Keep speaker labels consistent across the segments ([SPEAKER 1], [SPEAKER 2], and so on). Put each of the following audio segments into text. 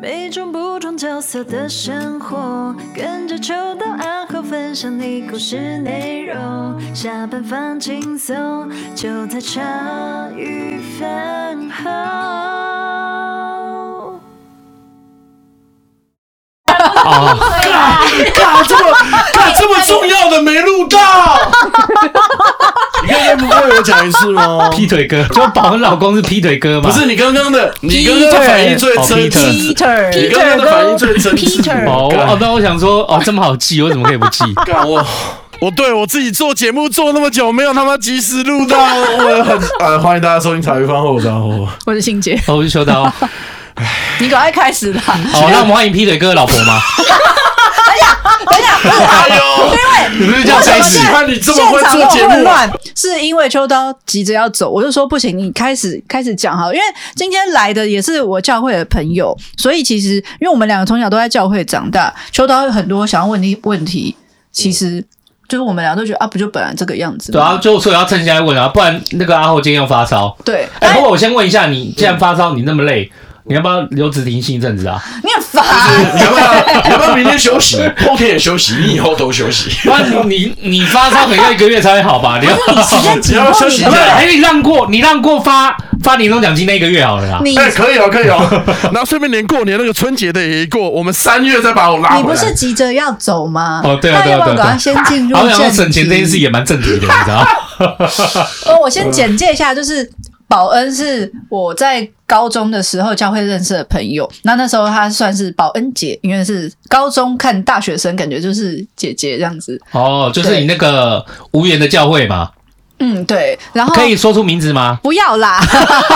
[SPEAKER 1] 每种不同角色的生活，跟着秋到暗号分享你故事内容。下班放轻松，就在茶余饭后。
[SPEAKER 2] 干这么干这么重要的没录到，你看 M 哥有讲一次吗？
[SPEAKER 3] 劈腿哥， 就保和老公是劈腿哥嘛？
[SPEAKER 2] 不是你刚刚的，你刚刚的反应最真
[SPEAKER 3] 哦
[SPEAKER 2] 挚，
[SPEAKER 4] Peter，
[SPEAKER 2] 你刚刚的反应最真挚。
[SPEAKER 4] Peter
[SPEAKER 3] 哦
[SPEAKER 2] 干
[SPEAKER 3] 哦，那我想说，哦，这么好记，我怎么可以不记？
[SPEAKER 2] 干我，我对我自己做节目做那么久，没有他妈及时录到，我很呃，欢迎大家收听茶余饭后，我是阿火
[SPEAKER 4] 我是欣姐，
[SPEAKER 3] 哦，我是修刀。好，
[SPEAKER 4] 你赶快开始 吧。
[SPEAKER 3] 那我们欢迎劈腿哥的老婆嘛？
[SPEAKER 2] 哎呦，
[SPEAKER 3] 你们
[SPEAKER 2] 我
[SPEAKER 3] 叫
[SPEAKER 2] 想
[SPEAKER 3] 开
[SPEAKER 2] 喜
[SPEAKER 3] 始？
[SPEAKER 2] 欢你这么会
[SPEAKER 4] 现
[SPEAKER 2] 做
[SPEAKER 4] 场那
[SPEAKER 2] 节
[SPEAKER 4] 么混
[SPEAKER 2] 目啊，
[SPEAKER 4] 乱，是因为秋刀急着要走，我就说不行，你开始开始讲好，因为今天来的也是我教会的朋友，所以其实因为我们两个从小都在教会长大，秋刀有很多想要问你问题，其实就是我们俩都觉得啊，不就本来这个样子
[SPEAKER 3] 对啊，
[SPEAKER 4] 吗？
[SPEAKER 3] 就所以要趁现在问啊，不然那个阿后今天又发烧。
[SPEAKER 4] 对
[SPEAKER 3] 哎，不
[SPEAKER 4] 哎
[SPEAKER 3] 过我先问一下，你既然发烧，你那么累，你要不要留职停薪一阵子啊？
[SPEAKER 4] 你很烦，
[SPEAKER 2] 你要不要你要不要明天休息，后天也休息，你以后都休息。
[SPEAKER 3] 不然你你你发烧可能要一个月才会好 吧？你要
[SPEAKER 4] 时间紧
[SPEAKER 2] 你要
[SPEAKER 4] 迫，
[SPEAKER 2] 休息一
[SPEAKER 3] 不是，
[SPEAKER 2] 下
[SPEAKER 3] 还是你让过，你让过发发年终奖金那一个月好了啦。
[SPEAKER 4] 你
[SPEAKER 2] 哎、可以哦，可以哦。 然后顺便连过年那个春节的也过，我们三月再把我拉回来。
[SPEAKER 4] 你不是急着要走吗？
[SPEAKER 3] 哦，对啊，对
[SPEAKER 4] 那
[SPEAKER 3] 啊，
[SPEAKER 4] 要
[SPEAKER 3] 对啊
[SPEAKER 4] 不要
[SPEAKER 3] 对
[SPEAKER 4] 赶快
[SPEAKER 3] 啊。
[SPEAKER 4] 先进入
[SPEAKER 3] 好想
[SPEAKER 4] 正
[SPEAKER 3] 说
[SPEAKER 4] 题？
[SPEAKER 3] 省钱这件事也蛮正途的，你知 道吗？
[SPEAKER 4] 哦，我先简介一下，就是保恩是我在高中的时候教会认识的朋友。那那时候她算是保恩姐，因为是高中看大学生，感觉就是姐姐这样子。
[SPEAKER 3] 哦，就是你那个无缘的教会嘛，
[SPEAKER 4] 嗯，对。然后
[SPEAKER 3] 可以说出名字吗？
[SPEAKER 4] 不要 啦，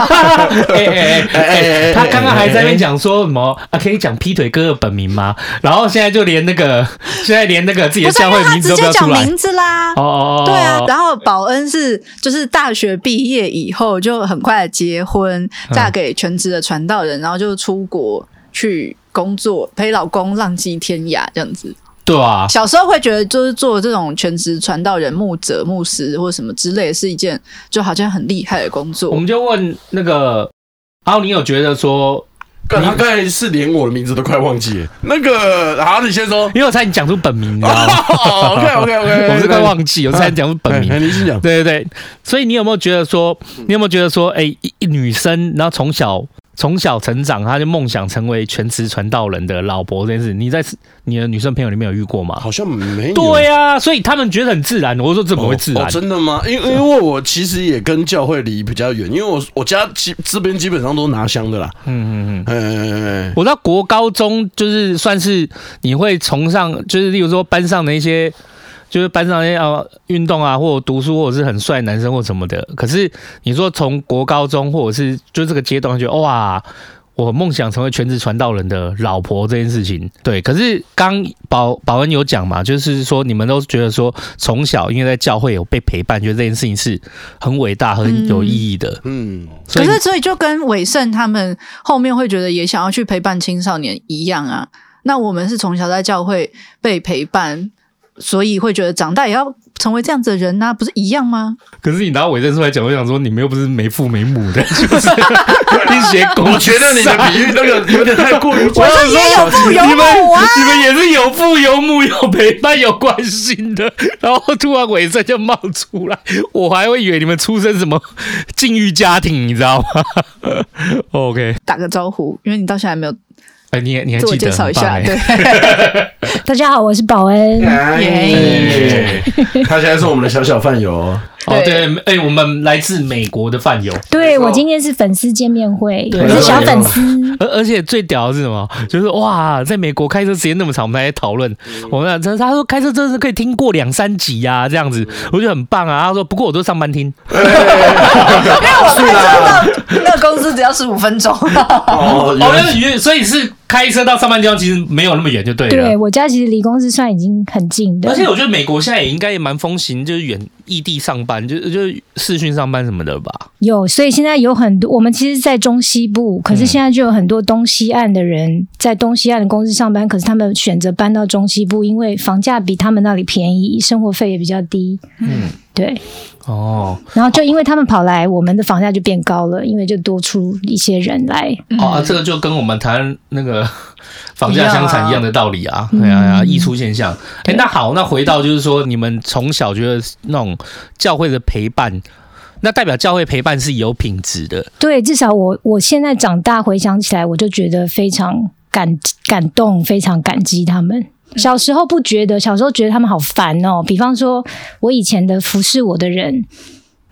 [SPEAKER 3] 哎哎哎哎！他刚刚还在那边讲说什么啊？可以讲劈腿哥的本名吗？然后现在就连那个，现在连那个自己
[SPEAKER 4] 不
[SPEAKER 3] 的
[SPEAKER 4] 是
[SPEAKER 3] 教
[SPEAKER 4] 因
[SPEAKER 3] 会
[SPEAKER 4] 为她
[SPEAKER 3] 名字
[SPEAKER 4] 直
[SPEAKER 3] 都不
[SPEAKER 4] 接
[SPEAKER 3] 要
[SPEAKER 4] 讲
[SPEAKER 3] 出来。
[SPEAKER 4] 名字啦。
[SPEAKER 3] 哦哦，
[SPEAKER 4] 对啊，然后保恩是就是大学毕业以后就很快结婚，
[SPEAKER 3] 嗯
[SPEAKER 4] 嫁给全职的传道人，然后就出国去工作，陪老公浪迹天涯这样子。
[SPEAKER 3] 对啊，
[SPEAKER 4] 小时候会觉得，就是做这种全职传道人、牧者、牧师或什么之类，是一件就好像很厉害的工
[SPEAKER 3] 我
[SPEAKER 4] 作。
[SPEAKER 3] 们就问那个奥尼，有觉得说，
[SPEAKER 2] 干？他刚才是连我的名字都快忘记了。那个，好，你先 说。
[SPEAKER 3] 因为我猜你讲出本名，你知道吗？
[SPEAKER 2] OK OK OK，
[SPEAKER 3] 我是快忘记，我猜你讲出本名。
[SPEAKER 2] 哎你先讲。
[SPEAKER 3] 对对对，所以你有没有觉得说，你有没有觉得说，哎、一一女生，然后从小从小成长，她就梦想成为全职传道人的老婆这件事，你在你的女生朋友里面有遇过吗？
[SPEAKER 2] 好像没有。
[SPEAKER 3] 对呀、所以他们觉得很自然。我说怎么会自然？
[SPEAKER 2] 哎
[SPEAKER 3] 啊
[SPEAKER 2] 哦，真的吗？因因为我其实也跟教会离比较远，因为我我家基这边基本上都拿香的啦。
[SPEAKER 3] 嗯嗯嗯。
[SPEAKER 2] 嗯，
[SPEAKER 3] 我到国高中就是算是你会崇尚，就是例如说班上的一些，就是班上的一些呃运动啊，或者读书，或者是很帅的男生或什么的。可是你说从国高中或者是就这个阶段，觉得哇，我梦想成为全职传道人的老婆这件事情，对。可是刚保保恩有讲嘛，就是说你们都觉得说从小因为在教会有被陪伴，觉得这件事情是很伟大、很有意义的。
[SPEAKER 2] 嗯，
[SPEAKER 3] 所
[SPEAKER 4] 可
[SPEAKER 3] 以
[SPEAKER 4] 是，所以就跟伟盛他们后面会觉得也想要去陪伴青少年一样啊。那我们是从小在教会被陪伴，所以会觉得长大也要成为这样子的人呐、不是一样吗？
[SPEAKER 3] 可是你拿伪证出来讲，我想说你们又不是没父没母的， 就是你学公，
[SPEAKER 2] 我觉得你的比喻那 个有点太过于
[SPEAKER 4] 我说也有父 有
[SPEAKER 3] 你们
[SPEAKER 4] 母啊，
[SPEAKER 3] 你们也是有父有母有陪伴有关心的，然后突然伪证就冒出来，我还会以为你们出身什么禁欲家庭，你知道吗 哦？OK，
[SPEAKER 4] 打个招呼，因为你到现在还没有
[SPEAKER 3] 哎，你也你还
[SPEAKER 4] 自我
[SPEAKER 3] 记
[SPEAKER 4] 介
[SPEAKER 3] 得
[SPEAKER 4] 绍一
[SPEAKER 3] 很棒
[SPEAKER 4] 下，
[SPEAKER 3] 哎
[SPEAKER 4] 对，
[SPEAKER 5] 大家好，我是保恩。
[SPEAKER 2] 哎耶，哎他现在是我们的小小饭友。
[SPEAKER 3] 哦对，哎，我们来自美国的饭友，
[SPEAKER 5] 对我今天是粉丝见面会，
[SPEAKER 3] 对
[SPEAKER 5] 我是小粉丝。
[SPEAKER 3] 而而且最屌的是什么？就是哇，在美国开车时间那么长，我们还在讨论。我们他他说开车真的是可以听过两三集呀、这样子，我觉得很棒啊。他说不过我都上班听，
[SPEAKER 4] 因为我开车 到那个公司只要十五分钟。
[SPEAKER 2] 哦，原
[SPEAKER 3] 哦，
[SPEAKER 2] 来
[SPEAKER 3] 那远，所以是开车到上班地方其实没有那么远就对啊了。
[SPEAKER 5] 对我家其实离公司算已经很近的
[SPEAKER 3] 而，且我觉得美国现在也应该也蛮风行，就是远异地上班，就是就是视讯上班什么的吧。
[SPEAKER 5] 有，所以现在有很多我们其实，在中西部，可
[SPEAKER 3] 嗯
[SPEAKER 5] 是现在就有很多东西岸的人在东西岸的公司上班，可是他们选择搬到中西部，因为房价比他们那里便宜，生活费也比较低。
[SPEAKER 3] 嗯，
[SPEAKER 5] 对，
[SPEAKER 3] 哦，
[SPEAKER 5] 然后就因为他们跑来，我们的房价就变高了，因为就多出一些人来。
[SPEAKER 3] 哦、啊，这个就跟我们谈那 个房价
[SPEAKER 4] 一样啊
[SPEAKER 3] 相产一样的道理啊，对啊，溢出现象。哎、那好，那回到就是说，你们从小觉得那种教会的陪伴，那代表教会陪伴是有品质的，
[SPEAKER 5] 对，至少我我现在长大回想起来，我就觉得非常感感动，非常感激他们。小时候不觉得，小时候觉得他们好烦哦。比方说，我以前的服侍我的人，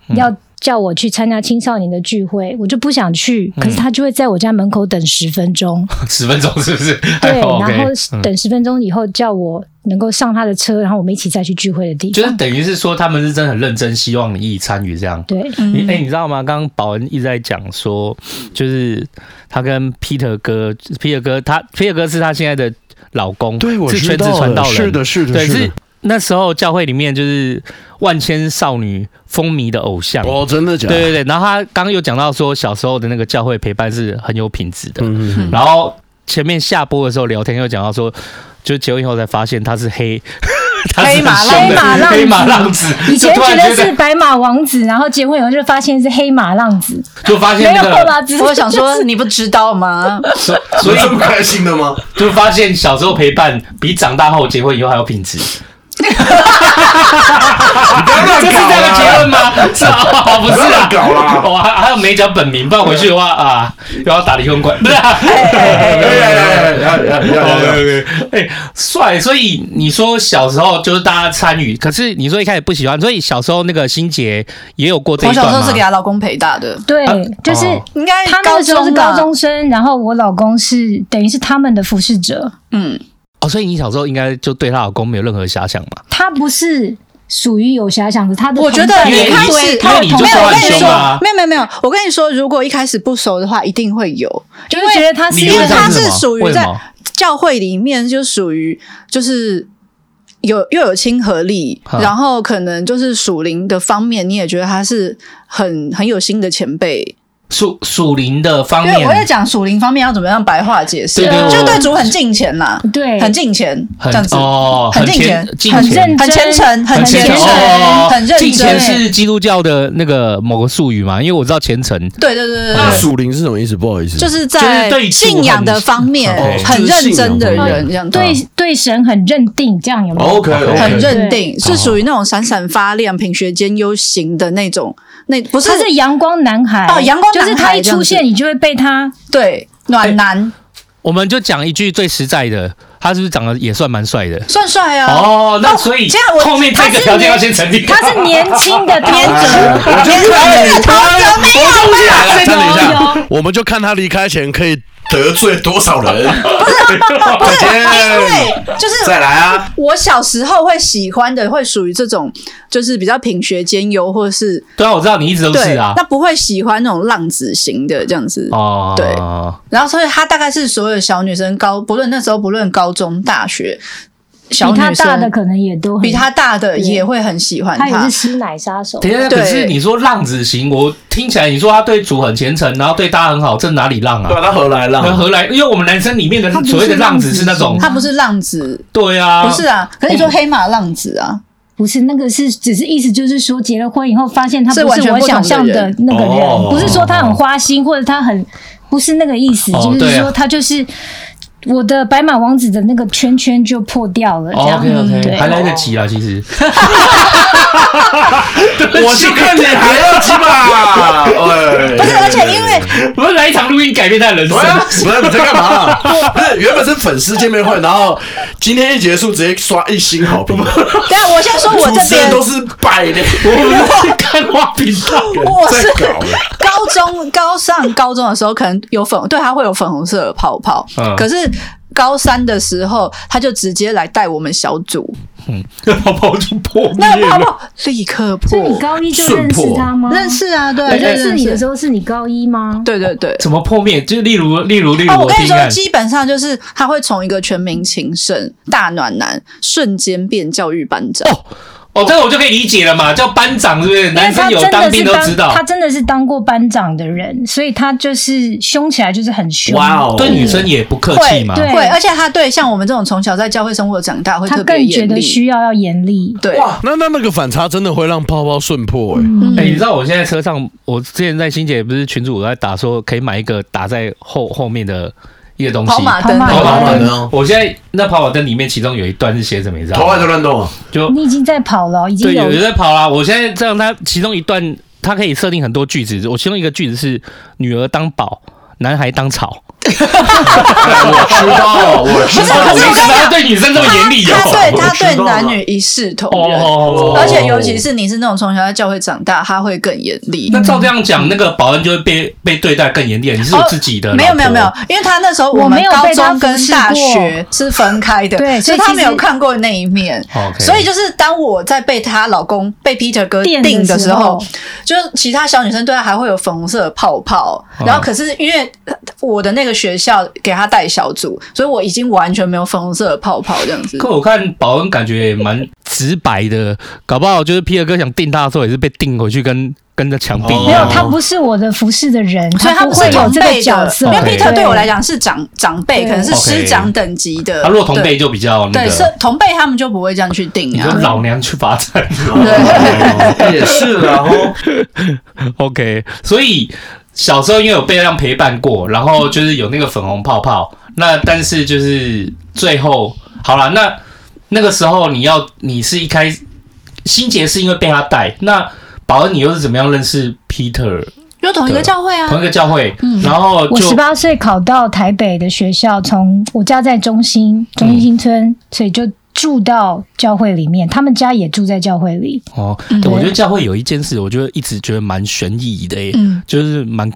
[SPEAKER 3] 嗯
[SPEAKER 5] 要叫我去参加青少年的聚会，我就不想去，
[SPEAKER 3] 嗯
[SPEAKER 5] 可是他就会在我家门口等十分 钟。
[SPEAKER 3] 十分钟是不 是？
[SPEAKER 5] 对，
[SPEAKER 3] 还好，OK
[SPEAKER 5] 然后
[SPEAKER 3] 嗯
[SPEAKER 5] 等十分钟以后叫我能够上他的车，然后我们一起再去聚会的地
[SPEAKER 3] 就是
[SPEAKER 5] 方。
[SPEAKER 3] 等于是说，他们是真的很认真，希望你一起参与这样。
[SPEAKER 5] 对，
[SPEAKER 3] 你 哎、你知道吗？刚刚保恩一直在讲说，就是他跟 Peter 哥，Peter 哥他 Peter 哥是他现在的老公，
[SPEAKER 2] 对，我
[SPEAKER 3] 是
[SPEAKER 2] 知
[SPEAKER 3] 全职
[SPEAKER 2] 道
[SPEAKER 3] 传道
[SPEAKER 2] 了，
[SPEAKER 3] 人，
[SPEAKER 2] 是的，是的，
[SPEAKER 3] 对，
[SPEAKER 2] 是
[SPEAKER 3] 是
[SPEAKER 2] 的。
[SPEAKER 3] 那时候教会里面就是万千少女风靡的偶像。
[SPEAKER 2] 哦，真的假
[SPEAKER 3] 对
[SPEAKER 2] 的？
[SPEAKER 3] 对对，然后他刚刚有讲到说，小时候的那个教会陪伴是很有品质的。
[SPEAKER 2] 嗯，嗯嗯
[SPEAKER 3] 然后前面下播的时候聊天又讲到说，就结婚以后才发现他是黑，他是
[SPEAKER 4] 黑马
[SPEAKER 3] 很凶的
[SPEAKER 5] 浪子
[SPEAKER 3] 黑马浪子，
[SPEAKER 5] 以前
[SPEAKER 3] 就突
[SPEAKER 5] 觉
[SPEAKER 3] 然
[SPEAKER 5] 得
[SPEAKER 3] 觉
[SPEAKER 5] 是白马王子，然后结婚以后就发现是黑马浪子，
[SPEAKER 3] 就发
[SPEAKER 5] 没
[SPEAKER 3] 现那
[SPEAKER 5] 有
[SPEAKER 3] 个，
[SPEAKER 5] 啦，只是
[SPEAKER 4] 我想
[SPEAKER 5] 就是
[SPEAKER 4] 说，你不知道吗？
[SPEAKER 3] 所
[SPEAKER 2] 所
[SPEAKER 3] 所
[SPEAKER 2] 以
[SPEAKER 3] 以
[SPEAKER 2] 这么开心的吗？
[SPEAKER 3] 就发现小时候陪伴比长大后结婚以后还有品质。
[SPEAKER 2] 不要乱
[SPEAKER 3] 这是这样的结论吗？是啊，不是
[SPEAKER 2] 不
[SPEAKER 3] 啊
[SPEAKER 2] 要，搞啦
[SPEAKER 3] 我还还有没讲本名，不然回去的话啊，又要打离婚官。不是啊，
[SPEAKER 2] 哎
[SPEAKER 3] 哎，帅。所以你说小时候就是大家参与，可是你说一开始不喜欢，所以小时候那个心结也有过这
[SPEAKER 4] 我
[SPEAKER 3] 一
[SPEAKER 4] 小时
[SPEAKER 3] 段
[SPEAKER 4] 候是给
[SPEAKER 3] 吗？
[SPEAKER 4] 她老公陪大的，
[SPEAKER 5] 对
[SPEAKER 3] 啊，
[SPEAKER 5] 就是
[SPEAKER 3] 哦
[SPEAKER 4] 应该
[SPEAKER 5] 他那个时候是
[SPEAKER 4] 吧
[SPEAKER 5] 高中，生，然后我老公是等于是他们的服侍者，
[SPEAKER 4] 嗯，
[SPEAKER 3] 哦，所以你小时候应该就对她老公没有任何遐想嘛？
[SPEAKER 5] 他不是属于有遐想的，他的
[SPEAKER 4] 我觉得
[SPEAKER 5] 同伴
[SPEAKER 3] 因为
[SPEAKER 4] 一
[SPEAKER 3] 你
[SPEAKER 4] 开
[SPEAKER 5] 对
[SPEAKER 4] 始
[SPEAKER 3] 因为你就
[SPEAKER 4] 没
[SPEAKER 3] 说
[SPEAKER 4] 有，我
[SPEAKER 3] 他
[SPEAKER 4] 跟
[SPEAKER 3] 很
[SPEAKER 4] 你
[SPEAKER 3] 凶
[SPEAKER 4] 说
[SPEAKER 3] 啊，，
[SPEAKER 4] 没有没有没有，我跟你说，如果一开始不熟的话，一定会有，
[SPEAKER 5] 就
[SPEAKER 4] 因为
[SPEAKER 5] 会觉得他是
[SPEAKER 3] 理
[SPEAKER 5] 一
[SPEAKER 4] 因为
[SPEAKER 3] 论
[SPEAKER 5] 个
[SPEAKER 3] 上
[SPEAKER 4] 他
[SPEAKER 3] 是
[SPEAKER 4] 是
[SPEAKER 3] 什么
[SPEAKER 4] 属于
[SPEAKER 3] 为什
[SPEAKER 4] 在
[SPEAKER 3] 么
[SPEAKER 4] 教会里面就属于就是。有又有亲和力，
[SPEAKER 3] 哈
[SPEAKER 4] 然后可能就是属灵的方面，你也觉得他是很很有心的前辈。
[SPEAKER 3] 属属灵的方
[SPEAKER 4] 因为我在
[SPEAKER 3] 面
[SPEAKER 4] 讲属灵方面要怎么样白话解释，
[SPEAKER 3] 对
[SPEAKER 5] 对
[SPEAKER 4] 就
[SPEAKER 5] 我
[SPEAKER 4] 对主很敬虔啦，
[SPEAKER 5] 对，
[SPEAKER 4] 很敬虔这
[SPEAKER 3] 很
[SPEAKER 4] 样子，
[SPEAKER 3] 哦，
[SPEAKER 4] 很
[SPEAKER 3] 很
[SPEAKER 4] 敬
[SPEAKER 3] 虔
[SPEAKER 4] 虔
[SPEAKER 3] 敬
[SPEAKER 5] 很
[SPEAKER 3] 虔
[SPEAKER 5] 认
[SPEAKER 4] 很虔诚，很虔
[SPEAKER 5] 虔
[SPEAKER 4] 诚
[SPEAKER 5] 诚，
[SPEAKER 3] 哦，
[SPEAKER 4] 很认
[SPEAKER 3] 敬虔
[SPEAKER 4] 真。
[SPEAKER 3] 是基督教的那个某个术语嘛？因为我知道虔诚，
[SPEAKER 4] 对对对对
[SPEAKER 2] 那
[SPEAKER 4] 对，
[SPEAKER 2] 属灵是什么意思？不好意思，
[SPEAKER 4] 就是
[SPEAKER 3] 就是
[SPEAKER 4] 在
[SPEAKER 3] 对主
[SPEAKER 4] 信仰
[SPEAKER 3] 很
[SPEAKER 4] 的方面
[SPEAKER 3] 哦
[SPEAKER 4] 很
[SPEAKER 2] 就是
[SPEAKER 4] 认
[SPEAKER 2] 信仰
[SPEAKER 4] 真的
[SPEAKER 2] 方面
[SPEAKER 4] 人这样子。
[SPEAKER 5] 对对神很认定，这样有没有？
[SPEAKER 2] 哦 OK，
[SPEAKER 4] 很认
[SPEAKER 5] 对
[SPEAKER 4] 定，是属于那种闪闪发亮、品学兼优型的那种，那不是
[SPEAKER 5] 他是阳光男孩
[SPEAKER 4] 哦阳光男
[SPEAKER 5] 就
[SPEAKER 4] 孩
[SPEAKER 5] 是他一
[SPEAKER 4] 这样子
[SPEAKER 5] 出现，你就会被他
[SPEAKER 4] 对暖男，
[SPEAKER 3] 我们就讲一句最实在的，他是不是长得也算蛮帅的？
[SPEAKER 4] 算帅啊，
[SPEAKER 3] 哦，那所以
[SPEAKER 4] 这样我
[SPEAKER 3] 后面这个条件要先成立。
[SPEAKER 5] 他 是年轻的
[SPEAKER 2] 哎
[SPEAKER 5] 天泽，
[SPEAKER 2] 我就看你，
[SPEAKER 3] 哎
[SPEAKER 2] 我就看
[SPEAKER 5] 有
[SPEAKER 2] 一下，我们就看他离开前可以得罪多少人。
[SPEAKER 4] 不是
[SPEAKER 3] 哎
[SPEAKER 2] 再见
[SPEAKER 4] 因为就是
[SPEAKER 2] 再来啊！
[SPEAKER 4] 我小时候会喜欢的，会属于这种就是比较品学兼优，或是
[SPEAKER 3] 对啊，我知道你一直都
[SPEAKER 4] 对
[SPEAKER 3] 是啊
[SPEAKER 4] 那。不会喜欢那种浪子型的这样子。
[SPEAKER 3] 哦，
[SPEAKER 4] 对然后，所以她大概是所有小女生高，不论那时候不论高中、大学，小
[SPEAKER 5] 比
[SPEAKER 4] 女
[SPEAKER 5] 他
[SPEAKER 4] 生
[SPEAKER 5] 大的可能也都很
[SPEAKER 4] 比她大的
[SPEAKER 5] 对
[SPEAKER 4] 也会很喜欢
[SPEAKER 5] 他也是吸奶杀手。
[SPEAKER 3] 等一下，
[SPEAKER 4] 对
[SPEAKER 3] 可是你说浪子型，我听起来你说他对主很虔诚，然后对大家很好，这哪里浪
[SPEAKER 2] 对啊，
[SPEAKER 3] 啊？
[SPEAKER 2] 他何来
[SPEAKER 3] 那
[SPEAKER 2] 浪？
[SPEAKER 3] 何来？因为我们男生里面的
[SPEAKER 5] 他不是
[SPEAKER 3] 所谓的浪子是那种
[SPEAKER 5] 浪子，
[SPEAKER 4] 她不是浪子，
[SPEAKER 3] 对啊，
[SPEAKER 4] 不是啊，可是你说黑马浪子啊，
[SPEAKER 5] 不是那个是，只是意思就是说，结了婚以后发现他
[SPEAKER 4] 是
[SPEAKER 5] 不
[SPEAKER 4] 完全
[SPEAKER 5] 是我
[SPEAKER 4] 不同的
[SPEAKER 5] 想象的
[SPEAKER 4] 人
[SPEAKER 5] 那个
[SPEAKER 2] 哦
[SPEAKER 5] 人，不是说他很花心或者他很不是那个意思，
[SPEAKER 3] 哦
[SPEAKER 5] 就是
[SPEAKER 3] 对啊
[SPEAKER 5] 说他就是我的白马王子的那个圈圈就破掉了，这样
[SPEAKER 3] 哦 OK
[SPEAKER 5] 嗯对
[SPEAKER 3] OK，还来得及啊，其 实。
[SPEAKER 2] 我就看你还要几把。
[SPEAKER 4] 不
[SPEAKER 2] 不
[SPEAKER 4] 是，而且因为
[SPEAKER 3] 我们来一场录音改变他的人生
[SPEAKER 2] 对。啊， 不是你在干嘛？不是原本是粉丝见面会，然后今天一结束直接刷一星好评，
[SPEAKER 4] 等一下我先说我这
[SPEAKER 2] 主持人
[SPEAKER 4] 边，
[SPEAKER 2] 都是百的，
[SPEAKER 3] 我们是看花频 道。
[SPEAKER 4] 我
[SPEAKER 2] 在
[SPEAKER 4] 是
[SPEAKER 2] 搞了。
[SPEAKER 4] 高中高上高中的时候，可能有粉，对他会有粉红色的泡泡，
[SPEAKER 3] 嗯
[SPEAKER 4] 可是。高三的时候，他就直接来带我们小组，
[SPEAKER 3] 泡泡就破灭
[SPEAKER 4] 那个泡
[SPEAKER 3] 了。
[SPEAKER 4] 泡立刻
[SPEAKER 5] 所以你
[SPEAKER 4] 破，
[SPEAKER 5] 高一就认识他吗？
[SPEAKER 4] 认识啊，对啊，
[SPEAKER 5] 我认识你的时
[SPEAKER 4] 候，
[SPEAKER 5] 候是你高一吗？
[SPEAKER 4] 对对对。
[SPEAKER 3] 怎么破灭？就例如，例如，例如，
[SPEAKER 4] 哦，我跟你
[SPEAKER 3] 听
[SPEAKER 4] 说，
[SPEAKER 3] 看
[SPEAKER 4] 基本上就是他会从一个全民情圣大暖男瞬间变教育班长，
[SPEAKER 3] 哦，哦，这个我就可以理解了嘛，叫班长是不是？
[SPEAKER 5] 因为
[SPEAKER 3] 男生
[SPEAKER 5] 他
[SPEAKER 3] 有
[SPEAKER 5] 真的
[SPEAKER 3] 兵
[SPEAKER 5] 是
[SPEAKER 3] 都知道
[SPEAKER 5] 他，真的是当过班长的人，所以他就是凶起来就是很凶。
[SPEAKER 2] 哦
[SPEAKER 3] 对女生也不客气嘛。
[SPEAKER 5] 嗯对
[SPEAKER 4] 会，而且他对像我们这种从小在教会生活长大，会
[SPEAKER 5] 他
[SPEAKER 4] 特别
[SPEAKER 5] 更觉
[SPEAKER 4] 严
[SPEAKER 5] 得
[SPEAKER 4] 厉。
[SPEAKER 5] 需要要严厉。
[SPEAKER 4] 对，
[SPEAKER 2] 哇，那那那个反差真的会让泡泡瞬破哎、
[SPEAKER 5] 嗯
[SPEAKER 3] 哎、你知道我现在车上，我之前在欣姐不是群主在打说可以买一个打在后后面的一个东西，
[SPEAKER 4] 跑马灯，
[SPEAKER 5] 跑马哦
[SPEAKER 2] 灯
[SPEAKER 3] 我现在那跑马灯里面，其中有一段是写什么，你知道
[SPEAKER 2] 头发
[SPEAKER 3] 吗
[SPEAKER 2] 就？乱动啊，
[SPEAKER 3] 就
[SPEAKER 5] 你已经在跑了，已经
[SPEAKER 3] 对，有
[SPEAKER 5] 有
[SPEAKER 3] 人在跑啦。我现在这样，它其中一段它可以设定很多句子，我其中一个句子是“女儿当宝，男孩当草
[SPEAKER 2] 我知道，我知
[SPEAKER 4] 不是”，可
[SPEAKER 3] 我
[SPEAKER 4] 是
[SPEAKER 3] 为什
[SPEAKER 4] 我跟你
[SPEAKER 3] 么
[SPEAKER 4] 讲
[SPEAKER 3] 要对女生这么严厉
[SPEAKER 4] 他
[SPEAKER 3] 哦？
[SPEAKER 4] 对他
[SPEAKER 2] 我知
[SPEAKER 4] 对
[SPEAKER 2] 道了
[SPEAKER 4] 男女一视同仁，
[SPEAKER 3] 哦，
[SPEAKER 4] 而且尤其是你是那种从小在教会长大，他会更严厉。嗯
[SPEAKER 3] 那照这样讲，那个保安就会被被对待更严厉。你是有自己的、
[SPEAKER 4] 哦没有没有没有，，因为他那时候
[SPEAKER 5] 我
[SPEAKER 4] 们
[SPEAKER 5] 没有
[SPEAKER 4] 高
[SPEAKER 5] 被他
[SPEAKER 4] 中跟
[SPEAKER 5] 服侍
[SPEAKER 4] 大
[SPEAKER 5] 过
[SPEAKER 4] 学是分开的，
[SPEAKER 5] 对
[SPEAKER 4] 所以
[SPEAKER 5] 所以
[SPEAKER 4] 他
[SPEAKER 5] 其
[SPEAKER 4] 没有
[SPEAKER 5] 实
[SPEAKER 4] 看过那一面。
[SPEAKER 3] 哦 OK，
[SPEAKER 4] 所以就是当我在被她老公被 Peter 哥
[SPEAKER 5] 电
[SPEAKER 4] 定的时
[SPEAKER 5] 时
[SPEAKER 4] 候，，就是其他小女生对她还会有粉红色的泡泡，
[SPEAKER 3] 嗯
[SPEAKER 4] 然后可是因为我的那个学校给她带小组，所以我已经完全没有粉红色的泡泡这样子
[SPEAKER 3] 可。我看保恩感觉也蛮直白的，搞不好就是皮尔哥想定他的时候也是被定回去跟跟着墙壁一
[SPEAKER 5] 没有
[SPEAKER 3] 样。
[SPEAKER 5] 他不是我的服侍的人，
[SPEAKER 4] 所以
[SPEAKER 5] 他
[SPEAKER 4] 她
[SPEAKER 5] 不
[SPEAKER 4] 不
[SPEAKER 5] 会
[SPEAKER 4] 是
[SPEAKER 5] 有
[SPEAKER 4] 同
[SPEAKER 5] 这
[SPEAKER 4] 辈
[SPEAKER 5] 个
[SPEAKER 4] 的，
[SPEAKER 5] 角色。
[SPEAKER 4] 因为 Peter
[SPEAKER 5] 对
[SPEAKER 4] 对我来，讲是长长辈，
[SPEAKER 5] 对
[SPEAKER 4] 可能是
[SPEAKER 3] OK
[SPEAKER 4] 师长等级的。
[SPEAKER 3] 他若同辈
[SPEAKER 4] 对
[SPEAKER 3] 就比较那
[SPEAKER 4] 对是
[SPEAKER 3] 个，
[SPEAKER 4] 同辈，他们就不会这样去定
[SPEAKER 3] 你就
[SPEAKER 4] 啊。
[SPEAKER 3] 老娘去罚站。
[SPEAKER 2] 道，也是啊然后
[SPEAKER 3] OK，所以小时候因为有被这样陪伴过，然后就是有那个粉红泡泡，那但是就是最后好了，那那个时候你要你是一开始，心杰是因为被他带，那保恩你又是怎么样认识 Peter
[SPEAKER 4] 就同一个
[SPEAKER 3] 对
[SPEAKER 4] 教会啊，
[SPEAKER 3] 同一个教会，然后
[SPEAKER 5] 我
[SPEAKER 3] 就
[SPEAKER 5] 十八岁考到台北的学校，从我家在中心中心新村，所以就住到教会里面，他们家也住在教会里。
[SPEAKER 3] 哦，
[SPEAKER 4] 嗯
[SPEAKER 3] 我觉得教会有一件事，我觉得一直觉得蛮悬疑的耶，
[SPEAKER 4] 嗯，
[SPEAKER 3] 就是蛮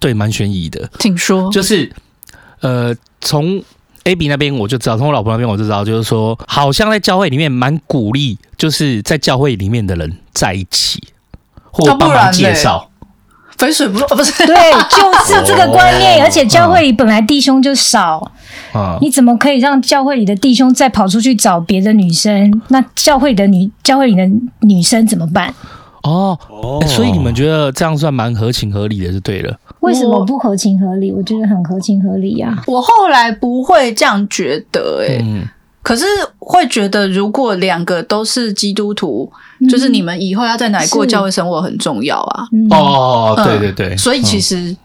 [SPEAKER 3] 对蛮悬疑的，
[SPEAKER 4] 请说。
[SPEAKER 3] 就是呃，从 A B 那边我就知道，从我老婆那边我就知道，就是说，好像在教会里面蛮鼓励，就是在教会里面的人在一起，或
[SPEAKER 4] 哦那不
[SPEAKER 3] 帮忙
[SPEAKER 4] 然
[SPEAKER 3] 介
[SPEAKER 4] 嘞
[SPEAKER 3] 绍。
[SPEAKER 4] 肥水不落哦不是
[SPEAKER 5] 对，就是这个观念。而且教会里本来弟兄就少，
[SPEAKER 3] 啊，
[SPEAKER 5] 你怎么可以让教会里的弟兄再跑出去找别的女生？那教会的女教会里的女生怎么办？
[SPEAKER 3] 哦、
[SPEAKER 2] 哦
[SPEAKER 3] 欸所以你们觉得这样算蛮合情合理的，就对了。
[SPEAKER 5] 为什么不合情合理？我觉得很合情合理呀、
[SPEAKER 4] 我后来不会这样觉得、欸，
[SPEAKER 3] 嗯，
[SPEAKER 4] 可是会觉得如果两个都是基督徒，就是你们以后要在哪里过
[SPEAKER 5] 嗯是
[SPEAKER 4] 教会生活很重要啊。
[SPEAKER 5] 嗯
[SPEAKER 3] 哦，
[SPEAKER 4] 嗯
[SPEAKER 3] 对对对，嗯
[SPEAKER 4] 所以其
[SPEAKER 3] 实、
[SPEAKER 4] 实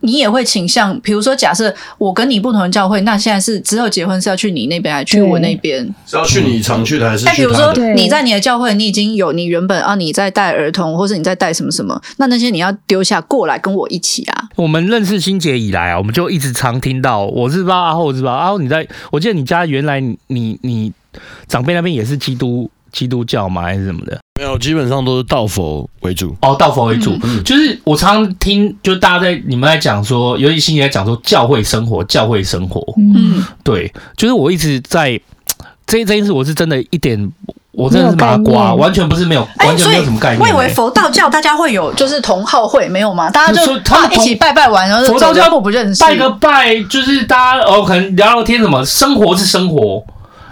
[SPEAKER 4] 你也会倾向，比如说，假设我跟你不同的教会，那现在是之后结婚是要去你那边，还是去
[SPEAKER 5] 对
[SPEAKER 4] 我那
[SPEAKER 3] 嗯
[SPEAKER 4] 边？
[SPEAKER 2] 是要去你常去的还是
[SPEAKER 4] 哎，比
[SPEAKER 2] 去
[SPEAKER 4] 如
[SPEAKER 2] 他
[SPEAKER 4] 说
[SPEAKER 2] 的？
[SPEAKER 5] 对
[SPEAKER 4] 你在你的教会，你已经有你原本啊，你在带儿童，或是你在带什么什么，那那些你要丢下过来跟我一起啊。
[SPEAKER 3] 我们认识欣姐以来啊，我们就一直常听到，我是不知道阿啊后，我是不知道阿后，你在，我记得你家原来你你你长辈那边也是基督基督教吗，还是什么的？
[SPEAKER 2] 没有，基本上都是道佛为主。
[SPEAKER 3] 哦，道佛为主，
[SPEAKER 4] 嗯
[SPEAKER 3] 就是我常常听，就大家在你们在讲说，尤其新年在讲说教会生活，教会生活，
[SPEAKER 5] 嗯，
[SPEAKER 4] 嗯，
[SPEAKER 3] 对，就是我一直在这这件事，我是真的一点，我真的是麻
[SPEAKER 5] 没有概
[SPEAKER 3] 瓜，
[SPEAKER 5] 念
[SPEAKER 3] 完全不是没有，
[SPEAKER 4] 哎
[SPEAKER 3] 完全
[SPEAKER 4] 所
[SPEAKER 3] 没
[SPEAKER 4] 以
[SPEAKER 3] 有什么概念、
[SPEAKER 4] 我以为
[SPEAKER 3] 欸
[SPEAKER 4] 佛道教大家会有就是同好会没有吗？大家
[SPEAKER 3] 就
[SPEAKER 4] 就是
[SPEAKER 3] 他们
[SPEAKER 4] 啊一起拜拜完，然后
[SPEAKER 3] 佛
[SPEAKER 4] 就
[SPEAKER 3] 道
[SPEAKER 4] 走
[SPEAKER 3] 教
[SPEAKER 4] 人我不认识。
[SPEAKER 3] 拜个拜，就是大家哦，可能聊聊天什么，生活是生活，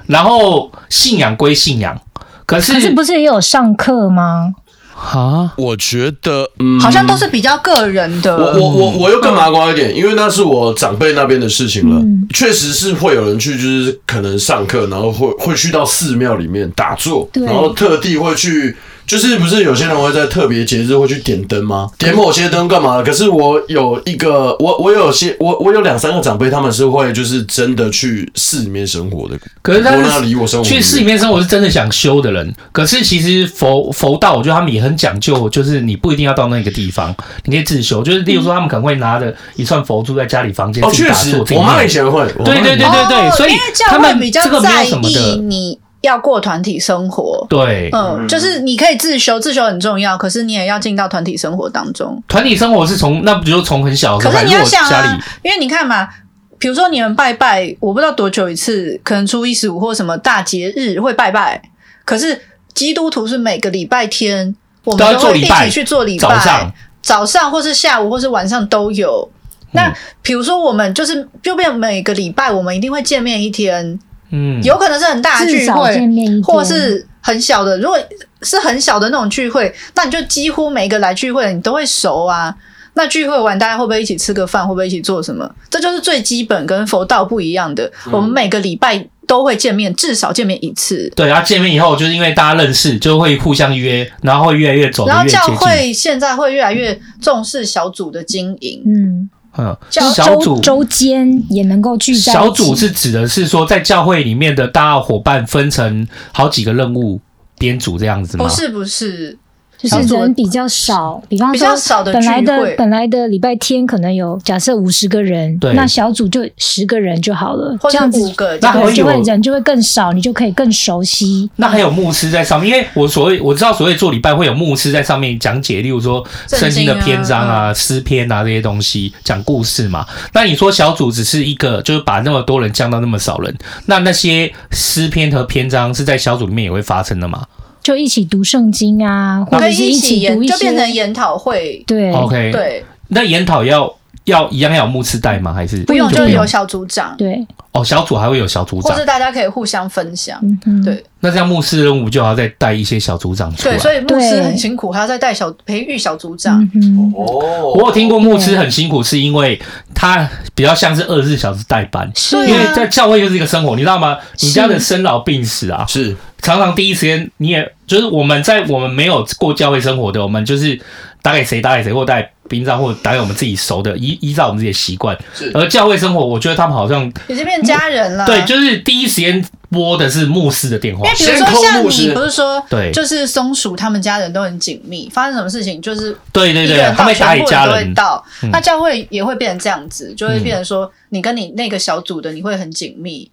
[SPEAKER 3] 然后信仰归信仰，可是
[SPEAKER 5] 可是不是也有上课吗？
[SPEAKER 3] 啊，
[SPEAKER 2] 我觉得，嗯，
[SPEAKER 4] 好像都是比较个人的。
[SPEAKER 2] 我我
[SPEAKER 3] 嗯
[SPEAKER 2] 我我又更麻瓜一点，因为那是我长辈那边的事情了
[SPEAKER 5] 嗯，
[SPEAKER 2] 确、实是会有人去，就是可能上课，然后会会去到寺庙里面打坐，
[SPEAKER 5] 对
[SPEAKER 2] 然后特地会去，就是不是有些人会在特别节日会去点灯吗？点某些灯干嘛？可是我有一个，我我有些我我有两三个长辈，他们是会就是真的去寺里面生活的，
[SPEAKER 3] 可是他
[SPEAKER 2] 我
[SPEAKER 3] 们
[SPEAKER 2] 那离我生活很
[SPEAKER 3] 去
[SPEAKER 2] 远
[SPEAKER 3] 寺里面生活是真的想修的人，可是其实佛佛道，我觉得他们也很讲究，就是你不一定要到那个地方，你可以自修。就是例如说，他们可能会拿着一串佛珠在家里房间
[SPEAKER 2] 哦，
[SPEAKER 3] 自己
[SPEAKER 2] 确
[SPEAKER 3] 打
[SPEAKER 2] 实
[SPEAKER 3] 坐。，
[SPEAKER 2] 我妈以
[SPEAKER 3] 对
[SPEAKER 2] 前会，我妈
[SPEAKER 3] 对
[SPEAKER 2] 以前
[SPEAKER 3] 对对对对，
[SPEAKER 4] 哦
[SPEAKER 3] 所以
[SPEAKER 4] 因为教
[SPEAKER 3] 他
[SPEAKER 4] 会
[SPEAKER 3] 们
[SPEAKER 4] 比较
[SPEAKER 3] 这个没有
[SPEAKER 4] 在
[SPEAKER 3] 什么
[SPEAKER 4] 意
[SPEAKER 3] 的，
[SPEAKER 4] 你要过团体生活。
[SPEAKER 3] 对。
[SPEAKER 4] 嗯，就是你可以自修，自修很重要，可是你也要进到团体生活当中。
[SPEAKER 3] 团体生活是从那不就从很小的时
[SPEAKER 4] 可
[SPEAKER 3] 候开
[SPEAKER 4] 是你
[SPEAKER 3] 始？
[SPEAKER 4] 要
[SPEAKER 3] 我
[SPEAKER 4] 想
[SPEAKER 3] 家
[SPEAKER 4] 啊
[SPEAKER 3] 里，
[SPEAKER 4] 因为你看嘛，比如说你们拜拜，我不知道多久一次，可能初一十五或什么大节日会拜拜。可是基督徒是每个礼拜天，我
[SPEAKER 3] 都要
[SPEAKER 4] 们
[SPEAKER 3] 做
[SPEAKER 4] 会
[SPEAKER 3] 礼
[SPEAKER 4] 一
[SPEAKER 3] 拜
[SPEAKER 4] 起去做礼
[SPEAKER 3] 早上
[SPEAKER 4] 早上或是下午或是晚上都有。
[SPEAKER 3] 嗯
[SPEAKER 4] 那比如说我们就是，就变每个礼拜我们一定会见面一天，
[SPEAKER 3] 嗯，
[SPEAKER 4] 有可能是很大的
[SPEAKER 5] 至
[SPEAKER 4] 聚
[SPEAKER 5] 少
[SPEAKER 4] 会
[SPEAKER 5] 见面一天，
[SPEAKER 4] 或是很小的，如果是很小的那种聚会，那你就几乎每一个来聚会的你都会熟啊。那聚会完，大家会不会一起吃个饭？会不会一起做什么？这就是最基本跟佛道不一样的。
[SPEAKER 3] 嗯
[SPEAKER 4] 我们每个礼拜都会见面，至少见面一次。
[SPEAKER 3] 对，然后见面以后，就是因为大家认识，就会互相约，然后会越来越走得
[SPEAKER 4] 然后
[SPEAKER 3] 越接
[SPEAKER 4] 教
[SPEAKER 3] 近。
[SPEAKER 4] 会现在会越来越重视小组的经营，
[SPEAKER 5] 嗯，
[SPEAKER 3] 嗯，
[SPEAKER 4] 教
[SPEAKER 3] 小组
[SPEAKER 5] 周周间也能够聚在一起
[SPEAKER 3] 小组是指的是说，在教会里面的大家伙伴分成好几个任务编组这样子吗？
[SPEAKER 4] 不，哦是不是
[SPEAKER 5] 就是人比较少，比方
[SPEAKER 4] 比
[SPEAKER 5] 说
[SPEAKER 4] 较少的
[SPEAKER 5] 本
[SPEAKER 4] 聚
[SPEAKER 5] 来的
[SPEAKER 4] 会。
[SPEAKER 5] 本来的礼拜天可能有假设五十个人
[SPEAKER 3] 对，
[SPEAKER 5] 那小组就十个人就好了，
[SPEAKER 4] 或者
[SPEAKER 5] 这样
[SPEAKER 4] 五
[SPEAKER 5] 子
[SPEAKER 4] 个这
[SPEAKER 3] 那
[SPEAKER 4] 样
[SPEAKER 3] 还
[SPEAKER 5] 对
[SPEAKER 3] 有
[SPEAKER 5] 就会人就会更少，你就可以更熟悉。
[SPEAKER 3] 那还有牧师在上面，因为我所谓我知道所谓做礼拜会有牧师在上面讲解，例如说圣经的篇章啊、诗篇啊这些东西，讲故事嘛。那你说小组只是一个，就是把那么多人降到那么少人，那那些诗篇和篇章是在小组里面也会发生的嘛
[SPEAKER 5] 就一起读圣经啊，或者
[SPEAKER 4] 跟
[SPEAKER 5] 是
[SPEAKER 4] 一
[SPEAKER 5] 起
[SPEAKER 4] 起研
[SPEAKER 5] 读一
[SPEAKER 4] 就变成
[SPEAKER 5] 些
[SPEAKER 4] 研讨会，
[SPEAKER 5] 对
[SPEAKER 3] ？OK，，
[SPEAKER 4] 嗯对，
[SPEAKER 3] 那研讨要要一样要有牧师带吗？还是
[SPEAKER 5] 不
[SPEAKER 4] 不用
[SPEAKER 5] 一定
[SPEAKER 4] 就有小组长，
[SPEAKER 5] 对，
[SPEAKER 3] 哦小组还会有小组
[SPEAKER 4] 或
[SPEAKER 3] 长
[SPEAKER 4] 是？大家可以互相分享。
[SPEAKER 5] 嗯哼，
[SPEAKER 4] 对
[SPEAKER 3] 那这样牧师任务就要再带一些小组长出来
[SPEAKER 4] 对，。所以牧师
[SPEAKER 5] 对
[SPEAKER 4] 很辛苦，还要再带小培育小组长
[SPEAKER 5] 嗯。哼，
[SPEAKER 2] 哦，
[SPEAKER 3] 我有听过牧师很辛苦，是因为他比较像是二十四小时代班，
[SPEAKER 5] 是
[SPEAKER 4] 对
[SPEAKER 3] 因为
[SPEAKER 4] 啊
[SPEAKER 3] 在教会就是一个生活，你知道吗？
[SPEAKER 5] 是
[SPEAKER 3] 你家的生老病死啊，
[SPEAKER 2] 是
[SPEAKER 3] 常常第一时间你也就是我们在我们没有过教会生活的，我们就是打给谁打给谁，或打给平常或打给我们自己熟的，依依照我们自己的习惯
[SPEAKER 4] 嗯
[SPEAKER 2] 是。
[SPEAKER 3] 而教会生活，我觉得他们好像
[SPEAKER 4] 已经变家人了。
[SPEAKER 3] 嗯对，就是第一时间拨的是牧师的电话
[SPEAKER 4] 啊因为，比
[SPEAKER 2] 先
[SPEAKER 4] 如说
[SPEAKER 2] 抠
[SPEAKER 4] 像
[SPEAKER 2] 牧师
[SPEAKER 4] 你不是说，
[SPEAKER 3] 对
[SPEAKER 4] 就是松鼠他们家人都很紧密，发生什么事情就是
[SPEAKER 3] 对对
[SPEAKER 4] 一个
[SPEAKER 3] 对，
[SPEAKER 4] 人
[SPEAKER 3] 他
[SPEAKER 4] 到，
[SPEAKER 3] 们打
[SPEAKER 4] 全
[SPEAKER 3] 给
[SPEAKER 4] 部
[SPEAKER 3] 家
[SPEAKER 4] 人都会
[SPEAKER 3] 人，
[SPEAKER 4] 到
[SPEAKER 3] 嗯。
[SPEAKER 4] 那教会也会变成这样子，就会变成说，你跟你那个小组的你会很紧密。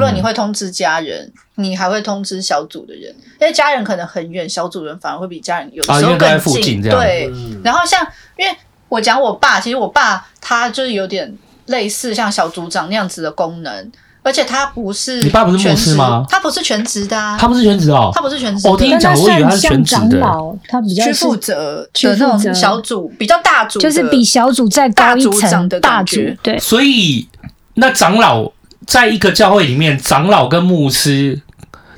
[SPEAKER 3] 嗯
[SPEAKER 4] 了你会通知家人，你还会通知小组的人，因为家人可能很远，小组人反而会比家人有时
[SPEAKER 3] 啊因为都
[SPEAKER 4] 候
[SPEAKER 3] 在
[SPEAKER 4] 更
[SPEAKER 3] 附近这样
[SPEAKER 4] 对，然后像因为我讲我爸，其实我爸他就是有点类似像小组长那样子的功能，而且他不是
[SPEAKER 3] 你爸不是牧
[SPEAKER 4] 全职
[SPEAKER 3] 师吗
[SPEAKER 4] 他不是全职的啊，
[SPEAKER 3] 他不是全职哦
[SPEAKER 4] 他，不是全职的，
[SPEAKER 3] 我听
[SPEAKER 5] 但他
[SPEAKER 3] 讲我以为他
[SPEAKER 5] 算
[SPEAKER 3] 是全
[SPEAKER 5] 像
[SPEAKER 3] 职
[SPEAKER 5] 长
[SPEAKER 3] 的
[SPEAKER 5] 老，他比较
[SPEAKER 4] 去
[SPEAKER 5] 是
[SPEAKER 4] 负责
[SPEAKER 5] 去
[SPEAKER 4] 的那
[SPEAKER 5] 负责
[SPEAKER 4] 种小组比较大组的，
[SPEAKER 5] 就是比小组再高一
[SPEAKER 4] 大组长
[SPEAKER 5] 层
[SPEAKER 4] 的
[SPEAKER 5] 大
[SPEAKER 4] 感
[SPEAKER 5] 组
[SPEAKER 4] 觉，
[SPEAKER 5] 对，
[SPEAKER 3] 所以那长老在一个教会里面，长老跟牧师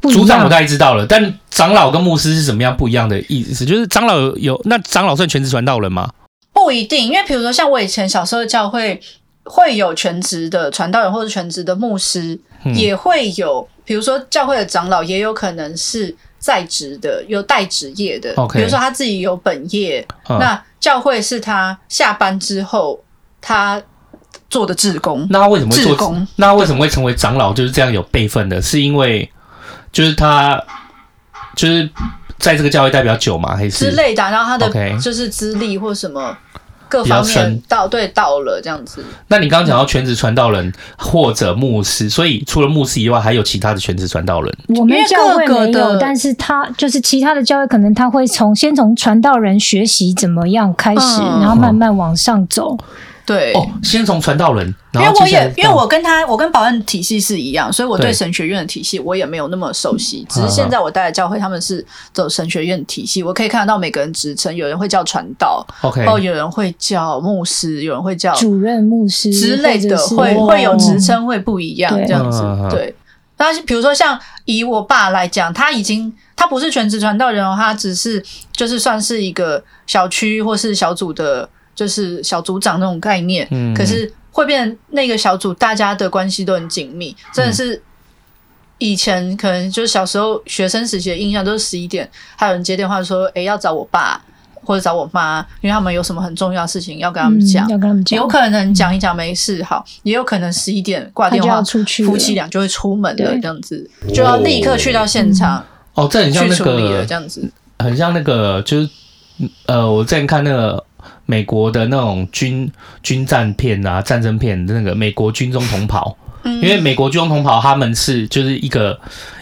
[SPEAKER 5] 不一
[SPEAKER 3] 组长
[SPEAKER 5] 样
[SPEAKER 3] 不太知道了，但长老跟牧师是怎么样不一样的意思？就是长老有有那长老算全职传道人吗？
[SPEAKER 4] 不一定，因为比如说像我以前小时候的教会会有全职的传道人或者全职的牧师，
[SPEAKER 3] 嗯
[SPEAKER 4] 也会有比如说教会的长老，也有可能是在职的，有带职业的
[SPEAKER 3] OK
[SPEAKER 4] 比如说他自己有本业，
[SPEAKER 3] 嗯
[SPEAKER 4] 那教会是他下班之后他做的志工，
[SPEAKER 3] 那他为什么会
[SPEAKER 4] 志
[SPEAKER 3] 做？
[SPEAKER 4] 工。
[SPEAKER 3] 那他为什么会成为长老？就是这样有辈分的，是因为就是他就是在这个教会待比较久吗？还是
[SPEAKER 4] 之类的啊，然后他
[SPEAKER 3] OK
[SPEAKER 4] 的就是资历或什么各
[SPEAKER 3] 比较
[SPEAKER 4] 方面
[SPEAKER 3] 深
[SPEAKER 4] 到对到了这样子，
[SPEAKER 3] 那你刚刚讲到全职传道人或者牧师，所以除了牧师以外，还有其他的全职传道人？
[SPEAKER 5] 我们
[SPEAKER 4] 因为
[SPEAKER 5] 教会
[SPEAKER 4] 各个
[SPEAKER 5] 没
[SPEAKER 4] 的
[SPEAKER 5] 有，但是他就是其他的教会，可能他会从先从传道人学习怎么样开始，
[SPEAKER 4] 嗯
[SPEAKER 5] 然后慢慢往上走。
[SPEAKER 4] 对。
[SPEAKER 3] 哦，先从传道人，
[SPEAKER 4] 因
[SPEAKER 3] 然
[SPEAKER 4] 为
[SPEAKER 3] 后
[SPEAKER 4] 我
[SPEAKER 3] 接下来
[SPEAKER 4] 也因为
[SPEAKER 3] 到
[SPEAKER 4] 我跟他我跟保安体系是一样，所以我对
[SPEAKER 3] 对嗯
[SPEAKER 4] 神学院的体系我也没有那么熟悉。只是现在我待的教会他们是走神学院体系，我可以看得到每个人职称，有人会叫传道，
[SPEAKER 3] OK
[SPEAKER 4] 然后有人会叫牧师，有人会叫
[SPEAKER 5] 主任牧师
[SPEAKER 4] 之类的，会
[SPEAKER 5] 哦
[SPEAKER 4] 会有职，
[SPEAKER 5] 嗯
[SPEAKER 4] 称会不一样
[SPEAKER 5] 对
[SPEAKER 4] 这样子
[SPEAKER 3] 嗯嗯嗯。
[SPEAKER 4] 对，那比如说像以我爸来讲，他已经他不是全职传道人哦，他只是就是算是一个小区或是小组的，就是小组长那种概念。
[SPEAKER 3] 嗯
[SPEAKER 4] 可是会变那个小组大家的关系都很紧密，真的是。以前可能就是小时候学生时期的印象都是十一点，还有人接电话说：“诶，要找我爸或者找我妈，因为他们有什么很重要的事情要跟他们讲。
[SPEAKER 5] 嗯要跟他们讲，
[SPEAKER 4] 有可能讲一讲没事好，也有可能十一点挂
[SPEAKER 5] 他
[SPEAKER 4] 电
[SPEAKER 5] 就
[SPEAKER 4] 话
[SPEAKER 5] 要，出去了
[SPEAKER 4] 夫妻俩就会出门了，
[SPEAKER 5] 对
[SPEAKER 4] 这样子就要立刻去到现场
[SPEAKER 3] 哦，这很像
[SPEAKER 4] 去
[SPEAKER 3] 那
[SPEAKER 4] 处理了，
[SPEAKER 3] 个
[SPEAKER 4] 这样子。
[SPEAKER 3] 很像那个，就是呃，我之前看那个美国的那种军军战片啊，战争片，那个美国军中同袍，
[SPEAKER 4] 因
[SPEAKER 3] 因为美国军中同袍他们是就是一个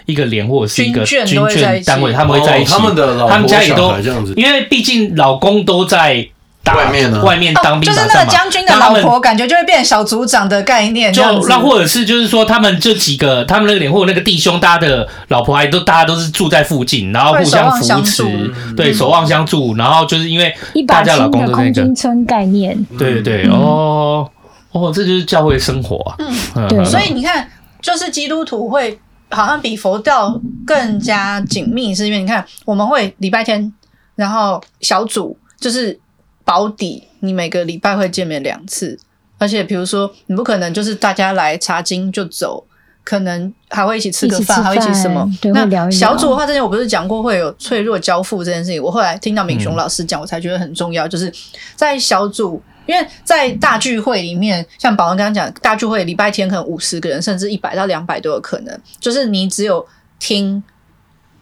[SPEAKER 3] 一个连或者是一个
[SPEAKER 4] 军眷
[SPEAKER 3] 军
[SPEAKER 4] 都会在
[SPEAKER 3] 眷
[SPEAKER 4] 一起
[SPEAKER 3] 单位，他们会在一起，
[SPEAKER 2] 哦他们的老婆
[SPEAKER 3] 他们家里
[SPEAKER 2] 小
[SPEAKER 3] 都
[SPEAKER 2] 孩这样子
[SPEAKER 3] 因为毕竟老公都在打
[SPEAKER 2] 外面啊
[SPEAKER 3] 外面当兵
[SPEAKER 4] 哦就是
[SPEAKER 3] 打
[SPEAKER 4] 那
[SPEAKER 3] 仗
[SPEAKER 4] 个
[SPEAKER 3] 嘛，
[SPEAKER 4] 将军的
[SPEAKER 3] 那他
[SPEAKER 4] 老
[SPEAKER 3] 们
[SPEAKER 4] 婆，感觉就会变小组长的概念，这样
[SPEAKER 3] 就
[SPEAKER 4] 子
[SPEAKER 3] 那或者是就是说，他们这几个，他们那个连或那个弟兄，大家的老婆还都大家都是住在附近，然后互相
[SPEAKER 4] 对守
[SPEAKER 3] 扶
[SPEAKER 4] 望
[SPEAKER 3] 持
[SPEAKER 4] 相助，嗯
[SPEAKER 3] 对，守望相助。然后就是因为
[SPEAKER 5] 一
[SPEAKER 3] 大
[SPEAKER 5] 把
[SPEAKER 3] 家老
[SPEAKER 5] 新
[SPEAKER 3] 公
[SPEAKER 5] 的
[SPEAKER 3] 都那
[SPEAKER 5] 空
[SPEAKER 3] 个
[SPEAKER 5] 军，村概念，
[SPEAKER 3] 对对对，哦哦，这就是教会生活啊。嗯
[SPEAKER 5] 对
[SPEAKER 3] 嗯
[SPEAKER 4] 所以你看，就是基督徒会好像比佛教更加紧密，是因为你看我们会礼拜天，然后小组就是保底，你每个礼拜会见面两次，而且比如说你不可能就是大家来查经就走。可能还会一起吃个饭，还会一起什么？
[SPEAKER 5] 对会聊
[SPEAKER 4] 那
[SPEAKER 5] 一
[SPEAKER 4] 小
[SPEAKER 5] 聊
[SPEAKER 4] 组的话，之前我不是讲过
[SPEAKER 5] 嗯
[SPEAKER 4] 会有脆弱交付这件事情，我后来听到敏雄老师讲，我才觉得很重要，就是在小组，因为在大聚会里面，像保安刚刚讲，大聚会礼拜天可能五十个人，甚至一百到两百都有可能，就是你只有听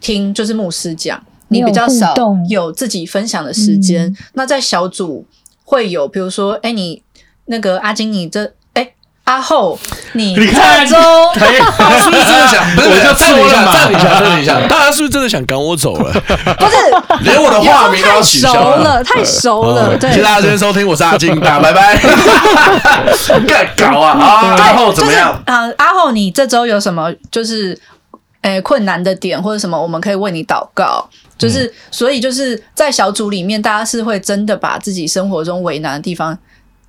[SPEAKER 4] 听，就是牧师讲，
[SPEAKER 5] 没
[SPEAKER 4] 你
[SPEAKER 5] 有
[SPEAKER 4] 比较少
[SPEAKER 5] 互动
[SPEAKER 4] 有自己分享的时间。
[SPEAKER 5] 嗯
[SPEAKER 4] 那在小组会有，比如说，哎、你那个阿金，你这。哎阿厚，你
[SPEAKER 3] 你看
[SPEAKER 4] 这周
[SPEAKER 2] 他是不是真 的想？不是，
[SPEAKER 3] 我就
[SPEAKER 2] 暂停一
[SPEAKER 3] 错了
[SPEAKER 2] 下，
[SPEAKER 3] 嘛
[SPEAKER 2] 暂停一下，暂停一下，大家是不是真的想赶我走了？
[SPEAKER 4] 不是
[SPEAKER 2] 连我的化名都要取
[SPEAKER 4] 熟
[SPEAKER 2] 消嗯
[SPEAKER 4] 了，太熟了，对
[SPEAKER 2] 谢谢。大家今天收听，我是阿金，大家拜拜。 干搞啊啊！然后怎么样？
[SPEAKER 4] 就是呃，阿后，你这周有什么就是诶困难的点或者什么，我们可以为你祷告。
[SPEAKER 2] 嗯
[SPEAKER 4] 就是，所以就是在小组里面，大家是会真的把自己生活中为难的地方，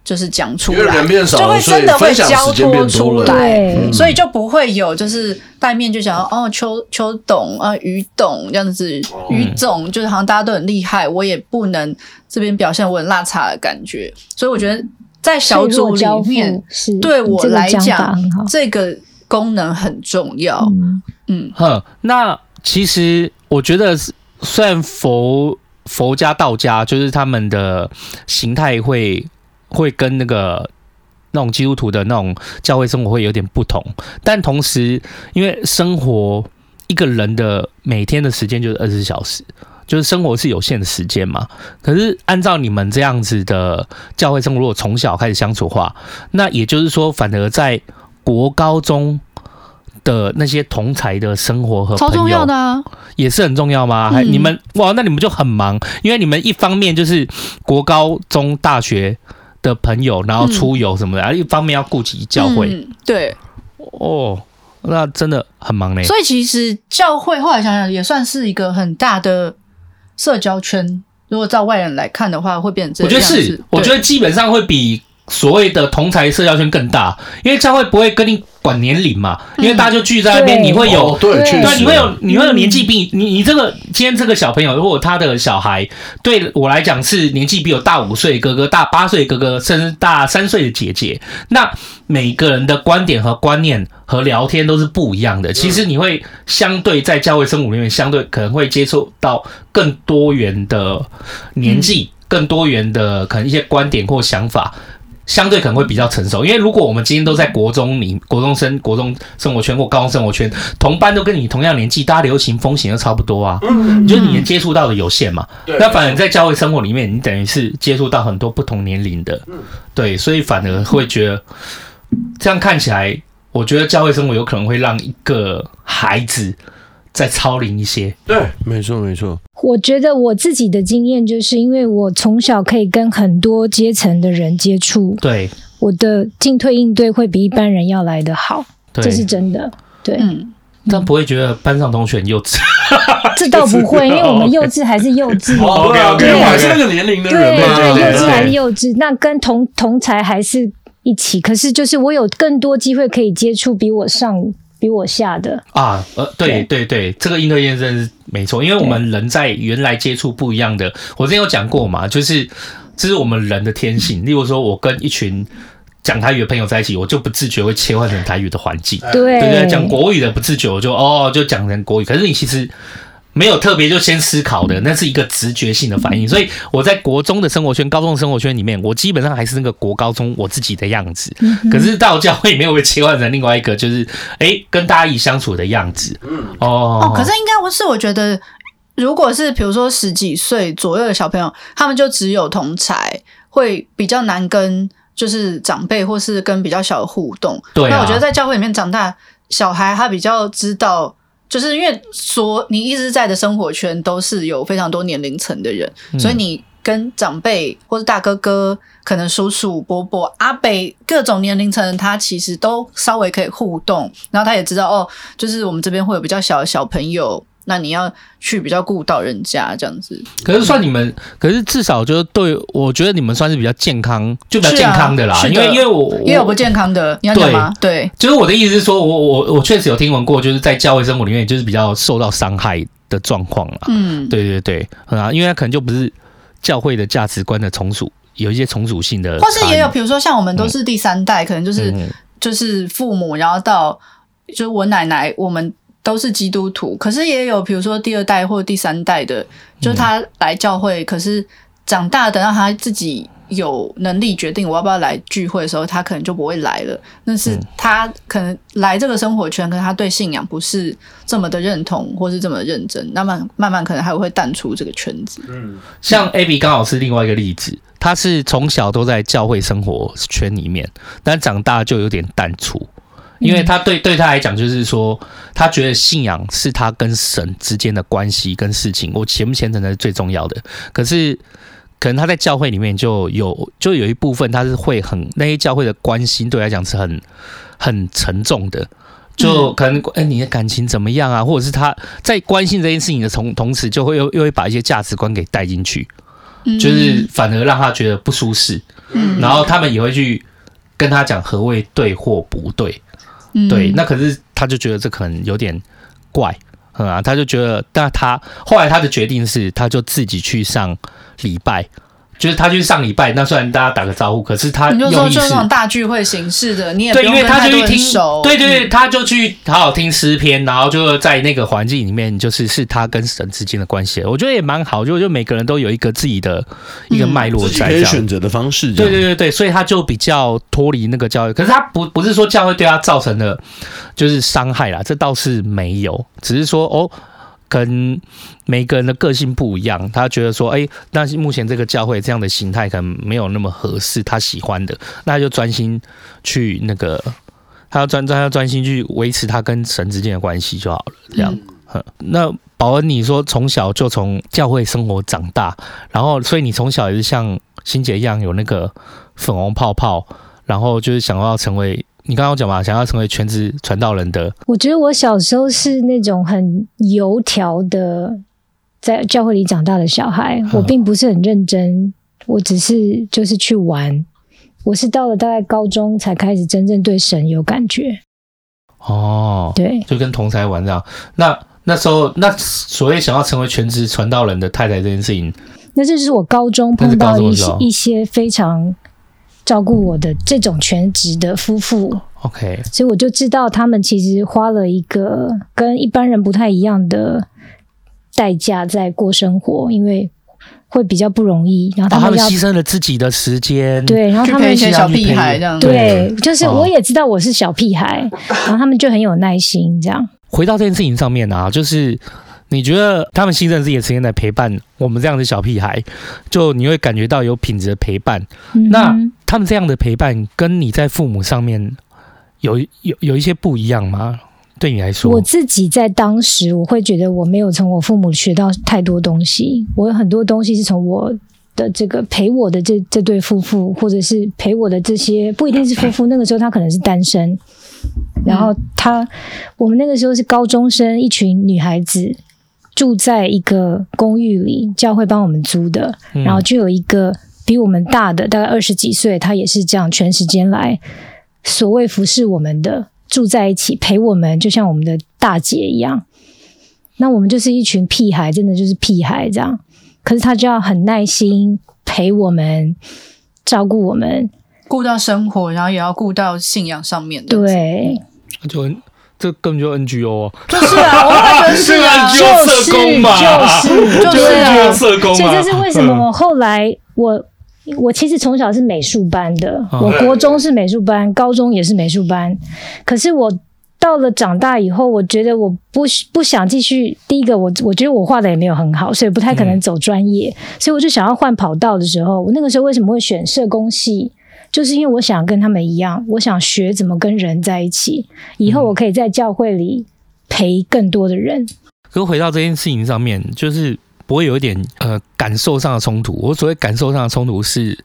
[SPEAKER 4] 就是讲出
[SPEAKER 2] 因为
[SPEAKER 4] 来，
[SPEAKER 2] 人变少了
[SPEAKER 4] 就会真
[SPEAKER 2] 所
[SPEAKER 4] 的
[SPEAKER 2] 以
[SPEAKER 4] 会
[SPEAKER 2] 分享
[SPEAKER 4] 交
[SPEAKER 2] 时间
[SPEAKER 4] 托
[SPEAKER 2] 变多
[SPEAKER 4] 出
[SPEAKER 2] 了嗯
[SPEAKER 4] 来。
[SPEAKER 5] 对，
[SPEAKER 4] 所以就不会有就是戴面具想要哦邱邱董啊于董这样子，
[SPEAKER 2] 哦
[SPEAKER 4] 于总就是好像大家都很厉害，我也不能这边表现我很拉差的感觉。所以我觉得在小
[SPEAKER 5] 脆
[SPEAKER 4] 组
[SPEAKER 5] 弱
[SPEAKER 4] 里
[SPEAKER 5] 交
[SPEAKER 4] 面
[SPEAKER 5] 付，是
[SPEAKER 4] 对我
[SPEAKER 5] 这个
[SPEAKER 4] 来
[SPEAKER 5] 讲法
[SPEAKER 4] 讲
[SPEAKER 5] 很好，
[SPEAKER 4] 这个功能很重要。
[SPEAKER 5] 嗯，
[SPEAKER 4] 嗯，
[SPEAKER 3] 哼，那其实我觉得是，虽然佛佛家、道家就是他们的形态会会跟那个那种基督徒的那种教会生活会有点不同，但同时因为生活一个人的每天的时间就是二十小时。就是生活是有限的时间嘛，可是按照你们这样子的教会生活，如果从小开始相处的话，那也就是说，反而在国高中的那些同才的生活和
[SPEAKER 4] 超
[SPEAKER 3] 哦朋
[SPEAKER 4] 重
[SPEAKER 3] 友
[SPEAKER 4] 要的啊！
[SPEAKER 3] 也是很重要吗？还
[SPEAKER 4] 嗯
[SPEAKER 3] 你们哇，那你们就很忙，因为你们一方面就是国高中大学的朋友，然后出游什么的，啊然后一方面要顾及教会、
[SPEAKER 4] 嗯对，
[SPEAKER 3] 哦，那真的很忙嘞。
[SPEAKER 4] 所以其实教会后来想想也算是一个很大的社交圈。如果照外人来看的话，会变成这
[SPEAKER 3] 我觉得
[SPEAKER 4] 样
[SPEAKER 3] 是
[SPEAKER 4] 子，
[SPEAKER 3] 我觉
[SPEAKER 4] 对
[SPEAKER 3] 得基本上会比所谓的同才社交圈更大，因为教会不会跟你管年龄嘛，因
[SPEAKER 4] 嗯
[SPEAKER 3] 为大家就聚在那边，
[SPEAKER 5] 对
[SPEAKER 3] 你会有
[SPEAKER 2] 哦对，
[SPEAKER 5] 对
[SPEAKER 2] 确
[SPEAKER 3] 对，
[SPEAKER 2] 实
[SPEAKER 3] 你会有你会有年纪比你你你这个今天这个小朋友，如果他的小孩对我来讲是年纪比我大五岁的哥哥、大八岁的哥哥，甚至大三岁的姐姐，那每个人的观点和观念和聊天都是不一样的。其实你会相对在教会生活里面，相对可能会接触到更多元的年纪，更多元的可能一些观点或想法。相对可能会比较成熟，因为如果我们今天都在国中里、国中生、国中生活圈或高中生活圈，同班都跟你同样年纪，大家流行风行都差不多啊，
[SPEAKER 2] 嗯
[SPEAKER 3] 就是你能接触到的有限嘛。
[SPEAKER 2] 对
[SPEAKER 3] 那反而在教会生活里面，你等于是接触到很多不同年龄的，
[SPEAKER 2] 嗯
[SPEAKER 3] 对，所以反而会觉得这样看起来，我觉得教会生活有可能会让一个孩子再超龄一些。
[SPEAKER 2] 对，没错没错，
[SPEAKER 5] 我觉得我自己的经验就是，因为我从小可以跟很多阶层的人接触，
[SPEAKER 3] 对，
[SPEAKER 5] 我的进退应对会比一般人要来得好，这是
[SPEAKER 3] 对，
[SPEAKER 5] 真的。对，
[SPEAKER 4] 嗯，
[SPEAKER 3] 但不会觉得班上同学很幼稚。
[SPEAKER 5] 这倒不 会，因为我们
[SPEAKER 3] OK
[SPEAKER 5] 幼稚还是幼稚。
[SPEAKER 2] 哦
[SPEAKER 3] OK，OK，OK
[SPEAKER 2] 对啊因为我还是那个年龄的
[SPEAKER 5] 对
[SPEAKER 2] 人嘛，
[SPEAKER 5] 对，
[SPEAKER 3] 啊对
[SPEAKER 5] 幼稚还是
[SPEAKER 3] 对
[SPEAKER 5] 幼稚，那跟同同才还是一起。可是就是我有更多机会可以接触比我上、比我下的，
[SPEAKER 3] 啊，呃，对对对，这个应对验证是没错，因为我们人在原来接触不一样的，我之前有讲过嘛，就是这是我们人的天 性。例如说，我跟一群讲台语的朋友在一起，我就不自觉会切换成台语的环境，
[SPEAKER 5] 对
[SPEAKER 3] 对不对？讲国语的不自觉，我就哦就讲成国语，可是你其实。没有特别就先思考的，那是一个直觉性的反应。所以我在国中的生活圈、高中的生活圈里面，我基本上还是那个国高中我自己的样子。
[SPEAKER 4] 嗯
[SPEAKER 3] 可是到教会里面，我被切换成另外一个，就是哎、诶跟大家一起相处的样子。哦，
[SPEAKER 4] 哦，可是应该不是，我觉得如果是比如说十几岁左右的小朋友，他们就只有同才，会比较难跟就是长辈或是跟比较小的互动。
[SPEAKER 3] 对啊
[SPEAKER 4] 那我觉得在教会里面长大，小孩他比较知道。就是因为所你一直在的生活圈都是有非常多年龄层的人，
[SPEAKER 3] 嗯
[SPEAKER 4] 所以你跟长辈或是大哥哥、可能叔叔、伯伯、阿北各种年龄层的人，他其实都稍微可以互动，然后他也知道哦，就是我们这边会有比较小的小朋友，那你要去比较顾到人家这样子。
[SPEAKER 3] 可是算你们，可是至少就是对我觉得你们算是比较健康，就比较
[SPEAKER 4] 是啊
[SPEAKER 3] 健康的啦。
[SPEAKER 4] 是的
[SPEAKER 3] 因为因为我
[SPEAKER 4] 也有不
[SPEAKER 3] 我
[SPEAKER 4] 健康的，你要讲吗？对，
[SPEAKER 3] 就是我的意思是说，我我我确实有听闻过，就是在教会生活里面，就是比较受到伤害的状况啦。
[SPEAKER 4] 嗯，
[SPEAKER 3] 对对对，啊，因为他可能就不是教会的价值观的从属，有一些从属性的差异，
[SPEAKER 4] 或是也有，比如说像我们都是第三代，可能就是
[SPEAKER 3] 嗯
[SPEAKER 4] 就是父母，然后到就是我奶奶，我们都是基督徒，可是也有比如说第二代或第三代的，
[SPEAKER 3] 嗯
[SPEAKER 4] 就是他来教会，可是长大等到他自己。有能力决定我要不要来聚会的时候，他可能就不会来了。那
[SPEAKER 3] 嗯
[SPEAKER 4] 是他可能来这个生活圈，可是他对信仰不是这么的认同，或是这么认真。那慢慢慢可能还会淡出这个圈子。
[SPEAKER 3] 像 Abby 刚好是另外一个例子，她是从小都在教会生活圈里面，但长大就有点淡出，因为她对对她来讲就是说，她觉得信仰是她跟神之间的关系跟事情，我虔不虔诚才是最重要的。可是。可能她在教会里面就有，就有一部分她是会很那些教会的关心，对她来讲是很很沉重的。就可能哎、你的感情怎么样啊？或者是她在关心这件事情的
[SPEAKER 4] 嗯
[SPEAKER 3] 同同时，就会又又会把一些价值观给带进去。就是反而让他觉得不舒适，
[SPEAKER 4] 嗯，
[SPEAKER 3] 然后他们也会去跟他讲何谓对或不对，
[SPEAKER 4] 嗯
[SPEAKER 3] 对，那可是他就觉得这可能有点怪，嗯啊，他就觉得，那他后来他的决定是，他就自己去上礼拜，就是他去上礼拜，那虽然大家打个招呼，可是他
[SPEAKER 4] 你就说
[SPEAKER 3] 用意
[SPEAKER 4] 就是是那种大聚会形式的，你也不
[SPEAKER 3] 对，
[SPEAKER 4] 用
[SPEAKER 3] 因为
[SPEAKER 4] 跟
[SPEAKER 3] 他
[SPEAKER 4] 太
[SPEAKER 3] 就
[SPEAKER 4] 多
[SPEAKER 3] 去
[SPEAKER 4] 人
[SPEAKER 3] 听
[SPEAKER 4] 熟，，嗯
[SPEAKER 3] 对对对，他就去好好听诗篇，然后就在那个环境里面，就是是他跟神之间的关系，我觉得也蛮好，就就每个人都有一个自己的一个
[SPEAKER 4] 嗯
[SPEAKER 3] 脉络
[SPEAKER 2] 自己
[SPEAKER 3] 在
[SPEAKER 2] 可
[SPEAKER 3] 这
[SPEAKER 2] 以
[SPEAKER 3] 样。
[SPEAKER 2] 选择的方式，
[SPEAKER 3] 对对
[SPEAKER 2] 对，
[SPEAKER 3] 对对，所以他就比较脱离那个教育，可是他不不是说教会对他造成的就是伤害啦，这倒是没有，只是说哦，跟每个人的个性不一样，他觉得说，哎，那目前这个教会这样的形态可能没有那么合适他喜欢的，那他就专心去那个，他要专他要专心去维持他跟神之间的关系就好了，这样。哼那保恩，你说从小就从教会生活长大，然后所以你从小也是像欣姐一样有那个粉红泡泡，然后就是想要成为你刚刚有讲嘛，想要成为全职传道人的，
[SPEAKER 5] 我觉得我小时候是那种很油条的，在教会里长大的小孩，
[SPEAKER 3] 嗯
[SPEAKER 5] 我并不是很认真，我只是就是去玩。我是到了大概高中才开始真正对神有感觉，
[SPEAKER 3] 哦，
[SPEAKER 5] 对，
[SPEAKER 3] 就跟同才玩这样。那那时候那所谓想要成为全职传道人的太太这件事情，
[SPEAKER 5] 那这就是我高中
[SPEAKER 3] 那是
[SPEAKER 5] 碰到
[SPEAKER 3] 高中
[SPEAKER 5] 一
[SPEAKER 3] 的时
[SPEAKER 5] 些
[SPEAKER 3] 候
[SPEAKER 5] 一些非常照顾我的这种全职的夫妇，
[SPEAKER 3] OK，
[SPEAKER 5] 所以我就知道他们其实花了一个跟一般人不太一样的代价在过生活，因为会比较不容易。然后
[SPEAKER 3] 哦然后他
[SPEAKER 5] 们
[SPEAKER 3] 们
[SPEAKER 5] 要、
[SPEAKER 3] 牺牲了自己的时间，，
[SPEAKER 5] 对，然后
[SPEAKER 4] 去
[SPEAKER 5] 他
[SPEAKER 4] 陪
[SPEAKER 5] 们
[SPEAKER 4] 一些小
[SPEAKER 3] 去陪
[SPEAKER 4] 屁孩这样子。
[SPEAKER 5] 对
[SPEAKER 3] 对，
[SPEAKER 5] 就是
[SPEAKER 3] 哦
[SPEAKER 5] 我也知道我是小屁孩，然后他们就很有耐心，这样
[SPEAKER 3] 回到这件事情上面啊，就是你觉得他们牺牲自己的时间来陪伴我们这样的小屁孩，就你会感觉到有品质的陪伴。
[SPEAKER 5] 嗯
[SPEAKER 3] 那
[SPEAKER 5] 哼
[SPEAKER 3] 他们这样的陪伴，跟你在父母上面有有有一些不一样吗？对你来说，
[SPEAKER 5] 我自己在当时，我会觉得我没有从我父母学到太多东西，我有很多东西是从我的这个陪我的这这对夫妇，或者是陪我的这些不一定是夫妇，那个时候他可能是单身，然后他我们那个时候是高中生，一群女孩子。住在一个公寓里，教会帮我们租的，
[SPEAKER 3] 嗯
[SPEAKER 5] 然后就有一个比我们大的，大概二十几岁，他也是这样全时间来，所谓服侍我们的，住在一起陪我们，就像我们的大姐一样。那我们就是一群屁孩，真的就是屁孩这样。可是他就要很耐心陪我们，照顾我们。
[SPEAKER 4] 顾到生活，然后也要顾到信仰上面的。，
[SPEAKER 5] 对，
[SPEAKER 3] 就这根本就 NGO 哦，
[SPEAKER 4] 就是啊，我会觉得是 啊，
[SPEAKER 5] 就 NGO 是社工嘛就是
[SPEAKER 4] 就是啊
[SPEAKER 3] 社工
[SPEAKER 5] 所以这是为什
[SPEAKER 6] 嗯
[SPEAKER 5] 么我后来我我其实从小是美术班的，
[SPEAKER 6] 哦
[SPEAKER 3] 嗯
[SPEAKER 5] 我国中是美术班，高中也是美术班，可是我。到了长大以后，我觉得我不不想继续。第一个，我我觉得我画的也没有很好，所以不太
[SPEAKER 6] 嗯
[SPEAKER 5] 可能走专业，所以我就想要换跑道的时候，我那个时候为什么会选社工系？就是因为我想跟他们一样，我想学怎么跟人在一起，以
[SPEAKER 6] 嗯
[SPEAKER 5] 后我可以在教会里陪更多的人。
[SPEAKER 3] 可是回到这件事情上面，就是不会有一点呃感受上的冲突。我所谓感受上的冲突是，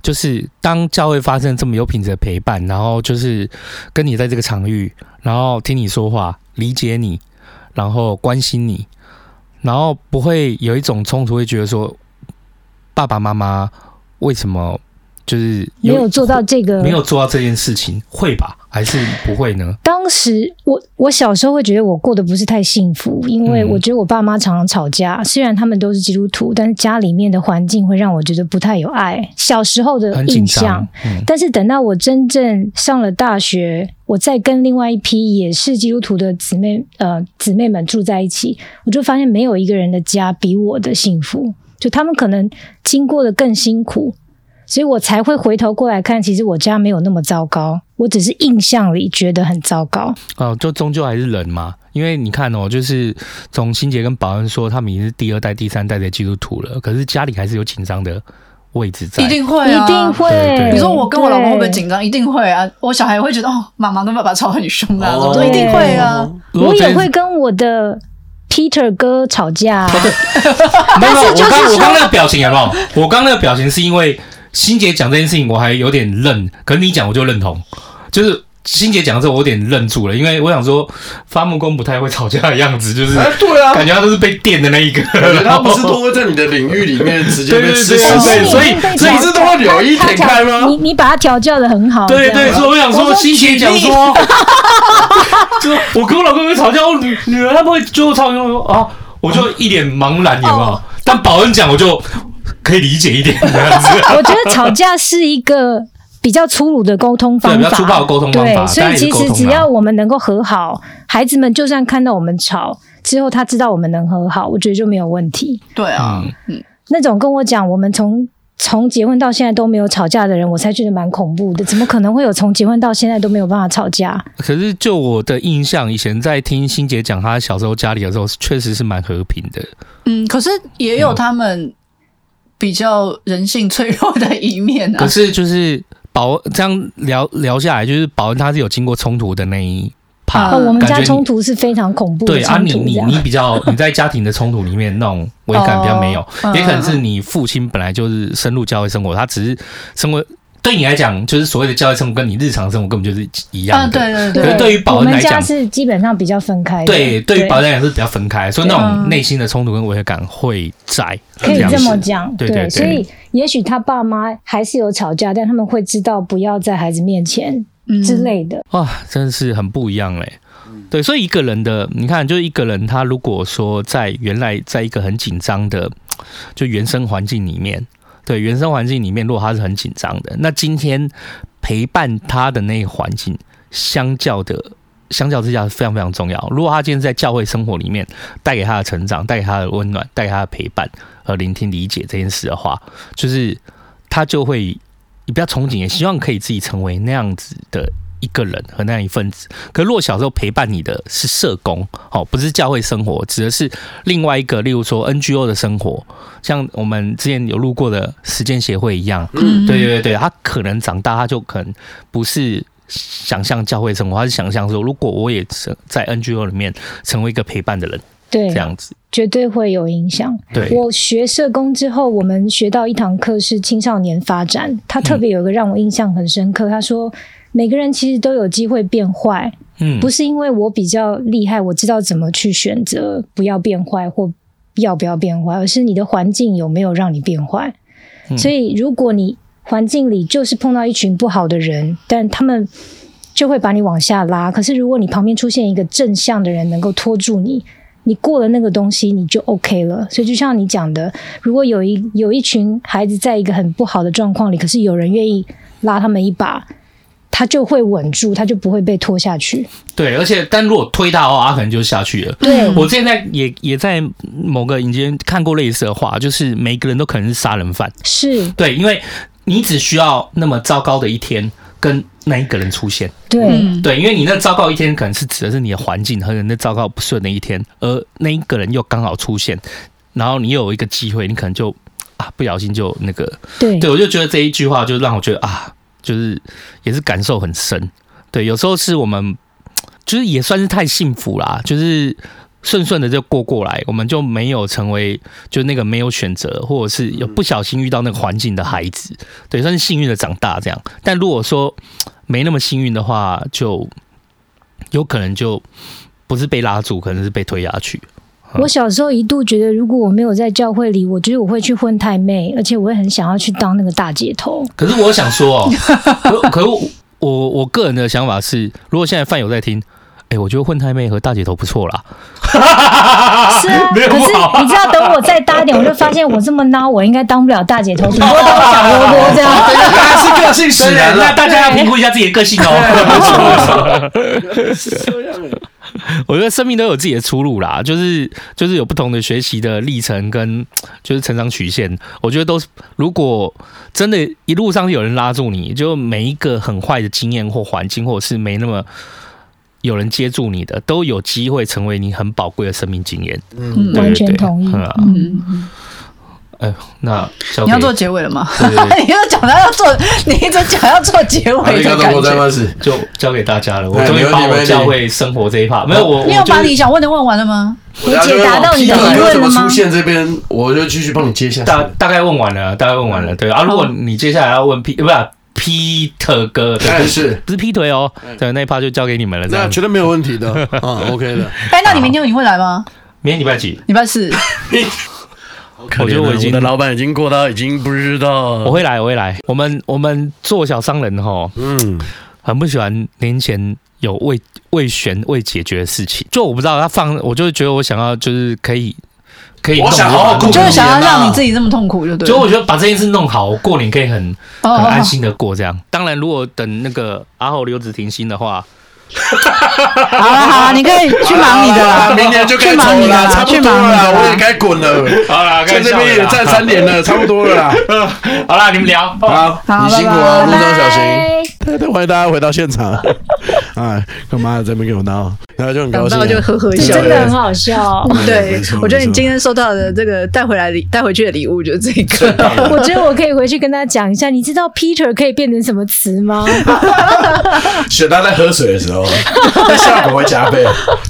[SPEAKER 3] 就是当教会发生这么有品质的陪伴，然后就是跟你在这个场域，然后听你说话，理解你，然后关心你，然后不会有一种冲突，会觉得说爸爸妈妈为什么就是
[SPEAKER 5] 没有做到这个，
[SPEAKER 6] 没有做到这件事情，会吧？还是不会呢？
[SPEAKER 5] 当时我我小时候会觉得我过得不是太幸福，因为
[SPEAKER 6] 嗯
[SPEAKER 5] 我觉得我爸妈常常吵架，虽然他们都是基督徒，但是家里面的环境会让我觉得不太有爱。小时候的
[SPEAKER 6] 很紧
[SPEAKER 5] 印
[SPEAKER 6] 张
[SPEAKER 5] 象，，
[SPEAKER 6] 嗯，
[SPEAKER 5] 但是等到我真正上了大学，我再跟另外一批也是基督徒的姊妹呃姊妹们住在一起，我就发现没有一个人的家比我的幸福，就他们可能经过的更辛苦，所以我才会回头过来看，其实我家没有那么糟糕，我只是印象里觉得很糟糕。
[SPEAKER 3] 哦，就终究还是人嘛。因为你看哦，就是从欣杰跟保恩说，他们已经是第二代、第三代的基督徒了，可是家里还是有紧张的位置在，
[SPEAKER 4] 一定会啊，
[SPEAKER 5] 一定会
[SPEAKER 6] 对对，
[SPEAKER 4] 你说我跟我老公会不会
[SPEAKER 5] 对
[SPEAKER 4] 紧张？一定会啊！我小孩会觉得哦，妈妈跟爸爸吵很凶啊，
[SPEAKER 2] 哦
[SPEAKER 4] 我说一定会啊。
[SPEAKER 3] 如果
[SPEAKER 5] 我
[SPEAKER 3] 这
[SPEAKER 5] 也会跟我的 Peter 哥吵架、啊
[SPEAKER 6] 没有，没有
[SPEAKER 5] 但是就
[SPEAKER 6] 我
[SPEAKER 5] 是
[SPEAKER 6] 刚
[SPEAKER 5] 说
[SPEAKER 6] 我刚那个表情好不好？我刚那个表情是因为欣姐讲这件事情，我还有点愣，可是你讲我就认同，就是。欣姐讲的时候，我有点愣住了，因为我想说，伐木工不太会吵架的样子， 就是
[SPEAKER 2] 哎，对啊，
[SPEAKER 6] 感觉他都是被电的那一个。
[SPEAKER 2] 感觉他不是都会在你的领域里面直接被
[SPEAKER 6] 对
[SPEAKER 2] 吃死
[SPEAKER 6] 对对
[SPEAKER 2] 死，
[SPEAKER 6] 所以所以
[SPEAKER 2] 你是都会留一点开吗
[SPEAKER 5] 你你把他调教的很好，
[SPEAKER 6] 对
[SPEAKER 5] 哦这样
[SPEAKER 6] 对，所以我想说，
[SPEAKER 4] 我说
[SPEAKER 6] 欣姐讲说， 就我跟我老公会吵架，我女女儿她不会最后吵架我说啊，我就一脸茫然，有没有？但保恩讲，我就可以理解一点这样子。
[SPEAKER 5] 我觉得吵架是一个比较粗鲁的沟通方法，
[SPEAKER 6] 对比较粗暴的沟通方法
[SPEAKER 5] 对所
[SPEAKER 6] 当然
[SPEAKER 5] 以
[SPEAKER 6] 也是
[SPEAKER 5] 其
[SPEAKER 6] 沟
[SPEAKER 5] 实
[SPEAKER 6] 通啊
[SPEAKER 5] 只要我们能够和好，孩子们就算看到我们吵之后，他知道我们能和好，我觉得就没有问题。
[SPEAKER 4] 对啊，
[SPEAKER 5] 那种跟我讲我们从从结婚到现在都没有吵架的人，我才觉得蛮恐怖的。怎么可能会有从结婚到现在都没有办法吵架？
[SPEAKER 3] 可是就我的印象，以前在听欣姐讲她小时候家里的时候，确实是蛮和平的。
[SPEAKER 4] 嗯，可是也有他们比较人性脆弱的一面
[SPEAKER 3] 可
[SPEAKER 4] 啊。
[SPEAKER 3] 是就是保这样聊聊下来，就是保恩他是有经过冲突的那一
[SPEAKER 4] 嗯
[SPEAKER 3] 趴。
[SPEAKER 5] 哦，我们
[SPEAKER 3] 感
[SPEAKER 5] 家
[SPEAKER 3] 觉你
[SPEAKER 5] 冲突是非常恐怖的
[SPEAKER 3] 对啊，
[SPEAKER 5] 冲
[SPEAKER 3] 你
[SPEAKER 5] 突，这
[SPEAKER 3] 你
[SPEAKER 5] 样
[SPEAKER 3] 你比较你在家庭的冲突里面那种违感比较没有，
[SPEAKER 4] 哦
[SPEAKER 3] 也可
[SPEAKER 5] 嗯
[SPEAKER 3] 能是你父亲本来就是深入教会生活，他只是生活对你来讲就是所谓的教会生活，跟你日常生活根本就是一
[SPEAKER 4] 啊，
[SPEAKER 3] 样的。
[SPEAKER 5] 嗯
[SPEAKER 4] 对对
[SPEAKER 3] 可是
[SPEAKER 4] 对，
[SPEAKER 3] 对于保
[SPEAKER 5] 我
[SPEAKER 3] 恩
[SPEAKER 5] 们
[SPEAKER 3] 来
[SPEAKER 5] 家
[SPEAKER 3] 讲
[SPEAKER 5] 是基本上比较分开的。
[SPEAKER 3] 对，对于保恩来讲是比较分开，所以那
[SPEAKER 4] 对啊
[SPEAKER 3] 种内心的冲突跟违和感会在。
[SPEAKER 5] 嗯可以
[SPEAKER 3] 样
[SPEAKER 5] 这么
[SPEAKER 3] 子
[SPEAKER 5] 讲，
[SPEAKER 3] 对对对
[SPEAKER 5] 所以也许他爸妈还是有吵架，但他们会知道不要在孩子面前
[SPEAKER 4] 嗯
[SPEAKER 5] 之类的。
[SPEAKER 3] 哇，真的是很不一样嘞。对，所以一个人的，你看，就是一个人，他如果说在原来在一个很紧张的，就原生环境里面，对原生环境里面，如果他是很紧张的，那今天陪伴他的那个环境，相较的，相较之下是非常非常重要。如果他今天在教会生活里面带给他的成长，带给他的温暖，带给他的陪伴和聆听理解这件事的话，就是他就会，你不要憧憬，也希望可以自己成为那样子的一个人和那样一份子。可如果小时候陪伴你的是社工，哦，不是教会生活，指的是另外一个，例如说 NGO 的生活，像我们之前有录过的实践协会一样，
[SPEAKER 4] 嗯
[SPEAKER 3] 对对对对，他可能长大，他就可能不是想象教会生活，他是想象说，如果我也成在 NGO 里面成为一个陪伴的人，
[SPEAKER 5] 对
[SPEAKER 3] 这，样子。
[SPEAKER 5] 绝对会有影响。
[SPEAKER 3] 对，
[SPEAKER 5] 我学社工之后，我们学到一堂课是青少年发展，他特
[SPEAKER 3] 嗯
[SPEAKER 5] 别有一个让我印象很深刻，他说。每个人其实都有机会变坏，
[SPEAKER 3] 嗯，
[SPEAKER 5] 不是因为我比较厉害，我知道怎么去选择不要变坏或要不要变坏，而是你的环境有没有让你变坏。
[SPEAKER 3] 嗯
[SPEAKER 5] 所以，如果你环境里就是碰到一群不好的人，但他们就会把你往下拉。可是，如果你旁边出现一个正向的人，能够拖住你，你过了那个东西，你就 OK 了。所以，就像你讲的，如果有一有一群孩子在一个很不好的状况里，可是有人愿意拉他们一把，他就会稳住，他就不会被拖下去。
[SPEAKER 6] 对，而且但如果推他的话，他可能就下去了。
[SPEAKER 5] 对，
[SPEAKER 6] 我
[SPEAKER 3] 我之前在也也在某个影集看过类似的话，就是每个人都可能是杀人犯。
[SPEAKER 5] 是，
[SPEAKER 3] 对，因为你只需要那么糟糕的一天跟那一个人出现。
[SPEAKER 5] 对，
[SPEAKER 4] 嗯
[SPEAKER 3] 对，因为你那糟糕一天可能是指的是你的环境和人那糟糕不顺的一天，而那一个人又刚好出现，然后你又有一个机会，你可能就啊不小心就那个。
[SPEAKER 5] 对，
[SPEAKER 3] 对，我就觉得这一句话就让我觉得啊，就是也是感受很深。对，有时候是我们就是也算是太幸福啦，就是顺顺的就过过来，我们就没有成为就那个没有选择，或者是有不小心遇到那个环境的孩子，对，算是幸运的长大这样。但如果说没那么幸运的话，就有可能就不是被拉住，可能是被推下去。
[SPEAKER 5] 我小时候一度觉得，如果我没有在教会里，我觉得我会去混太妹，而且我会很想要去当那个大姐头。
[SPEAKER 3] 可是我想说 哦，可可我我我个人的想法是，如果现在饭友在听，哎、我觉得混太妹和大姐头不错啦。
[SPEAKER 5] 是啊，
[SPEAKER 3] 没有
[SPEAKER 5] 可
[SPEAKER 3] 不
[SPEAKER 5] 是
[SPEAKER 3] 好
[SPEAKER 5] 你知道，等我再大一点，我就发现我这么孬，我应该当不了大姐头，顶多当小萝卜这样。
[SPEAKER 2] 他是个性使然
[SPEAKER 3] 那
[SPEAKER 2] 了。
[SPEAKER 3] 大家要评估一下自己的个性 哦。我觉得生命都有自己的出路啦，就是就是有不同的学习的历程跟就是成长曲线。我觉得都是，如果真的一路上有人拉住你，就每一个很坏的经验或环境，或者是没那么有人接住你的，都有机会成为你很宝贵的生命经验。
[SPEAKER 4] 嗯
[SPEAKER 3] 对
[SPEAKER 5] 完
[SPEAKER 3] 对
[SPEAKER 5] 全
[SPEAKER 3] 对
[SPEAKER 5] 同意
[SPEAKER 3] 嗯啊
[SPEAKER 4] 嗯，
[SPEAKER 3] 那交
[SPEAKER 4] 你要
[SPEAKER 3] 给
[SPEAKER 4] 做结尾了吗？
[SPEAKER 3] 对对对
[SPEAKER 4] 你又讲到要做，你一直讲要做结
[SPEAKER 2] あ
[SPEAKER 4] 尾
[SPEAKER 2] り
[SPEAKER 4] 的
[SPEAKER 2] が
[SPEAKER 4] 感
[SPEAKER 2] とうござい
[SPEAKER 4] 觉。
[SPEAKER 2] ます。
[SPEAKER 3] 就交给大家了。我
[SPEAKER 2] 哎
[SPEAKER 3] 终于
[SPEAKER 2] 没问题
[SPEAKER 3] 把
[SPEAKER 2] 没
[SPEAKER 3] 我
[SPEAKER 2] 问题
[SPEAKER 3] 教会生活这一趴，没有我
[SPEAKER 4] 你有
[SPEAKER 3] 我就
[SPEAKER 4] 把
[SPEAKER 3] 是
[SPEAKER 4] 你想问的问完了吗？
[SPEAKER 5] 你解答到你的疑
[SPEAKER 2] 为什
[SPEAKER 5] 问了
[SPEAKER 2] 么
[SPEAKER 5] 吗
[SPEAKER 2] 出？现这边，我就继续帮你接下去。
[SPEAKER 3] 大大概问完了，大概问完了。对啊，如果你接下来要问 P 不是啊 Peter 哥，对
[SPEAKER 2] 但是
[SPEAKER 3] 不是劈腿哦，对，那一趴就交给你们了。这
[SPEAKER 2] 那
[SPEAKER 3] 样，
[SPEAKER 2] 绝对没有问题的啊，OK 的。
[SPEAKER 4] 哎，那你明天你会来吗？
[SPEAKER 3] 明天礼拜几？
[SPEAKER 4] 礼拜四。
[SPEAKER 3] 我觉得我已经
[SPEAKER 2] 的老板已经过到已经不知道
[SPEAKER 3] 我会来，我会来。我们我们做小商人哈，
[SPEAKER 2] 嗯，
[SPEAKER 3] 很不喜欢年前有未未悬未解决的事情。就我不知道他放，我就觉得我想要就是可以可以，
[SPEAKER 2] 我想好好过
[SPEAKER 4] 就是想要让你自己这么痛苦，就对了。
[SPEAKER 3] 就我觉得把这件事弄好，我过年可以很
[SPEAKER 4] 哦
[SPEAKER 3] 很
[SPEAKER 4] 哦
[SPEAKER 3] 安
[SPEAKER 4] 哦
[SPEAKER 3] 心的过这样。当然，如果等那个阿后留职停薪的话，
[SPEAKER 4] 好了好啊了，你可以去忙你的
[SPEAKER 2] 啊
[SPEAKER 4] 啦。
[SPEAKER 2] 明年就该走
[SPEAKER 4] 去忙你
[SPEAKER 2] 了
[SPEAKER 4] 的
[SPEAKER 2] 啦，
[SPEAKER 4] 啦
[SPEAKER 2] 差不多了
[SPEAKER 4] 去忙
[SPEAKER 2] 啦，
[SPEAKER 4] 你的啦
[SPEAKER 2] 我也该滚了。
[SPEAKER 3] 好啦
[SPEAKER 2] 在这边也站三年了，差不多了啦。
[SPEAKER 3] 好啦，你们聊。
[SPEAKER 2] 好，
[SPEAKER 4] 好
[SPEAKER 2] 你辛苦了，
[SPEAKER 4] 拜
[SPEAKER 2] 路
[SPEAKER 4] 拜
[SPEAKER 2] 上小心。
[SPEAKER 5] 拜。
[SPEAKER 2] 欢迎大家回到现场。哎，干嘛在那边给我闹？然后就很高兴啊，
[SPEAKER 4] 呵呵
[SPEAKER 5] 这
[SPEAKER 2] 笑
[SPEAKER 5] 真的哦很好笑。
[SPEAKER 4] 对
[SPEAKER 2] 没错，
[SPEAKER 4] 我觉得你
[SPEAKER 2] 没错
[SPEAKER 4] 今天收到的这个带回来的带回去的礼物就是这个。
[SPEAKER 5] 我觉得我可以回去跟他讲一下，你知道 Peter 可以变成什么词吗？
[SPEAKER 2] 雪大在喝水的 时候，那效果会加
[SPEAKER 5] 哦
[SPEAKER 2] 倍。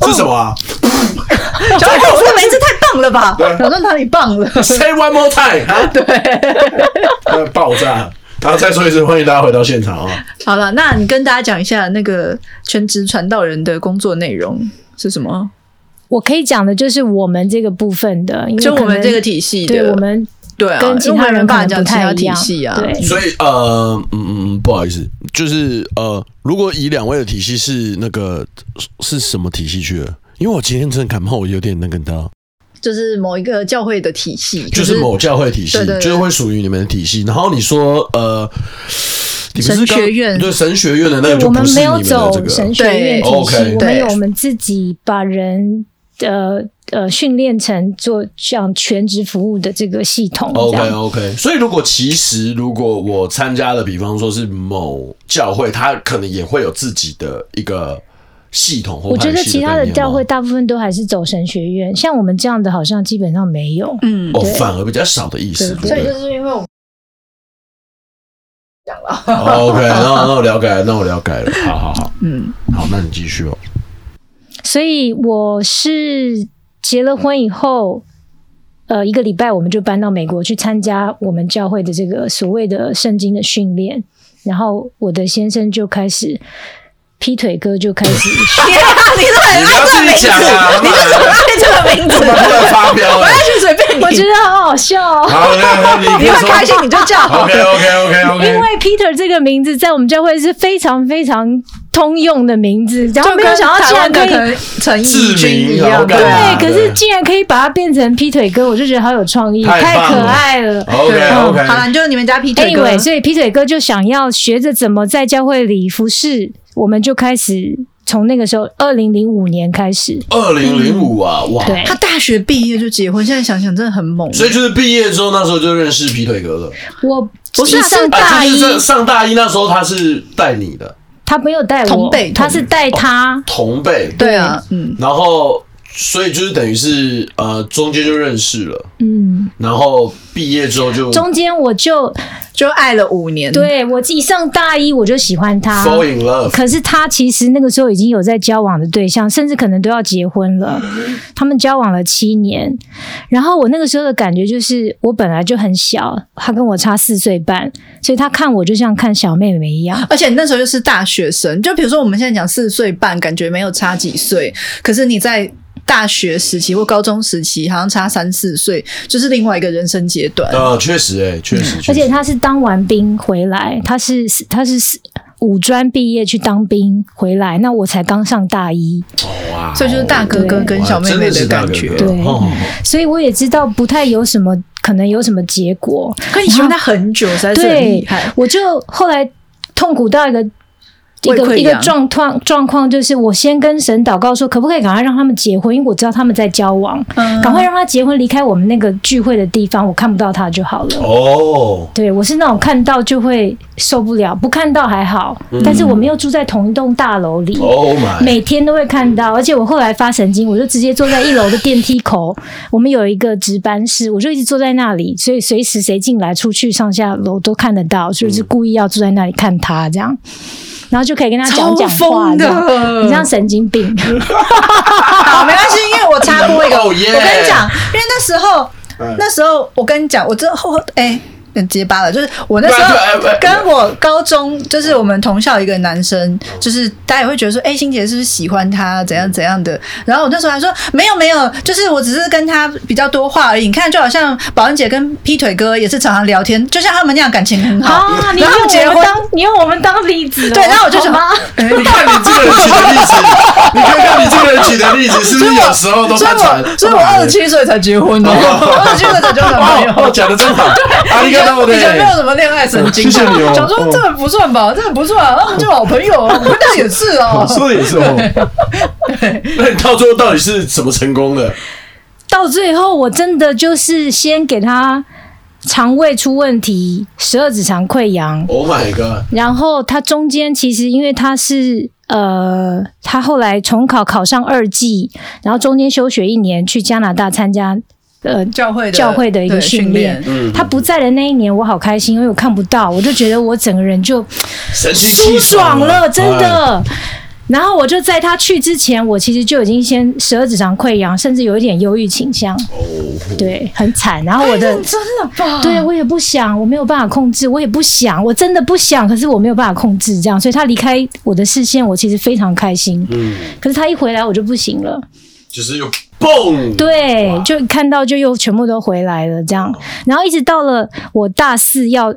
[SPEAKER 2] 是什么啊
[SPEAKER 4] 小海老师的名字太棒了吧？我说哪里棒了？
[SPEAKER 2] ？Say one more time 啊！对，爆炸。然后再说一次，欢迎大家回到现场啊！
[SPEAKER 4] 好了，那你跟大家讲一下那个全职传道人的工作内容是什么？
[SPEAKER 5] 我可以讲的就是我们这个部分的，因为
[SPEAKER 4] 就我
[SPEAKER 5] 可
[SPEAKER 4] 们
[SPEAKER 5] 能
[SPEAKER 4] 这个体系的，
[SPEAKER 5] 对我们
[SPEAKER 4] 对啊，
[SPEAKER 5] 跟其他人
[SPEAKER 4] 没办法
[SPEAKER 5] 可能
[SPEAKER 4] 讲
[SPEAKER 5] 不
[SPEAKER 4] 其
[SPEAKER 5] 太
[SPEAKER 4] 他
[SPEAKER 5] 一
[SPEAKER 4] 体
[SPEAKER 5] 样
[SPEAKER 4] 系啊。
[SPEAKER 5] 对
[SPEAKER 2] 所以呃，嗯嗯，不好意思，就是呃，如果以两位的体系是那个是什么体系去了？因为我今天真的感冒，我有点那个你知道，
[SPEAKER 4] 就是某一个教会的体系，
[SPEAKER 2] 就是某教会体系，
[SPEAKER 4] 对对对
[SPEAKER 2] 就是会属于你们的体系。然后你说呃，你不是
[SPEAKER 4] 神
[SPEAKER 2] 刚
[SPEAKER 4] 学院
[SPEAKER 2] 对神学院的那个
[SPEAKER 5] 对
[SPEAKER 2] 就
[SPEAKER 5] 我
[SPEAKER 2] 不是
[SPEAKER 5] 没
[SPEAKER 2] 你
[SPEAKER 5] 有
[SPEAKER 2] 们的
[SPEAKER 5] 走
[SPEAKER 2] 这个
[SPEAKER 5] 神学院体
[SPEAKER 2] 对
[SPEAKER 5] 系，我们
[SPEAKER 4] 对
[SPEAKER 5] 有我们自己把人呃呃训练成做像全职服务的这个系统这
[SPEAKER 2] OK 哦
[SPEAKER 5] 样。
[SPEAKER 2] OK，所以如果其实如果我参加的，比方说是某教会，它可能也会有自己的一个系统或
[SPEAKER 5] 我觉得
[SPEAKER 2] 派系
[SPEAKER 5] 其他的
[SPEAKER 2] 概念
[SPEAKER 5] 教会
[SPEAKER 2] 吗
[SPEAKER 5] 大部分都还是走神学院，像我们这样的，好像基本上没有。
[SPEAKER 4] 嗯，
[SPEAKER 2] 哦
[SPEAKER 5] 对
[SPEAKER 2] 反而比较少的意思，
[SPEAKER 5] 对
[SPEAKER 4] 所以
[SPEAKER 2] 对
[SPEAKER 4] 就
[SPEAKER 2] 不对
[SPEAKER 4] 是因为我们讲了，
[SPEAKER 2] 哦 OK，那那我了解了，那我了解了，好好好
[SPEAKER 4] 嗯，
[SPEAKER 2] 好，那你继续哦。
[SPEAKER 5] 所以我是结了婚以后，呃，一个礼拜我们就搬到美国去参加我们教会的这个所谓的圣经的训练，然后我的先生就开始劈腿哥就开始
[SPEAKER 4] 你是很爱这个名字，你是很爱这个名字，
[SPEAKER 2] 啊不能发飙了，
[SPEAKER 4] 就随便你，
[SPEAKER 5] 我觉得好好笑哦。
[SPEAKER 2] 好，那那你
[SPEAKER 4] 你会开心你就叫。
[SPEAKER 2] OK OK OK
[SPEAKER 5] 因为
[SPEAKER 2] OK，
[SPEAKER 5] Peter 这个名字在我们教会是非常非常通用的名字，然后没有想到竟然可以
[SPEAKER 4] 陈
[SPEAKER 2] 奕
[SPEAKER 4] 奕
[SPEAKER 2] 迅
[SPEAKER 4] 君
[SPEAKER 2] 一
[SPEAKER 4] 一
[SPEAKER 2] 样
[SPEAKER 4] 样，
[SPEAKER 2] 对啊
[SPEAKER 5] 对，可是竟然可以把它变成劈腿哥，我就觉得好有创意，
[SPEAKER 2] 太
[SPEAKER 5] 太
[SPEAKER 2] 棒
[SPEAKER 5] 可
[SPEAKER 2] 了哦
[SPEAKER 5] 爱了。
[SPEAKER 2] OK
[SPEAKER 4] 嗯好
[SPEAKER 2] OK，
[SPEAKER 4] 了，你就是你们家劈腿哥
[SPEAKER 5] Anyway，所以劈腿哥就想要学着怎么在教会里服侍，我们就开始从那个时候，二零零五年开始，
[SPEAKER 2] 二零零五啊，哇，
[SPEAKER 5] 嗯对
[SPEAKER 4] 他大学毕业就结婚，现在想想真的很猛。
[SPEAKER 2] 所以就是毕业之后，那时候就认识劈腿哥了。
[SPEAKER 5] 我
[SPEAKER 4] 不是啊
[SPEAKER 5] 一上
[SPEAKER 4] 但
[SPEAKER 5] 大
[SPEAKER 2] 就是
[SPEAKER 5] 一，
[SPEAKER 2] 这上大一那时候，他是带你的
[SPEAKER 5] 他没有带
[SPEAKER 4] 同
[SPEAKER 5] 我
[SPEAKER 4] 辈，
[SPEAKER 5] 他是带他，
[SPEAKER 2] 同辈，
[SPEAKER 4] 对啊，嗯，
[SPEAKER 2] 然后所以就是等于是呃中间就认识了，
[SPEAKER 5] 嗯，
[SPEAKER 2] 然后毕业之后就
[SPEAKER 5] 中间我就
[SPEAKER 4] 就爱了五年，，
[SPEAKER 5] 对我一上大一我就喜欢他。
[SPEAKER 2] fall in love，
[SPEAKER 5] 啊可是他其实那个时候已经有在交往的对象，甚至可能都要结婚了。
[SPEAKER 2] 嗯
[SPEAKER 5] 他们交往了七年，然后我那个时候的感觉就是，我本来就很小，他跟我差四岁半，所以他看我就像看小妹妹一样。
[SPEAKER 4] 而且你那时候又是大学生，就比如说我们现在讲四岁半，感觉没有差几岁，可是你在。大学时期或高中时期，好像差三四岁，就是另外一个人生阶段。
[SPEAKER 2] 呃，确实、欸，哎，确实，
[SPEAKER 5] 而且
[SPEAKER 2] 确实
[SPEAKER 5] 他是当完兵回来，他是他是五专毕业去当兵回来，那我才刚上大一，
[SPEAKER 2] 哇
[SPEAKER 4] 所以就是大哥哥跟小妹妹
[SPEAKER 2] 的
[SPEAKER 4] 感觉，
[SPEAKER 5] 对所以我也知道不太有什么可能有什么结果。
[SPEAKER 4] 可你喜欢他很久，实在是很厉
[SPEAKER 5] 对
[SPEAKER 4] 害，。
[SPEAKER 5] 我就后来痛苦到一个。一
[SPEAKER 4] 胃溃
[SPEAKER 5] 个一个
[SPEAKER 4] 疡
[SPEAKER 5] 状况状况就是，我先跟神祷告说，可不可以赶快让他们结婚，因为我知道他们在交往，
[SPEAKER 4] 嗯
[SPEAKER 5] 赶快让他结婚，离开我们那个聚会的地方，我看不到他就好了。
[SPEAKER 2] 哦，
[SPEAKER 5] 对我是那种看到就会受不了，不看到还好，
[SPEAKER 4] 嗯
[SPEAKER 5] 但是我们又住在同一栋大楼里。
[SPEAKER 4] 哦
[SPEAKER 2] Oh my！
[SPEAKER 5] 每天都会看到，而且我后来发神经，我就直接坐在一楼的电梯口。我们有一个值班室，我就一直坐在那里，所以随时谁进来、出去、上下楼都看得到，所以就是故意要坐在那里看他这样，然后就可以跟他讲讲
[SPEAKER 4] 超
[SPEAKER 5] 话
[SPEAKER 4] 疯
[SPEAKER 5] 这
[SPEAKER 4] 的
[SPEAKER 5] 样。你像神经病，
[SPEAKER 4] 好，没关系，因为我插播一个，
[SPEAKER 2] Oh,
[SPEAKER 4] 我
[SPEAKER 2] yeah
[SPEAKER 4] 跟你讲，因为那时候
[SPEAKER 2] 嗯
[SPEAKER 4] 那时候我跟你讲，我这后哎。很结巴了，就是我那时
[SPEAKER 2] 对对
[SPEAKER 4] 候
[SPEAKER 2] 哎
[SPEAKER 4] 跟我高中，就是我们同校一个男生，就是大家也会觉得说，哎、欣姐是不是喜欢他，怎样怎样的。然后我那时候还说，没有没有，就是我只是跟他比较多话而已。你看，就好像保安姐跟劈腿哥也是常常聊天，就像他们那样感情很好。
[SPEAKER 5] 啊！你
[SPEAKER 4] 然
[SPEAKER 5] 用
[SPEAKER 4] 后他们结
[SPEAKER 5] 我
[SPEAKER 4] 婚
[SPEAKER 5] 们，当你用我们当例子哦，
[SPEAKER 4] 对，然后我 就想，
[SPEAKER 5] 好吗
[SPEAKER 2] 你看你这个人举的例子，你看 看你这个人举 的例子，是不是有时候都
[SPEAKER 4] 所以
[SPEAKER 2] 蛮惨哦
[SPEAKER 4] 我？所以我二十七岁才结婚的，我二十七岁才交男朋友。
[SPEAKER 2] 哇，哦讲的真 好，啊阿里
[SPEAKER 4] 你觉
[SPEAKER 2] 嘎
[SPEAKER 4] 得
[SPEAKER 2] 多的
[SPEAKER 4] 你觉，得没有什么恋爱神经
[SPEAKER 2] 谢
[SPEAKER 4] 吧？
[SPEAKER 2] 谢你哦
[SPEAKER 4] 想说这个不算吧，这个不算，他们就老朋 友，我那也是哦。
[SPEAKER 2] 说的也是哦。那你到最后到底是怎么成功的？
[SPEAKER 5] 到最后，我真的就是先给他肠胃出问题，十二指肠溃疡，
[SPEAKER 2] Oh my god！
[SPEAKER 5] 然后他中间其实因为他是呃，他后来重考考上二技，然后中间休学一年去加拿大参加呃。
[SPEAKER 4] 教会的
[SPEAKER 5] 教会的一个
[SPEAKER 4] 对
[SPEAKER 5] 训
[SPEAKER 4] 训
[SPEAKER 5] 练，
[SPEAKER 2] 嗯
[SPEAKER 5] 他不在的那一年，我好开心，因为我看不到，我就觉得我整个人就
[SPEAKER 2] 神清
[SPEAKER 5] 舒
[SPEAKER 2] 气
[SPEAKER 5] 爽了，真
[SPEAKER 2] 哎
[SPEAKER 5] 的。然后我就在他去之前，我其实就已经先十二指肠溃疡，甚至有一点忧郁倾向。
[SPEAKER 2] 哦，
[SPEAKER 5] 对，很惨。然后我的，
[SPEAKER 4] 真的吧？
[SPEAKER 5] 对我也不想，我没有办法控制，我也不想，我真的不想，可是我没有办法控制这样，所以他离开我的视线，我其实非常开心。
[SPEAKER 2] 嗯，
[SPEAKER 5] 可是他一回来，我就不行了，
[SPEAKER 2] 就是又蹦，
[SPEAKER 5] 对
[SPEAKER 2] 哇，
[SPEAKER 5] 就看到就又全部都回来了这样，然后一直到了我大四要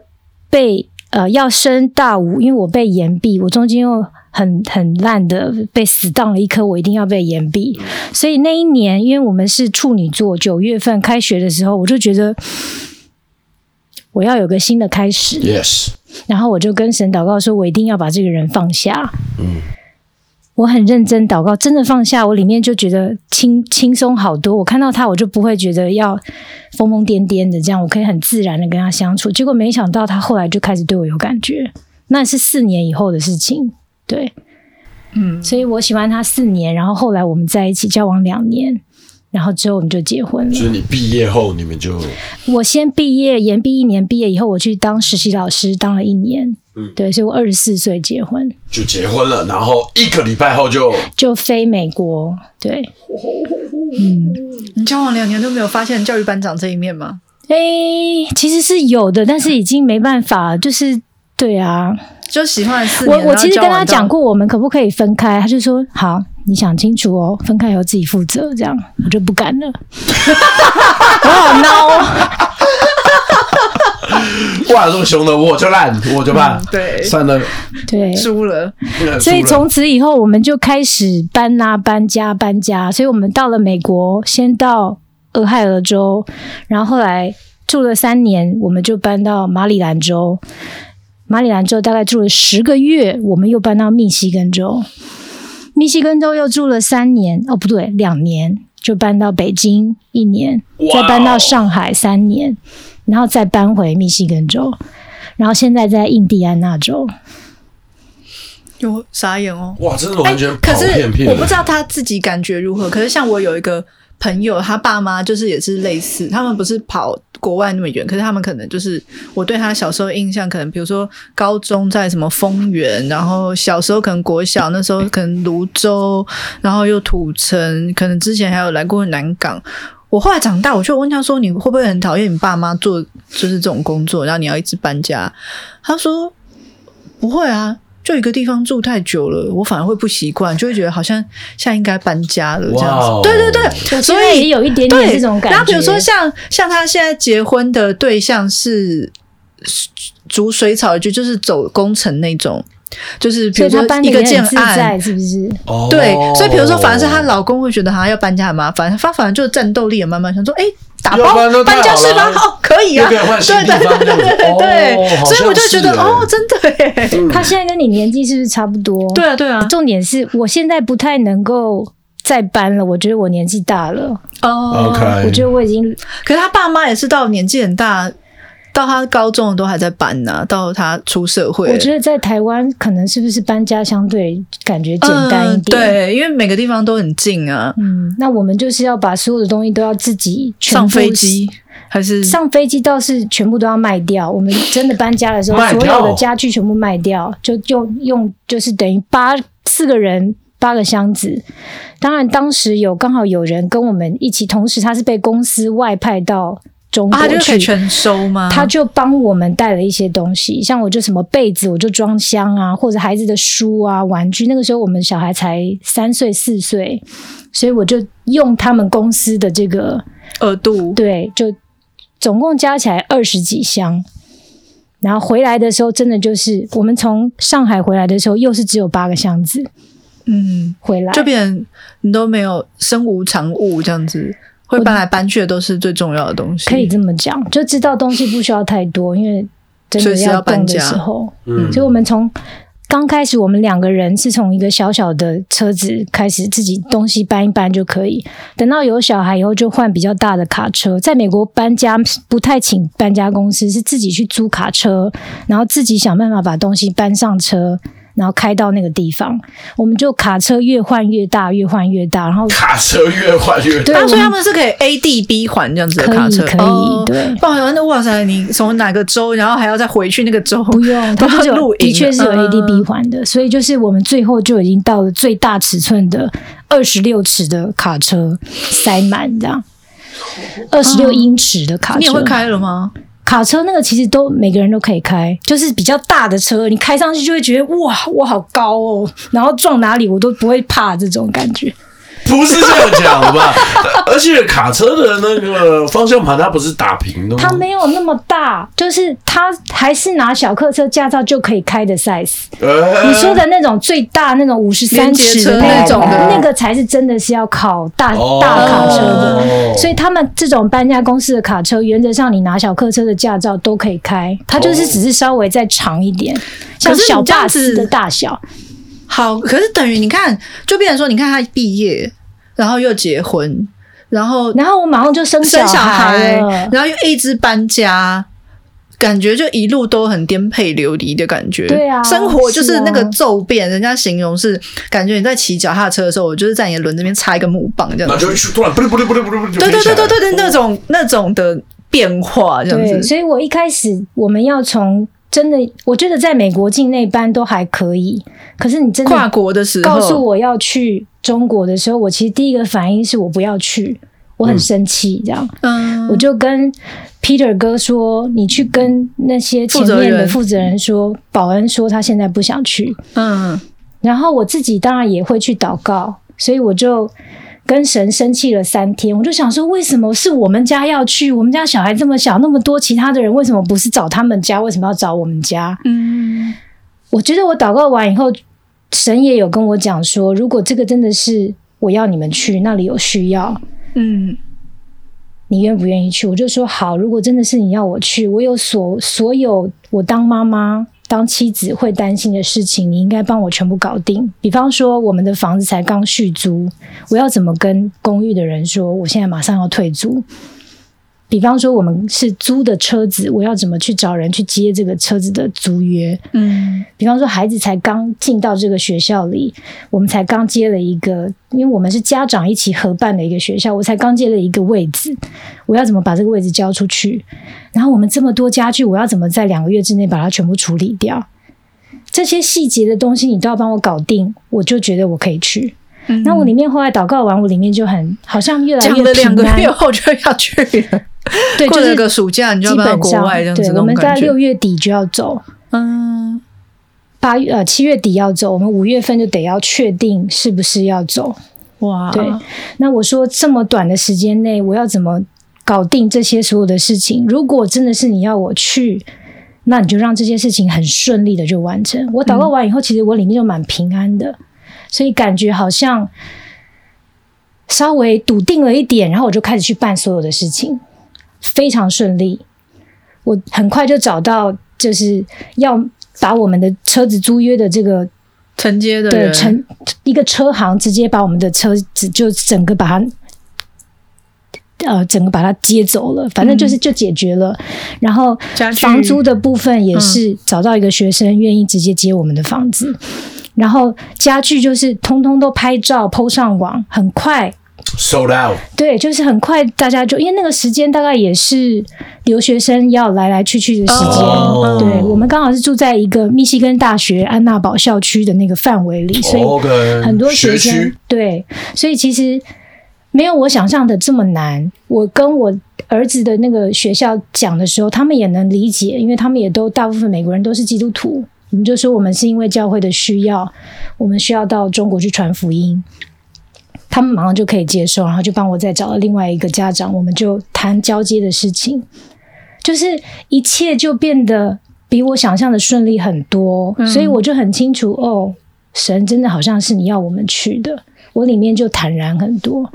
[SPEAKER 5] 被呃要升大五，因为我被延毕，我中间又。很很烂的被死当了一科，我一定要被延毕。所以那一年，因为我们是处女座，九月份开学的时候，我就觉得我要有个新的开始。
[SPEAKER 2] ，yes，
[SPEAKER 5] 然后我就跟神祷告说，我一定要把这个人放下。我很认真祷告，真的放下，我里面就觉得轻轻松好多。我看到他，我就不会觉得要疯疯癫癫的这样，我可以很自然的跟他相处。结果没想到他后来就开始对我有感觉，那是四年以后的事情，对，
[SPEAKER 4] 嗯，
[SPEAKER 5] 所以我喜欢他四年，然后后来我们在一起交往两年，然后之后我们就结婚
[SPEAKER 2] 就
[SPEAKER 5] 了。
[SPEAKER 2] 是你毕业后你们就
[SPEAKER 5] 我先毕业，延毕一年，毕业以后我去当实习老师，当了一年。嗯，对，所以我二十四岁结婚，
[SPEAKER 2] 就结婚了，然后一个礼拜后就
[SPEAKER 5] 就飞美国。对，
[SPEAKER 4] 你交往两年都没有发现教育班长这一面吗？
[SPEAKER 5] 诶、其实是有的，但是已经没办法，就是对啊。
[SPEAKER 4] 就喜欢了四
[SPEAKER 5] 我
[SPEAKER 4] 年，
[SPEAKER 5] 我其实跟
[SPEAKER 4] 然
[SPEAKER 5] 他
[SPEAKER 4] 后交
[SPEAKER 5] 讲
[SPEAKER 4] 往到，
[SPEAKER 5] 过，我们可不可以分开？他就说好，你想清楚哦，分开以后自己负责。这样我就不敢了。我好孬哦。
[SPEAKER 2] 哇这么凶的，我就烂，我就怕
[SPEAKER 4] 嗯，对
[SPEAKER 2] 算了，
[SPEAKER 5] 对，
[SPEAKER 4] 输了，
[SPEAKER 5] 所以从此以后，我们就开始搬啊搬家搬家，所以我们到了美国，先到俄亥俄州，然后后来住了三年，我们就搬到马里兰州。马里兰州大概住了十个月，我们又搬到密西根州，密西根州又住了三年，哦不对，两年，就搬到北京一年，
[SPEAKER 2] 哇哦
[SPEAKER 5] 再搬到上海三年，然后再搬回密西根州，然后现在在印第安纳州。
[SPEAKER 4] 有傻眼哦。
[SPEAKER 2] 哇，真的完全
[SPEAKER 4] 可
[SPEAKER 2] 跑
[SPEAKER 4] 是
[SPEAKER 2] 偏偏，
[SPEAKER 4] 我不知道他自己感觉如何。可是像我有一个朋友，他爸妈就是也是类似，他们不是跑国外那么远，可是他们可能就是我对他小时候印象，可能比如说高中在什么丰原，然后小时候可能国小那时候可能泸州，然后又土城，可能之前还有来过南港。我后来长大，我就问他说：“你会不会很讨厌你爸妈做就是这种工作，然后你要一直搬家？”他说：“不会啊，就一个地方住太久了，我反而会不习惯，就会觉得好像现在应该搬家了这
[SPEAKER 2] 哇
[SPEAKER 4] 样子
[SPEAKER 2] 哦。
[SPEAKER 4] 对对对，所
[SPEAKER 5] 现在也
[SPEAKER 4] 以
[SPEAKER 5] 有一点点
[SPEAKER 4] 对
[SPEAKER 5] 这种感觉。
[SPEAKER 4] 然后比如说像像他现在结婚的对象是逐水草的就就是走工程那种，就是比
[SPEAKER 5] 所
[SPEAKER 4] 如
[SPEAKER 5] 以
[SPEAKER 4] 说
[SPEAKER 5] 他搬的
[SPEAKER 4] 一个
[SPEAKER 5] 也
[SPEAKER 4] 建
[SPEAKER 5] 很自
[SPEAKER 4] 案
[SPEAKER 5] 在，。是不是？
[SPEAKER 2] 哦
[SPEAKER 4] 对，所以比如说，反而是她老公会觉得好像要搬家很麻烦，她反而就战斗力也慢慢想说，哎、打
[SPEAKER 2] 要
[SPEAKER 4] 包
[SPEAKER 2] 不然都太
[SPEAKER 4] 搬家是吧
[SPEAKER 2] 好？了
[SPEAKER 4] 哦，可以啊，
[SPEAKER 2] 又可以换新
[SPEAKER 4] 对对
[SPEAKER 2] 地方
[SPEAKER 4] 对对
[SPEAKER 2] 这
[SPEAKER 4] 对
[SPEAKER 2] 样
[SPEAKER 4] 对
[SPEAKER 2] 子
[SPEAKER 4] 对，
[SPEAKER 2] 哦好
[SPEAKER 4] 所以我就
[SPEAKER 2] 像
[SPEAKER 4] 觉得
[SPEAKER 2] 是欸
[SPEAKER 4] 哦，真的耶，
[SPEAKER 5] 他现在跟你年纪是不是差不多？
[SPEAKER 4] 对啊对啊，
[SPEAKER 5] 重点是我现在不太能够再搬了，我觉得我年纪大了，
[SPEAKER 4] 哦
[SPEAKER 2] OK，
[SPEAKER 5] 我觉得我已经
[SPEAKER 4] 可是她爸妈也是到年纪很大，到她高中都还在搬呢、到她出社会，
[SPEAKER 5] 我觉得在台湾可能是不是搬家相对感觉简单一
[SPEAKER 4] 嗯，
[SPEAKER 5] 点？。
[SPEAKER 4] 对，因为每个地方都很近啊，
[SPEAKER 5] 嗯，那我们就是要把所有的东西都要自己全
[SPEAKER 4] 上
[SPEAKER 5] 部
[SPEAKER 4] 飞机还是
[SPEAKER 5] 上飞机倒是全部都要卖掉。我们真的搬家的时候，
[SPEAKER 2] 卖
[SPEAKER 5] 所
[SPEAKER 2] 掉
[SPEAKER 5] 有的家具全部卖掉，就用用就是等于八四个人八个箱子。当然，当时有刚好有人跟我们一起，同时他是被公司外派到中
[SPEAKER 4] 啊，
[SPEAKER 5] 国
[SPEAKER 4] 她就可以
[SPEAKER 5] 去。
[SPEAKER 4] 全收吗？
[SPEAKER 5] 他就帮我们带了一些东西，像我就什么被子，我就装箱啊，或者孩子的书啊、玩具。那个时候我们小孩才三岁四岁，所以我就用他们公司的这个
[SPEAKER 4] 额度
[SPEAKER 5] 对，就总共加起来二十几箱。然后回来的时候，真的就是我们从上海回来的时候，又是只有八个箱子
[SPEAKER 4] 嗯。
[SPEAKER 5] 回来，
[SPEAKER 4] 就变成你都没有身无长物这样子，会搬来搬去的都是最重要的东西。
[SPEAKER 5] 可以这么讲，就知道东西不需要太多，因为真
[SPEAKER 4] 随
[SPEAKER 5] 的
[SPEAKER 4] 时要搬
[SPEAKER 5] 动的
[SPEAKER 4] 家
[SPEAKER 5] 时候，
[SPEAKER 2] 嗯
[SPEAKER 5] 所以我们从刚开始，我们两个人是从一个小小的车子开始，自己东西搬一搬就可以。等到有小孩以后，就换比较大的卡车。在美国搬家不太请搬家公司，是自己去租卡车，然后自己想办法把东西搬上车。然后开到那个地方，我们就卡车越换越大，越换越大，然后
[SPEAKER 2] 卡车越换越
[SPEAKER 5] 对，
[SPEAKER 4] 啊，所以
[SPEAKER 5] 我
[SPEAKER 4] 他们是可以 A D B 环这样子的
[SPEAKER 5] 可
[SPEAKER 4] 卡
[SPEAKER 5] 以
[SPEAKER 4] 车，
[SPEAKER 5] 可以、
[SPEAKER 4] 哦、
[SPEAKER 5] 对，
[SPEAKER 4] 不然那哇塞，你从哪个州，然后还要再回去那个州，
[SPEAKER 5] 不 用，
[SPEAKER 4] 都要
[SPEAKER 5] 它就是有
[SPEAKER 4] 露营
[SPEAKER 5] 的确是有
[SPEAKER 4] 嗯
[SPEAKER 5] ADB 环的，所以就是我们最后就已经到了最大尺寸的二十六尺的卡车塞满这样。二十六英尺的卡车，
[SPEAKER 4] 你也会开了吗？
[SPEAKER 5] 卡车那个其实都每个人都可以开，就是比较大的车，你开上去就会觉得哇，我好高哦，然后撞哪里我都不会怕这种感觉。
[SPEAKER 2] 不是这样讲吧？ 而且卡车的那个方向盘它不是打平的吗？
[SPEAKER 5] 它没有那么大，就是它还是拿小客车驾照就可以开的 size。
[SPEAKER 2] 哎，
[SPEAKER 5] 你说的那种最大那种五十
[SPEAKER 4] 呃连
[SPEAKER 5] 三
[SPEAKER 4] 接
[SPEAKER 5] 尺
[SPEAKER 4] 车
[SPEAKER 5] 的
[SPEAKER 4] 那
[SPEAKER 5] 那
[SPEAKER 4] 种
[SPEAKER 5] 种，
[SPEAKER 4] 的
[SPEAKER 5] 那个才是真的是要考大、
[SPEAKER 2] 哦
[SPEAKER 5] 大卡车的。
[SPEAKER 2] 哦
[SPEAKER 5] 所以他们这种搬家公司的卡车，原则上你拿小客车的驾照都可以开，它就是只是稍微再长一点，像
[SPEAKER 4] 哦可是
[SPEAKER 5] 小
[SPEAKER 4] 你这样
[SPEAKER 5] 巴士
[SPEAKER 4] 子
[SPEAKER 5] 的大小。
[SPEAKER 4] 好，可是等于你看，就变成说，你看他毕业，然后又结婚，然后
[SPEAKER 5] 然后我马上就生
[SPEAKER 4] 生小孩
[SPEAKER 5] 孩
[SPEAKER 4] 欸
[SPEAKER 5] 了，。
[SPEAKER 4] 然后又一直搬家。感觉就一路都很颠沛流离的感觉，
[SPEAKER 5] 对啊
[SPEAKER 4] 生活就是那个
[SPEAKER 5] 是啊
[SPEAKER 4] 骤变。人家形容是感觉你在骑脚踏车的时候，我就是在你的轮子边插一个木棒这
[SPEAKER 2] 然
[SPEAKER 4] 样
[SPEAKER 2] 后就
[SPEAKER 4] 子
[SPEAKER 2] 会，去突然不对不对不对不对不对，
[SPEAKER 4] 对对对
[SPEAKER 2] 就
[SPEAKER 4] 对对对，
[SPEAKER 2] 飞起来
[SPEAKER 4] 那种那种的变化这样
[SPEAKER 5] 哦对，
[SPEAKER 4] 子。
[SPEAKER 5] 所以我一开始我们要从真的，我觉得在美国境内搬都还可以，可是你真的
[SPEAKER 4] 跨国的时候，
[SPEAKER 5] 告诉我要去中国的时候，我其实第一个反应是我不要去，我很生气，这样、
[SPEAKER 4] 嗯，
[SPEAKER 5] 我就跟 Peter 哥说，你去跟那些前面的
[SPEAKER 4] 负
[SPEAKER 5] 负责人说，保安说他现在不想去，
[SPEAKER 4] 嗯，
[SPEAKER 5] 然后我自己当然也会去祷告，所以我就。跟神生气了三天，我就想说，为什么是我们家要去？我们家小孩这么小，那么多其他的人，为什么不是找他们家？为什么要找我们家？
[SPEAKER 4] 嗯，
[SPEAKER 5] 我觉得我祷告完以后，神也有跟我讲说，如果这个真的是我要你们去，那里有需要，
[SPEAKER 4] 嗯，
[SPEAKER 5] 你愿不愿意去？我就说好，如果真的是你要我去，我有所所有我当妈妈。当妻子会担心的事情，你应该帮我全部搞定。比方说，我们的房子才刚续租，我要怎么跟公寓的人说，我现在马上要退租？比方说，我们是租的车子，我要怎么去找人去接这个车子的租约？
[SPEAKER 4] 嗯，
[SPEAKER 5] 比方说，孩子才刚进到这个学校里，我们才刚接了一个，因为我们是家长一起合办的一个学校，我才刚接了一个位置，我要怎么把这个位置交出去？然后我们这么多家具，我要怎么在两个月之内把它全部处理掉？这些细节的东西你都要帮我搞定，我就觉得我可以去。
[SPEAKER 4] 嗯
[SPEAKER 5] 那我里面后来祷告完，我里面就很好像越来
[SPEAKER 4] 讲
[SPEAKER 5] 越
[SPEAKER 4] 了两
[SPEAKER 5] 平
[SPEAKER 4] 个
[SPEAKER 5] 安
[SPEAKER 4] 月，后就要去了，
[SPEAKER 5] 对，
[SPEAKER 4] 过
[SPEAKER 5] 就
[SPEAKER 4] 了
[SPEAKER 5] 是
[SPEAKER 4] 个暑假你就要
[SPEAKER 5] 基
[SPEAKER 4] 搬到
[SPEAKER 5] 本
[SPEAKER 4] 国
[SPEAKER 5] 上
[SPEAKER 4] 外这样子
[SPEAKER 5] 对，
[SPEAKER 4] 那
[SPEAKER 5] 我
[SPEAKER 4] 种
[SPEAKER 5] 们在
[SPEAKER 4] 感觉
[SPEAKER 5] 六。月底就要走，
[SPEAKER 4] 嗯，
[SPEAKER 5] 八月呃七月底要走，我们五月份就得要确定是不是要走。
[SPEAKER 4] 哇，
[SPEAKER 5] 对，那我说这么短的时间内，我要怎么搞定这些所有的事情？如果真的是你要我去，那你就让这些事情很顺利的就完成。我祷告完以后，其实我里面就蛮平安的，所以感觉好像稍微笃定了一点，然后我就开始去办所有的事情，非常顺利。我很快就找到就是要把我们的车子租约的这个
[SPEAKER 4] 承接的
[SPEAKER 5] 对
[SPEAKER 4] 人
[SPEAKER 5] 成一个车行直接把我们的车子就整个把它。呃，整个把它接走了，反正就是就解决了。然后
[SPEAKER 4] 嗯家具嗯
[SPEAKER 5] 房租的部分也是找到一个学生愿意直接接我们的房子，然后家具就是通通都拍照 PO 上网，很快
[SPEAKER 2] ，sold out，
[SPEAKER 5] 对，就是很快，大家就因为那个时间大概也是留学生要来来去去的时间。
[SPEAKER 2] 哦
[SPEAKER 5] 对我们刚好是住在一个密西根大学安娜堡校区的那个范围里，所以
[SPEAKER 2] 哦 OK，
[SPEAKER 5] 很多
[SPEAKER 2] 学
[SPEAKER 5] 学生
[SPEAKER 2] 区
[SPEAKER 5] 对，所以其实没有我想象的这么难。我跟我儿子的那个学校讲的时候，他们也能理解，因为他们也都大部分美国人都是基督徒。我们就说我们是因为教会的需要，我们需要到中国去传福音。他们马上就可以接受，然后就帮我再找了另外一个家长，我们就谈交接的事情，就是一切就变得比我想象的顺利很多，所以我就很清楚哦，神真的好像是你要我们去的，我里面就坦然很多。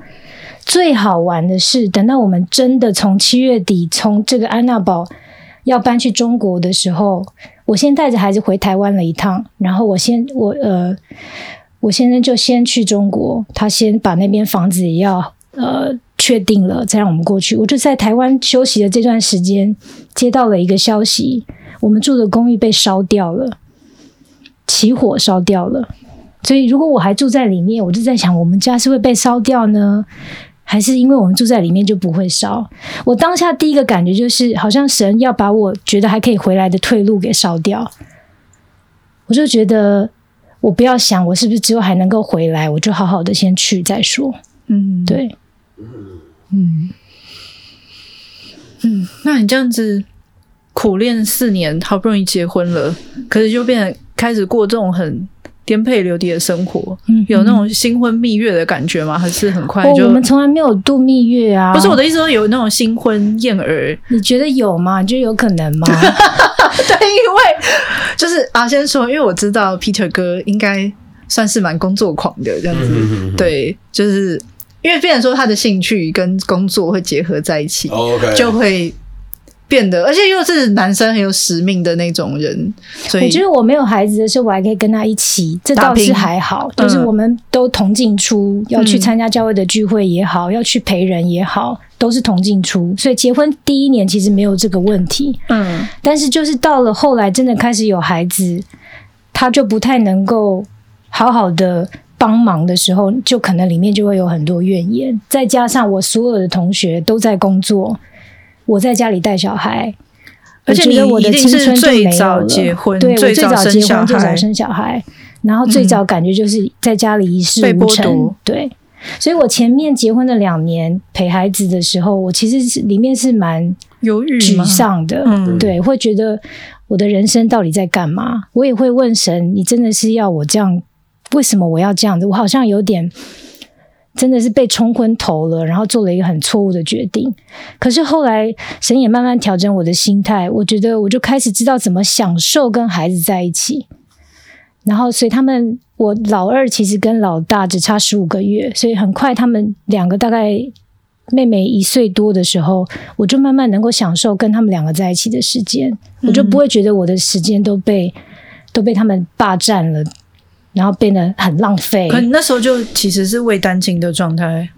[SPEAKER 5] 最好玩的是，等到我们真的从七月底从这个安娜堡要搬去中国的时候，我先带着孩子回台湾了一趟，然后我先我呃，我先生就先去中国，他先把那边房子也要呃确定了，再让我们过去。我就在台湾休息的这段时间，接到了一个消息，我们住的公寓被烧掉了，起火烧掉了。所以如果我还住在里面，我就在想，我们家是会被烧掉呢，还是因为我们住在里面就不会烧？我当下第一个感觉就是，好像神要把我觉得还可以回来的退路给烧掉。我就觉得，我不要想我是不是之后还能够回来，我就好好的先去再说。
[SPEAKER 4] 嗯，
[SPEAKER 5] 对，
[SPEAKER 4] 嗯，那你这样子苦练四年，好不容易结婚了，可是就变得开始过这种很颠沛流离的生活，
[SPEAKER 5] 嗯哦
[SPEAKER 4] 有那种新婚蜜月的感觉吗？还是很快
[SPEAKER 5] 我
[SPEAKER 4] 就？
[SPEAKER 5] 我们从来没有度蜜月啊。
[SPEAKER 4] 不是我，的意思说有那种新婚燕 尔，
[SPEAKER 5] 你觉得有吗？你觉得有可能吗？
[SPEAKER 4] 对，因为就是啊，先说，因为我知道 Peter 哥应该算是蛮工作狂的
[SPEAKER 2] 嗯
[SPEAKER 4] 这样子，对，就是因为变成说他的兴趣跟工作会结合在一起，
[SPEAKER 2] ，OK，
[SPEAKER 4] 就会变得，而且又是男生很有使命的那种人，所
[SPEAKER 5] 我
[SPEAKER 4] 以
[SPEAKER 5] 觉得我没有孩子的时候，我还可以跟他一起，这
[SPEAKER 4] 打
[SPEAKER 5] 倒
[SPEAKER 4] 拼
[SPEAKER 5] 是还好。就是
[SPEAKER 4] 嗯
[SPEAKER 5] 我们都同进出，要去
[SPEAKER 4] 嗯
[SPEAKER 5] 参加教会的聚会也好，要去陪人也好，都是同进出。所以结婚第一年其实没有这个问题，
[SPEAKER 4] 嗯，
[SPEAKER 5] 但是就是到了后来真的开始有孩子，他就不太能够好好的。帮忙的时候，就可能里面就会有很多怨言，再加上我所有的同学都在工作，我在家里带小孩，
[SPEAKER 4] 而且
[SPEAKER 5] 我觉得
[SPEAKER 4] 你
[SPEAKER 5] 我的
[SPEAKER 4] 一定
[SPEAKER 5] 青
[SPEAKER 4] 是
[SPEAKER 5] 春就
[SPEAKER 4] 最
[SPEAKER 5] 没有
[SPEAKER 4] 早
[SPEAKER 5] 了
[SPEAKER 4] 结婚
[SPEAKER 5] 对我
[SPEAKER 4] 最
[SPEAKER 5] 最
[SPEAKER 4] 早
[SPEAKER 5] 早
[SPEAKER 4] 生
[SPEAKER 5] 结
[SPEAKER 4] 小
[SPEAKER 5] 婚、最
[SPEAKER 4] 孩嗯
[SPEAKER 5] 早生小孩，然后最早感觉就是在家里一事
[SPEAKER 4] 被
[SPEAKER 5] 无
[SPEAKER 4] 剥
[SPEAKER 5] 成
[SPEAKER 4] 夺，
[SPEAKER 5] 对。所以我前面结婚的两年陪孩子的时候，我其实是里面是蛮
[SPEAKER 4] 犹豫
[SPEAKER 5] 沮
[SPEAKER 4] 吗，
[SPEAKER 5] 丧的，
[SPEAKER 4] 嗯
[SPEAKER 5] 对，会觉得我的人生到底在干嘛？我也会问神，你真的是要我这样？为什么我要这样子？我好像有点真的是被冲昏头了，然后做了一个很错误的决定。可是后来神也慢慢调整我的心态，我觉得我就开始知道怎么享受跟孩子在一起。然后，所以他们，我老二其实跟老大只差十五个月，所以很快他们两个大概妹妹一岁多的时候，我就慢慢能够享受跟他们两个在一起的时间，我就不会觉得我的时间都被都被他们霸占了，然后变得很浪费。
[SPEAKER 4] 可你那时候就其实是未单亲的状态，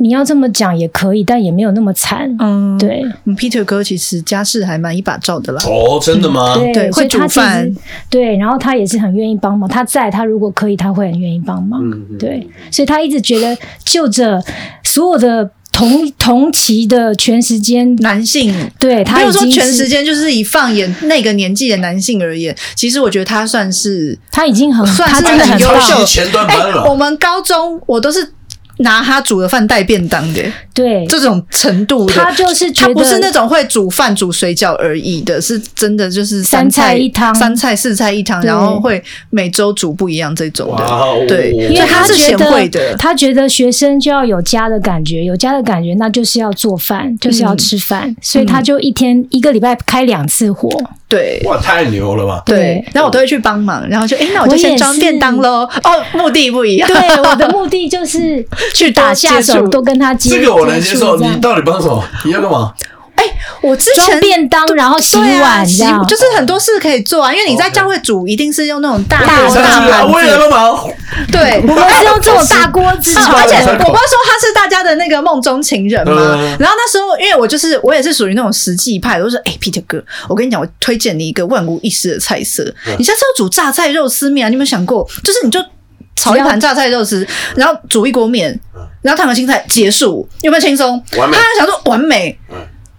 [SPEAKER 5] 你要这么讲也可以，但也没有那么惨。
[SPEAKER 4] 嗯，
[SPEAKER 5] 对
[SPEAKER 4] 嗯，Peter 哥其实家世还蛮一把照的啦，
[SPEAKER 2] 哦，真的吗？
[SPEAKER 5] 对，
[SPEAKER 4] 对
[SPEAKER 5] 所以
[SPEAKER 4] 会煮
[SPEAKER 5] 他其
[SPEAKER 4] 饭
[SPEAKER 5] 实对，然后他也是很愿意帮忙。他在，他如果可以，他会很愿意帮忙。
[SPEAKER 2] 嗯，嗯，
[SPEAKER 5] 对，所以他一直觉得就着所有的同同期的全时间，
[SPEAKER 4] 男性
[SPEAKER 5] 对他
[SPEAKER 4] 没有
[SPEAKER 5] 已
[SPEAKER 4] 说
[SPEAKER 5] 经
[SPEAKER 4] 全
[SPEAKER 5] 是
[SPEAKER 4] 时间，就是以放眼那个年纪的男性而言，其实我觉得他算是
[SPEAKER 5] 嗯他已经很
[SPEAKER 4] 算是
[SPEAKER 5] 他真的很
[SPEAKER 4] 很优
[SPEAKER 5] 棒
[SPEAKER 4] 秀哎
[SPEAKER 2] 前段班
[SPEAKER 4] 我
[SPEAKER 2] 了，
[SPEAKER 4] 们高中我都是拿他煮的饭带便当的
[SPEAKER 5] 对，
[SPEAKER 4] 这种程度的，
[SPEAKER 5] 他就是觉
[SPEAKER 4] 他
[SPEAKER 5] 得
[SPEAKER 4] 不是那种会煮饭煮水饺而已的，是真的就是
[SPEAKER 5] 三
[SPEAKER 4] 菜
[SPEAKER 5] 菜一汤
[SPEAKER 4] 三菜四菜一汤，
[SPEAKER 5] 对
[SPEAKER 4] 然后会每周煮不一样这种的。
[SPEAKER 2] 哇哦
[SPEAKER 4] 对
[SPEAKER 5] 因为
[SPEAKER 4] 他
[SPEAKER 5] 他
[SPEAKER 4] 是
[SPEAKER 5] 觉
[SPEAKER 4] 贤惠的
[SPEAKER 5] 得，他觉得学生就要有家的感觉，有家的感觉，那就是要做饭，就是
[SPEAKER 4] 嗯
[SPEAKER 5] 要吃饭，所以他就一天一个礼拜开两次火。
[SPEAKER 4] 对
[SPEAKER 2] 哇，太牛了吧！
[SPEAKER 4] 对
[SPEAKER 5] 对，
[SPEAKER 4] 然后我都会去帮忙，然后就哎，那我
[SPEAKER 5] 我
[SPEAKER 4] 就
[SPEAKER 5] 也
[SPEAKER 4] 先装
[SPEAKER 5] 是
[SPEAKER 4] 便当喽。哦，目的不一样，
[SPEAKER 5] 对，我的目的就是
[SPEAKER 4] 去
[SPEAKER 5] 打
[SPEAKER 4] 多
[SPEAKER 5] 下
[SPEAKER 4] 接
[SPEAKER 5] 手，
[SPEAKER 4] 触
[SPEAKER 5] 多跟他接
[SPEAKER 2] 这个我能接受。
[SPEAKER 5] 接触这
[SPEAKER 2] 你
[SPEAKER 5] 样
[SPEAKER 2] 到底帮什么？你要干嘛？
[SPEAKER 4] 我之前
[SPEAKER 5] 装便当，然后洗
[SPEAKER 4] 对啊
[SPEAKER 5] 碗，
[SPEAKER 4] 洗
[SPEAKER 5] 这样
[SPEAKER 4] 就是很多事可以做啊，因为你在教会煮一定是用那种大锅
[SPEAKER 5] 大
[SPEAKER 4] 大
[SPEAKER 2] 啊
[SPEAKER 4] 盘
[SPEAKER 2] 我也来
[SPEAKER 4] 子，
[SPEAKER 2] 帮忙。
[SPEAKER 4] 对，
[SPEAKER 5] 我们是用 这种大锅 子
[SPEAKER 4] 嗯
[SPEAKER 5] 炒
[SPEAKER 4] 而且
[SPEAKER 5] 的。
[SPEAKER 4] 我不是说他是大家的那个梦中情人吗？
[SPEAKER 2] 嗯
[SPEAKER 4] 然后那时候，因为我就是我也是属于那种实际派的，我就说：“哎、p e t e r 哥，我跟你讲，我推荐你一个万无一失的菜色，你下次要煮榨菜肉丝面啊，你有没有想过？就是你就炒一盘榨菜肉丝，然后煮一锅面，然后烫个青菜，结束，有没有轻松？
[SPEAKER 2] 完美
[SPEAKER 4] 他想说完美，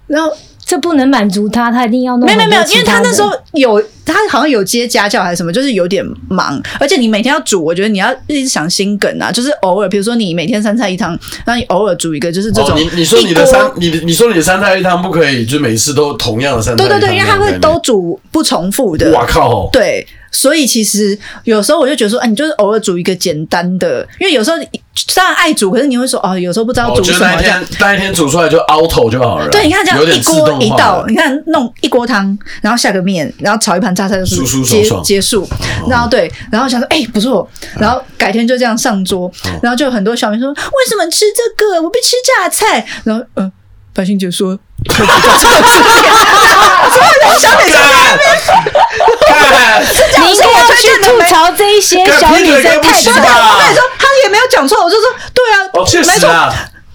[SPEAKER 4] 然后
[SPEAKER 5] 这不能满足他，他一定要弄
[SPEAKER 4] 没
[SPEAKER 5] 很
[SPEAKER 4] 有没
[SPEAKER 5] 多
[SPEAKER 4] 有
[SPEAKER 5] 其
[SPEAKER 4] 没
[SPEAKER 5] 他
[SPEAKER 4] 有
[SPEAKER 5] 的。，
[SPEAKER 4] 因为他那时候有他好像有接家教还是什么，就是有点忙，而且你每天要煮，我觉得你要一直想心梗啊，就是偶尔，比如说你每天三菜一汤，然后你偶尔煮一个，就是这
[SPEAKER 2] 哦
[SPEAKER 4] 种、，
[SPEAKER 2] 你你说你的三，，你你说你的三菜一汤不可以，就每次都同样的三菜
[SPEAKER 4] 对
[SPEAKER 2] 一汤
[SPEAKER 4] 对对，因为他会都。煮不重复的，
[SPEAKER 2] 哇靠！
[SPEAKER 4] 对，所以其实有时候我就觉得说，啊，你就是偶尔煮一个简单的，因为有时候你虽然爱煮，可是你会说，哦，有时候不知道
[SPEAKER 2] 我
[SPEAKER 4] 煮
[SPEAKER 2] 觉
[SPEAKER 4] 什
[SPEAKER 2] 得
[SPEAKER 4] 么
[SPEAKER 2] 那一
[SPEAKER 4] 这样
[SPEAKER 2] 天那一天煮出来就 auto 就好了。
[SPEAKER 4] 对，你看这
[SPEAKER 2] 有
[SPEAKER 4] 样
[SPEAKER 2] 点
[SPEAKER 4] 一
[SPEAKER 2] 自
[SPEAKER 4] 锅
[SPEAKER 2] 动
[SPEAKER 4] 一
[SPEAKER 2] 化
[SPEAKER 4] 道
[SPEAKER 2] 了，
[SPEAKER 4] 你看弄一锅汤，然后下个面，然后炒一盘榨菜肉丝
[SPEAKER 2] 舒舒爽哦
[SPEAKER 4] 结
[SPEAKER 2] 嗯爽
[SPEAKER 4] 结束。然后对，然后想说，哎、不错，然后改天就这样上桌，
[SPEAKER 2] 哦
[SPEAKER 4] 然后就有很多小民说，为什么吃这个？我不吃榨菜。然后嗯、呃，白欣姐说。
[SPEAKER 2] 干
[SPEAKER 4] 小美说
[SPEAKER 5] 你应该要去吐槽这一些小女 生
[SPEAKER 2] 干屁股
[SPEAKER 5] 太少
[SPEAKER 2] 也不行
[SPEAKER 5] 了。
[SPEAKER 2] 吧
[SPEAKER 4] 我跟你说，她也没有讲错，我就说对啊，
[SPEAKER 2] 哦，确
[SPEAKER 4] 没
[SPEAKER 2] 实
[SPEAKER 4] 错。哦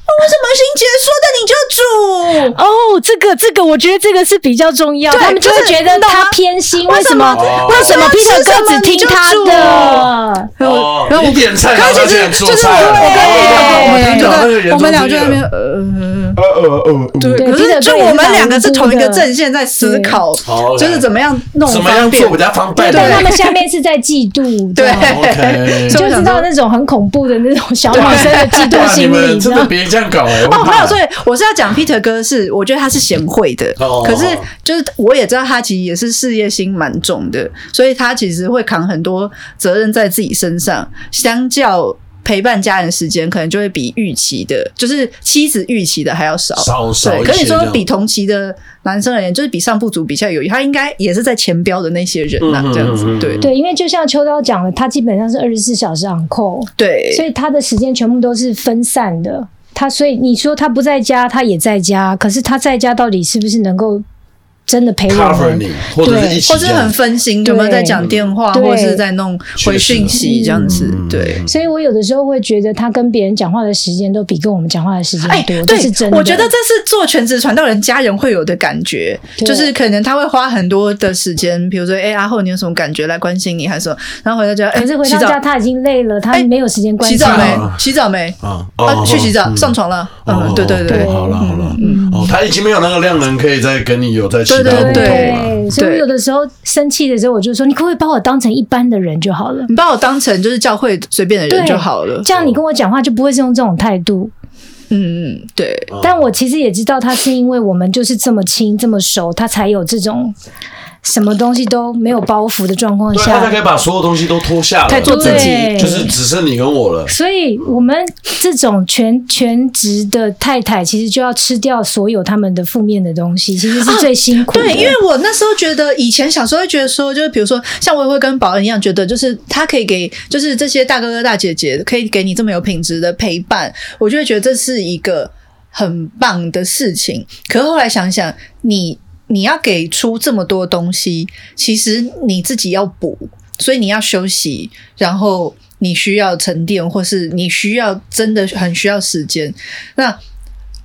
[SPEAKER 2] 啊，
[SPEAKER 4] 为什么欣姐说的你就煮？
[SPEAKER 5] 哦，这个这个，我觉得这个是比较重要，
[SPEAKER 4] 对
[SPEAKER 5] 他们就
[SPEAKER 4] 就
[SPEAKER 5] 会
[SPEAKER 4] 是
[SPEAKER 5] 觉得
[SPEAKER 4] 你懂吗
[SPEAKER 5] 他偏心，
[SPEAKER 4] 为
[SPEAKER 5] 啊为什么
[SPEAKER 4] 什么
[SPEAKER 5] 为什么
[SPEAKER 4] 我不
[SPEAKER 5] p
[SPEAKER 4] 要吃
[SPEAKER 5] e t 哥
[SPEAKER 4] 什么
[SPEAKER 5] 只听
[SPEAKER 4] 你就
[SPEAKER 5] 他
[SPEAKER 4] 煮
[SPEAKER 5] 的？
[SPEAKER 2] 哦，
[SPEAKER 4] 然后我
[SPEAKER 2] 你点菜，
[SPEAKER 4] 可
[SPEAKER 2] 然后
[SPEAKER 4] 是其
[SPEAKER 2] 就
[SPEAKER 4] 实
[SPEAKER 2] 做
[SPEAKER 4] 就是我
[SPEAKER 2] 菜了
[SPEAKER 4] 我
[SPEAKER 2] 哦
[SPEAKER 4] 我
[SPEAKER 2] 听
[SPEAKER 4] 们
[SPEAKER 2] 讲那个
[SPEAKER 4] 觉
[SPEAKER 2] 严
[SPEAKER 4] 得我
[SPEAKER 2] 重
[SPEAKER 4] 们
[SPEAKER 2] 这
[SPEAKER 4] 俩就在
[SPEAKER 2] 个
[SPEAKER 4] 那边呃。
[SPEAKER 2] 呃呃呃，呃
[SPEAKER 4] 对，
[SPEAKER 5] 对
[SPEAKER 4] 可
[SPEAKER 5] 彼
[SPEAKER 4] 是
[SPEAKER 5] 得
[SPEAKER 4] 就
[SPEAKER 5] 哥也
[SPEAKER 4] 我
[SPEAKER 5] 是
[SPEAKER 4] 们
[SPEAKER 5] 蛮
[SPEAKER 4] 两个是
[SPEAKER 5] 无辜
[SPEAKER 4] 同一个
[SPEAKER 5] 的
[SPEAKER 4] 阵线在思
[SPEAKER 5] 对
[SPEAKER 4] 考
[SPEAKER 2] 好，
[SPEAKER 4] 就是
[SPEAKER 2] OK
[SPEAKER 4] 怎么样弄
[SPEAKER 2] 怎么
[SPEAKER 4] 方
[SPEAKER 2] 样
[SPEAKER 4] 便
[SPEAKER 2] 做比较方便？
[SPEAKER 5] 但他们下面是在嫉妒，
[SPEAKER 4] 对
[SPEAKER 5] 这样
[SPEAKER 2] 哦，OK
[SPEAKER 5] 你
[SPEAKER 4] 所以
[SPEAKER 5] 就
[SPEAKER 4] 我想
[SPEAKER 5] 知道
[SPEAKER 4] 说
[SPEAKER 5] 那种很恐怖的那种小女生的嫉妒
[SPEAKER 2] 哇，你
[SPEAKER 5] 心理，
[SPEAKER 2] 们
[SPEAKER 5] 你知
[SPEAKER 2] 真
[SPEAKER 5] 道
[SPEAKER 2] 的
[SPEAKER 5] 吗？
[SPEAKER 2] 别这样搞哎！
[SPEAKER 4] 哦，没有，所
[SPEAKER 2] 以
[SPEAKER 4] 以我是要讲 Peter 哥是，我觉得他是贤惠的，
[SPEAKER 2] 哦
[SPEAKER 4] 可是就是我也知道他其实也是事业心蛮重的，所以他其实会扛很多责任在自己身上，相较陪伴家人的时间，可能就会比预期的，就是妻子预期的还要少。
[SPEAKER 2] 少少
[SPEAKER 4] 对，
[SPEAKER 2] 一
[SPEAKER 4] 可
[SPEAKER 2] 些
[SPEAKER 4] 是你
[SPEAKER 2] 这
[SPEAKER 4] 说
[SPEAKER 2] 样。
[SPEAKER 4] 比同期的男生而言，就是比上不足比较有余，他应该也是在前标的那些人呐、
[SPEAKER 2] 嗯嗯嗯
[SPEAKER 4] 这样子
[SPEAKER 2] 嗯嗯，
[SPEAKER 4] 对
[SPEAKER 5] 对，因为就像秋刀讲的，他基本上是二十四小时 on call，
[SPEAKER 4] 对，
[SPEAKER 5] 所以他的时间全部都是分散的。他所以你说他不在家，他也在家，可是他在家到底是不是能够真的陪我
[SPEAKER 2] cover
[SPEAKER 5] 们？
[SPEAKER 2] 你，或者是一起
[SPEAKER 4] 或是
[SPEAKER 2] 这样
[SPEAKER 4] 很分心，
[SPEAKER 5] 对
[SPEAKER 4] 有没有在讲电话，
[SPEAKER 5] 对
[SPEAKER 4] 或者是在弄回讯息这样子
[SPEAKER 2] 嗯？
[SPEAKER 4] 对，
[SPEAKER 5] 所以我有的时候会觉得他跟别人讲话的时间都比跟我们讲话的时间
[SPEAKER 4] 哎，
[SPEAKER 5] 多，
[SPEAKER 4] 对
[SPEAKER 5] 嗯这是真，的。
[SPEAKER 4] 我觉得这是做全职传道人家人会有的感觉，
[SPEAKER 5] 对
[SPEAKER 4] 就是可能他会花很多的时间，比如说，哎，阿后你有什么感觉来关心你，还是什么？然后回到家，哎，
[SPEAKER 5] 可是回
[SPEAKER 4] 洗
[SPEAKER 5] 到
[SPEAKER 4] 澡
[SPEAKER 5] 家他已经累了，他
[SPEAKER 4] 哎
[SPEAKER 5] 没有时间关
[SPEAKER 4] 洗
[SPEAKER 5] 心
[SPEAKER 4] 澡
[SPEAKER 5] 我。
[SPEAKER 4] 没
[SPEAKER 2] 啊？
[SPEAKER 4] 洗澡没？
[SPEAKER 2] 啊
[SPEAKER 4] 啊，去洗澡，上
[SPEAKER 2] 床。
[SPEAKER 4] 床了。
[SPEAKER 2] 哦
[SPEAKER 4] 嗯，对对嗯
[SPEAKER 5] 对
[SPEAKER 2] 好了好了，哦，他已经没有那个量能可以再跟你有在其他
[SPEAKER 4] 对
[SPEAKER 2] 互动啊了。
[SPEAKER 5] 对，所以我有的时候生气的时候，我就说：“你可不可以把我当成一般的人就好了？
[SPEAKER 4] 你把我当成就是教会随便的人
[SPEAKER 5] 对
[SPEAKER 4] 就好了。
[SPEAKER 5] 这样你跟我讲话就不会是用这种态度。
[SPEAKER 4] 嗯嗯，对，
[SPEAKER 2] 哦
[SPEAKER 5] 但我其实也知道，他是因为我们就是这么亲、这么熟，他才有这种什么东西都没有包袱的状况
[SPEAKER 2] 对，他才可以
[SPEAKER 5] 下。
[SPEAKER 2] 把所有东西都脱下
[SPEAKER 4] 可
[SPEAKER 2] 来，
[SPEAKER 4] 以做自己
[SPEAKER 5] 对
[SPEAKER 2] 就是只剩你跟我了。
[SPEAKER 5] 所以，我们这种全全职的太太，其实就要吃掉所有他们的负面的东西，其实是最辛苦的。
[SPEAKER 4] 对，因为我那时候觉得，以前小时候会觉得说，就是比如说，像我也会跟宝恩一样，觉得就是他可以给，就是这些大哥哥大姐姐可以给你这么有品质的陪伴，我就会觉得这是一个很棒的事情。可是后来想想，你你要给出这么多东西，其实你自己要补，所以你要休息，然后你需要沉淀，或是你需要真的很需要时间。那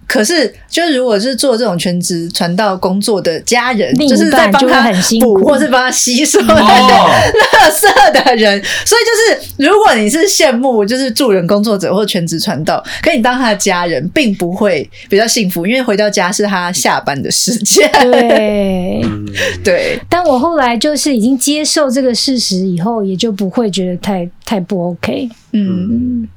[SPEAKER 4] 可是，就是如果是做这种全职传道工作的家人，
[SPEAKER 5] 另一半
[SPEAKER 4] 是在帮
[SPEAKER 5] 就会
[SPEAKER 4] 他
[SPEAKER 5] 很辛
[SPEAKER 4] 补
[SPEAKER 5] 苦
[SPEAKER 4] 或是帮他吸收的
[SPEAKER 2] 哦，
[SPEAKER 4] 特色的人，所以就是，如果你是羡慕就是助人工作者或全职传道，可你当他的家人，并不会比较幸福，因为回到家是他下班的时间。
[SPEAKER 5] 对，
[SPEAKER 2] 嗯
[SPEAKER 4] 对，
[SPEAKER 5] 但我后来就是已经接受这个事实以后，也就不会觉得太太不 OK。
[SPEAKER 4] 嗯，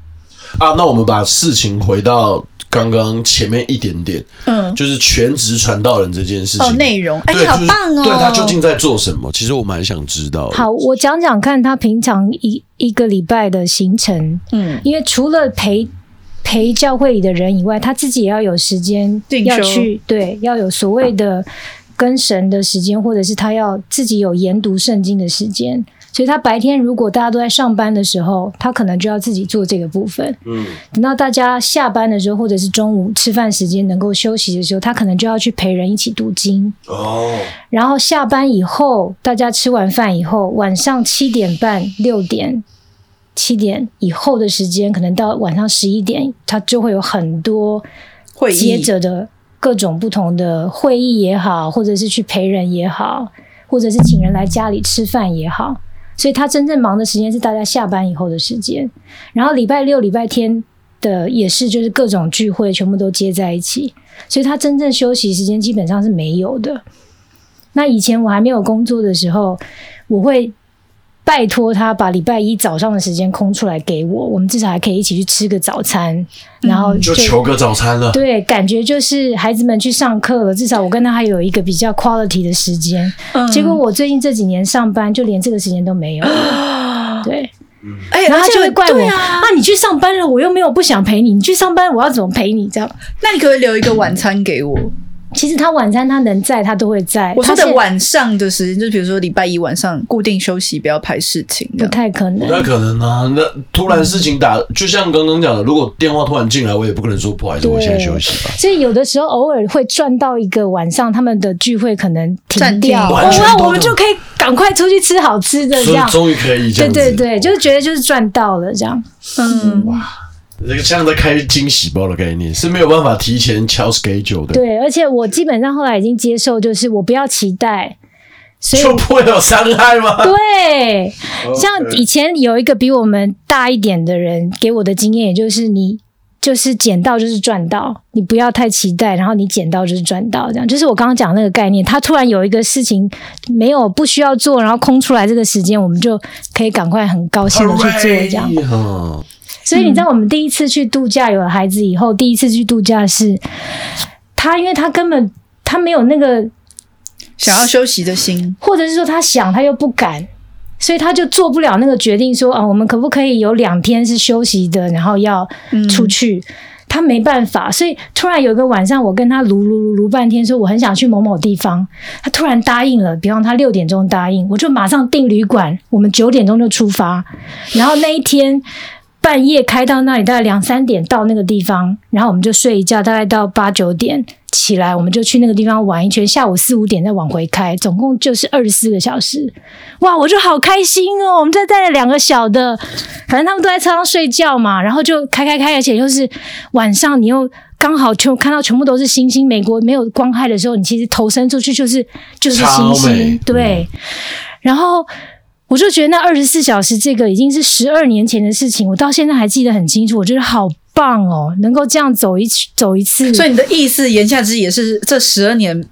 [SPEAKER 2] 啊，那我们把事情回到刚刚前面一点点，
[SPEAKER 4] 嗯，
[SPEAKER 2] 就是全职传道人这件事情。
[SPEAKER 4] 哦，内容，哎，
[SPEAKER 2] 对，
[SPEAKER 4] 你好
[SPEAKER 2] 就是
[SPEAKER 4] 棒哦！
[SPEAKER 2] 对他究竟在做什么？其实我蛮想知道的。
[SPEAKER 5] 好，我讲讲看他平常一一个礼拜的行程，
[SPEAKER 4] 嗯
[SPEAKER 5] 因为除了陪陪教会里的人以外，他自己也要有时间
[SPEAKER 4] 进
[SPEAKER 5] 要
[SPEAKER 4] 修
[SPEAKER 5] 去，对，要有所谓的跟神的时间，或者是他要自己有研读圣经的时间。所以他白天如果大家都在上班的时候，他可能就要自己做这个部分。
[SPEAKER 2] 嗯，
[SPEAKER 5] 等到大家下班的时候，或者是中午吃饭时间能够休息的时候，他可能就要去陪人一起读经。
[SPEAKER 2] 哦，
[SPEAKER 5] 然后下班以后，大家吃完饭以后，晚上七点半、六点、七点以后的时间，可能到晚上十一点，他就会有很多
[SPEAKER 4] 会议
[SPEAKER 5] 接着的各种不同的会议也好，或者是去陪人也好，或者是请人来家里吃饭也好。所以他真正忙的时间是大家下班以后的时间，然后礼拜六、礼拜天的也是就是各种聚会全部都接在一起，所以他真正休息时间基本上是没有的。那以前我还没有工作的时候，我会拜托他把礼拜一早上的时间空出来给我，我们至少还可以一起去吃个早餐，然后
[SPEAKER 2] 嗯就求个早 餐了。
[SPEAKER 5] 对，感觉就是孩子们去上课了，至少我跟他还有一个比较 quality 的时间。
[SPEAKER 4] 嗯
[SPEAKER 5] 结果我最近这几年上班，就连这个时间都没有了。 对，
[SPEAKER 4] 哎，
[SPEAKER 5] 然后
[SPEAKER 4] 而
[SPEAKER 5] 他
[SPEAKER 4] 且
[SPEAKER 5] 就会怪我
[SPEAKER 4] 对啊，
[SPEAKER 5] 你去上班了，我又没有不想陪你，你去上班我要怎么陪你？这样，
[SPEAKER 4] 那你可不可以留一个晚餐给我？
[SPEAKER 5] 其实他晚餐他能在，他都会在。
[SPEAKER 4] 我说
[SPEAKER 5] 他
[SPEAKER 4] 的
[SPEAKER 5] 现
[SPEAKER 4] 晚上的时间，就是比如说礼拜一晚上固定休息，不要排事情
[SPEAKER 5] 不
[SPEAKER 4] 的。
[SPEAKER 5] 太可能，
[SPEAKER 2] 那可能啊，那突然事情打，就像刚刚讲的，如果电话突然进来，我也不可能说不好意思，
[SPEAKER 5] 对
[SPEAKER 2] 我现在休息吧。
[SPEAKER 5] 所以有的时候偶尔会赚到一个晚上，他们的聚会可能停
[SPEAKER 4] 暂停
[SPEAKER 5] 掉，
[SPEAKER 2] 完全
[SPEAKER 5] 哇，
[SPEAKER 2] 都
[SPEAKER 5] 我们
[SPEAKER 2] 懂
[SPEAKER 5] 就可以赶快出去吃好吃的这
[SPEAKER 2] 所以
[SPEAKER 5] 样。
[SPEAKER 2] 终于可以这
[SPEAKER 5] 对
[SPEAKER 2] 样子。
[SPEAKER 5] 对对，就是觉得就是赚到了这样。啊
[SPEAKER 4] 嗯，
[SPEAKER 2] 这个像在开惊喜包的概念是没有办法提前敲 schedule 的，
[SPEAKER 5] 对，而且我基本上后来已经接受，就是我不要期待，所以
[SPEAKER 2] 就不会有伤害吗？
[SPEAKER 5] 哦对，像以前有一个比我们大一点的人给我的经验，也就是你就是捡到就是赚到，你不要太期待，然后你捡到就是赚到，这样就是我刚刚讲那个概念。他突然有一个事情没有不需要做，然后空出来这个时间，我们就可以赶快很高兴的去做这样。嗯
[SPEAKER 2] 样。
[SPEAKER 5] 所以你知道，我们第一次去度假有了孩子以后，第一次去度假是他，因为他根本他没有那个
[SPEAKER 4] 想要休息的心，
[SPEAKER 5] 或者是说他想他又不敢，所以他就做不了那个决定说，啊，我们可不可以有两天是休息的，然后要出去。他没办法，所以突然有一个晚上，我跟他撸撸撸撸半天，说我很想去某某地方。他突然答应了，比方他六点钟答应，我就马上订旅馆，我们九点钟就出发。然后那一天半夜开到那里，大概两三点到那个地方，然后我们就睡一觉，大概到八九点起来，我们就去那个地方玩一圈，下午四五点再往回开，总共就是二十四个小时。哇，我就好开心哦！我们再带了两个小的，反正他们都在车上睡觉嘛，然后就开开开，而且又是晚上，你又刚好全看到全部都是星星。美国没有光害的时候，你其实头伸出去就是就是星
[SPEAKER 2] 超美嗯
[SPEAKER 5] 星，对。然后我就觉得那二十四小时这个已经是十二年前的事情，我到现在还记得很清楚。我觉得好棒哦，能够这样走一走一次，
[SPEAKER 4] 所以你的意思言下之意也是这十二年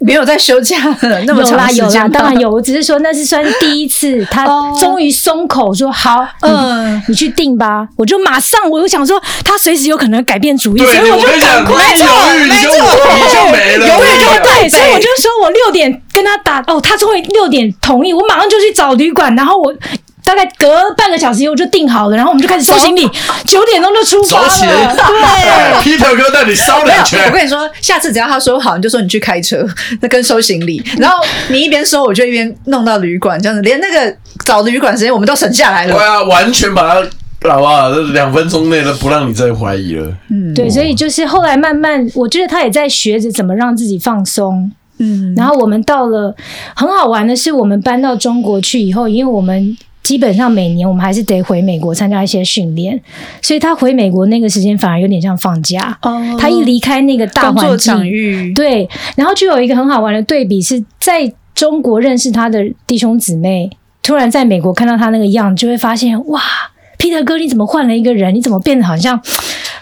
[SPEAKER 4] 没有在休假 了那么
[SPEAKER 5] 有
[SPEAKER 4] 长
[SPEAKER 5] 啦
[SPEAKER 4] 时
[SPEAKER 5] 有
[SPEAKER 4] 间
[SPEAKER 5] 啦，
[SPEAKER 4] 吧
[SPEAKER 5] 当然。有。我只是说那是算是第一次，他
[SPEAKER 4] 哦
[SPEAKER 5] 终于松口说好，嗯
[SPEAKER 4] 嗯，
[SPEAKER 5] 你去定吧。我就马上，我就想说他随时有可能改变主意，所以
[SPEAKER 2] 对，
[SPEAKER 5] 我
[SPEAKER 2] 我
[SPEAKER 5] 就
[SPEAKER 2] 跟你讲，
[SPEAKER 5] 赶
[SPEAKER 2] 你
[SPEAKER 5] 快做。
[SPEAKER 2] 犹豫你就你就没了，
[SPEAKER 5] 永远就
[SPEAKER 2] 对
[SPEAKER 5] 对，所以我就说我六点跟他打，哦，他终于六点同意，我马上就去找旅馆，然后我。大概隔半个小时以后就订好了，然后我们就开始收行李，九点钟就出发
[SPEAKER 2] 走起
[SPEAKER 5] 了。对，
[SPEAKER 2] 哎，Peter 哥带你烧
[SPEAKER 4] 没
[SPEAKER 2] 两
[SPEAKER 4] 有，我
[SPEAKER 2] 圈，
[SPEAKER 4] 跟你说，下次只要他说好，你就说你去开车，那跟收行 李，然后你一边收，我就一边弄到旅馆，这样子，连那个找旅馆时间我们都省下来
[SPEAKER 2] 对
[SPEAKER 4] 了。
[SPEAKER 2] 啊，完全把它，好不好？两分钟内都不让你再怀疑了。
[SPEAKER 4] 嗯
[SPEAKER 5] 对，所以就是后来慢慢，我觉得他也在学着怎么让自己放松。嗯，然后我们到了很好玩的是，我们搬到中国去以后，因为我们基本上每年我们还是得回美国参加一些训练，所以他回美国那个时间反而有点像放假。
[SPEAKER 4] 哦
[SPEAKER 5] 他一离开那个大
[SPEAKER 4] 工
[SPEAKER 5] 环
[SPEAKER 4] 作
[SPEAKER 5] 境，
[SPEAKER 4] 场域，
[SPEAKER 5] 对，然后就有一个很好玩的对比是，在中国认识他的弟兄姊妹，突然在美国看到他那个样，就会发现哇，Peter 哥你怎么换了一个人？你怎么变得好像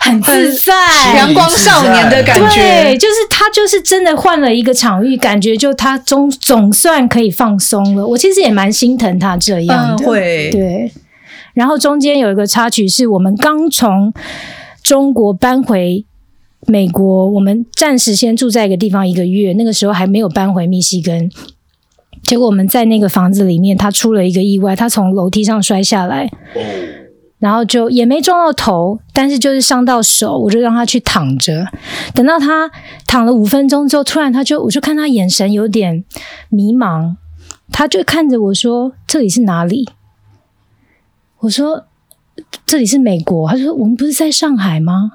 [SPEAKER 5] 很自在？
[SPEAKER 4] 阳光少年的感
[SPEAKER 5] 对，
[SPEAKER 4] 觉，
[SPEAKER 5] 就是他，就是真的换了一个场域，感觉就他总总算可以放松了。我其实也蛮心疼他这样
[SPEAKER 4] 嗯，
[SPEAKER 5] 的，
[SPEAKER 4] 会，
[SPEAKER 5] 对。然后中间有一个插曲，是我们刚从中国搬回美国，我们暂时先住在一个地方一个月，那个时候还没有搬回密西根。结果我们在那个房子里面，他出了一个意外，他从楼梯上摔下来，然后就也没撞到头，但是就是伤到手，我就让他去躺着。等到他躺了五分钟之后，突然他就我就看他眼神有点迷茫，他就看着我说：“这里是哪里？”我说：“这里是美国。”他说：“我们不是在上海吗？”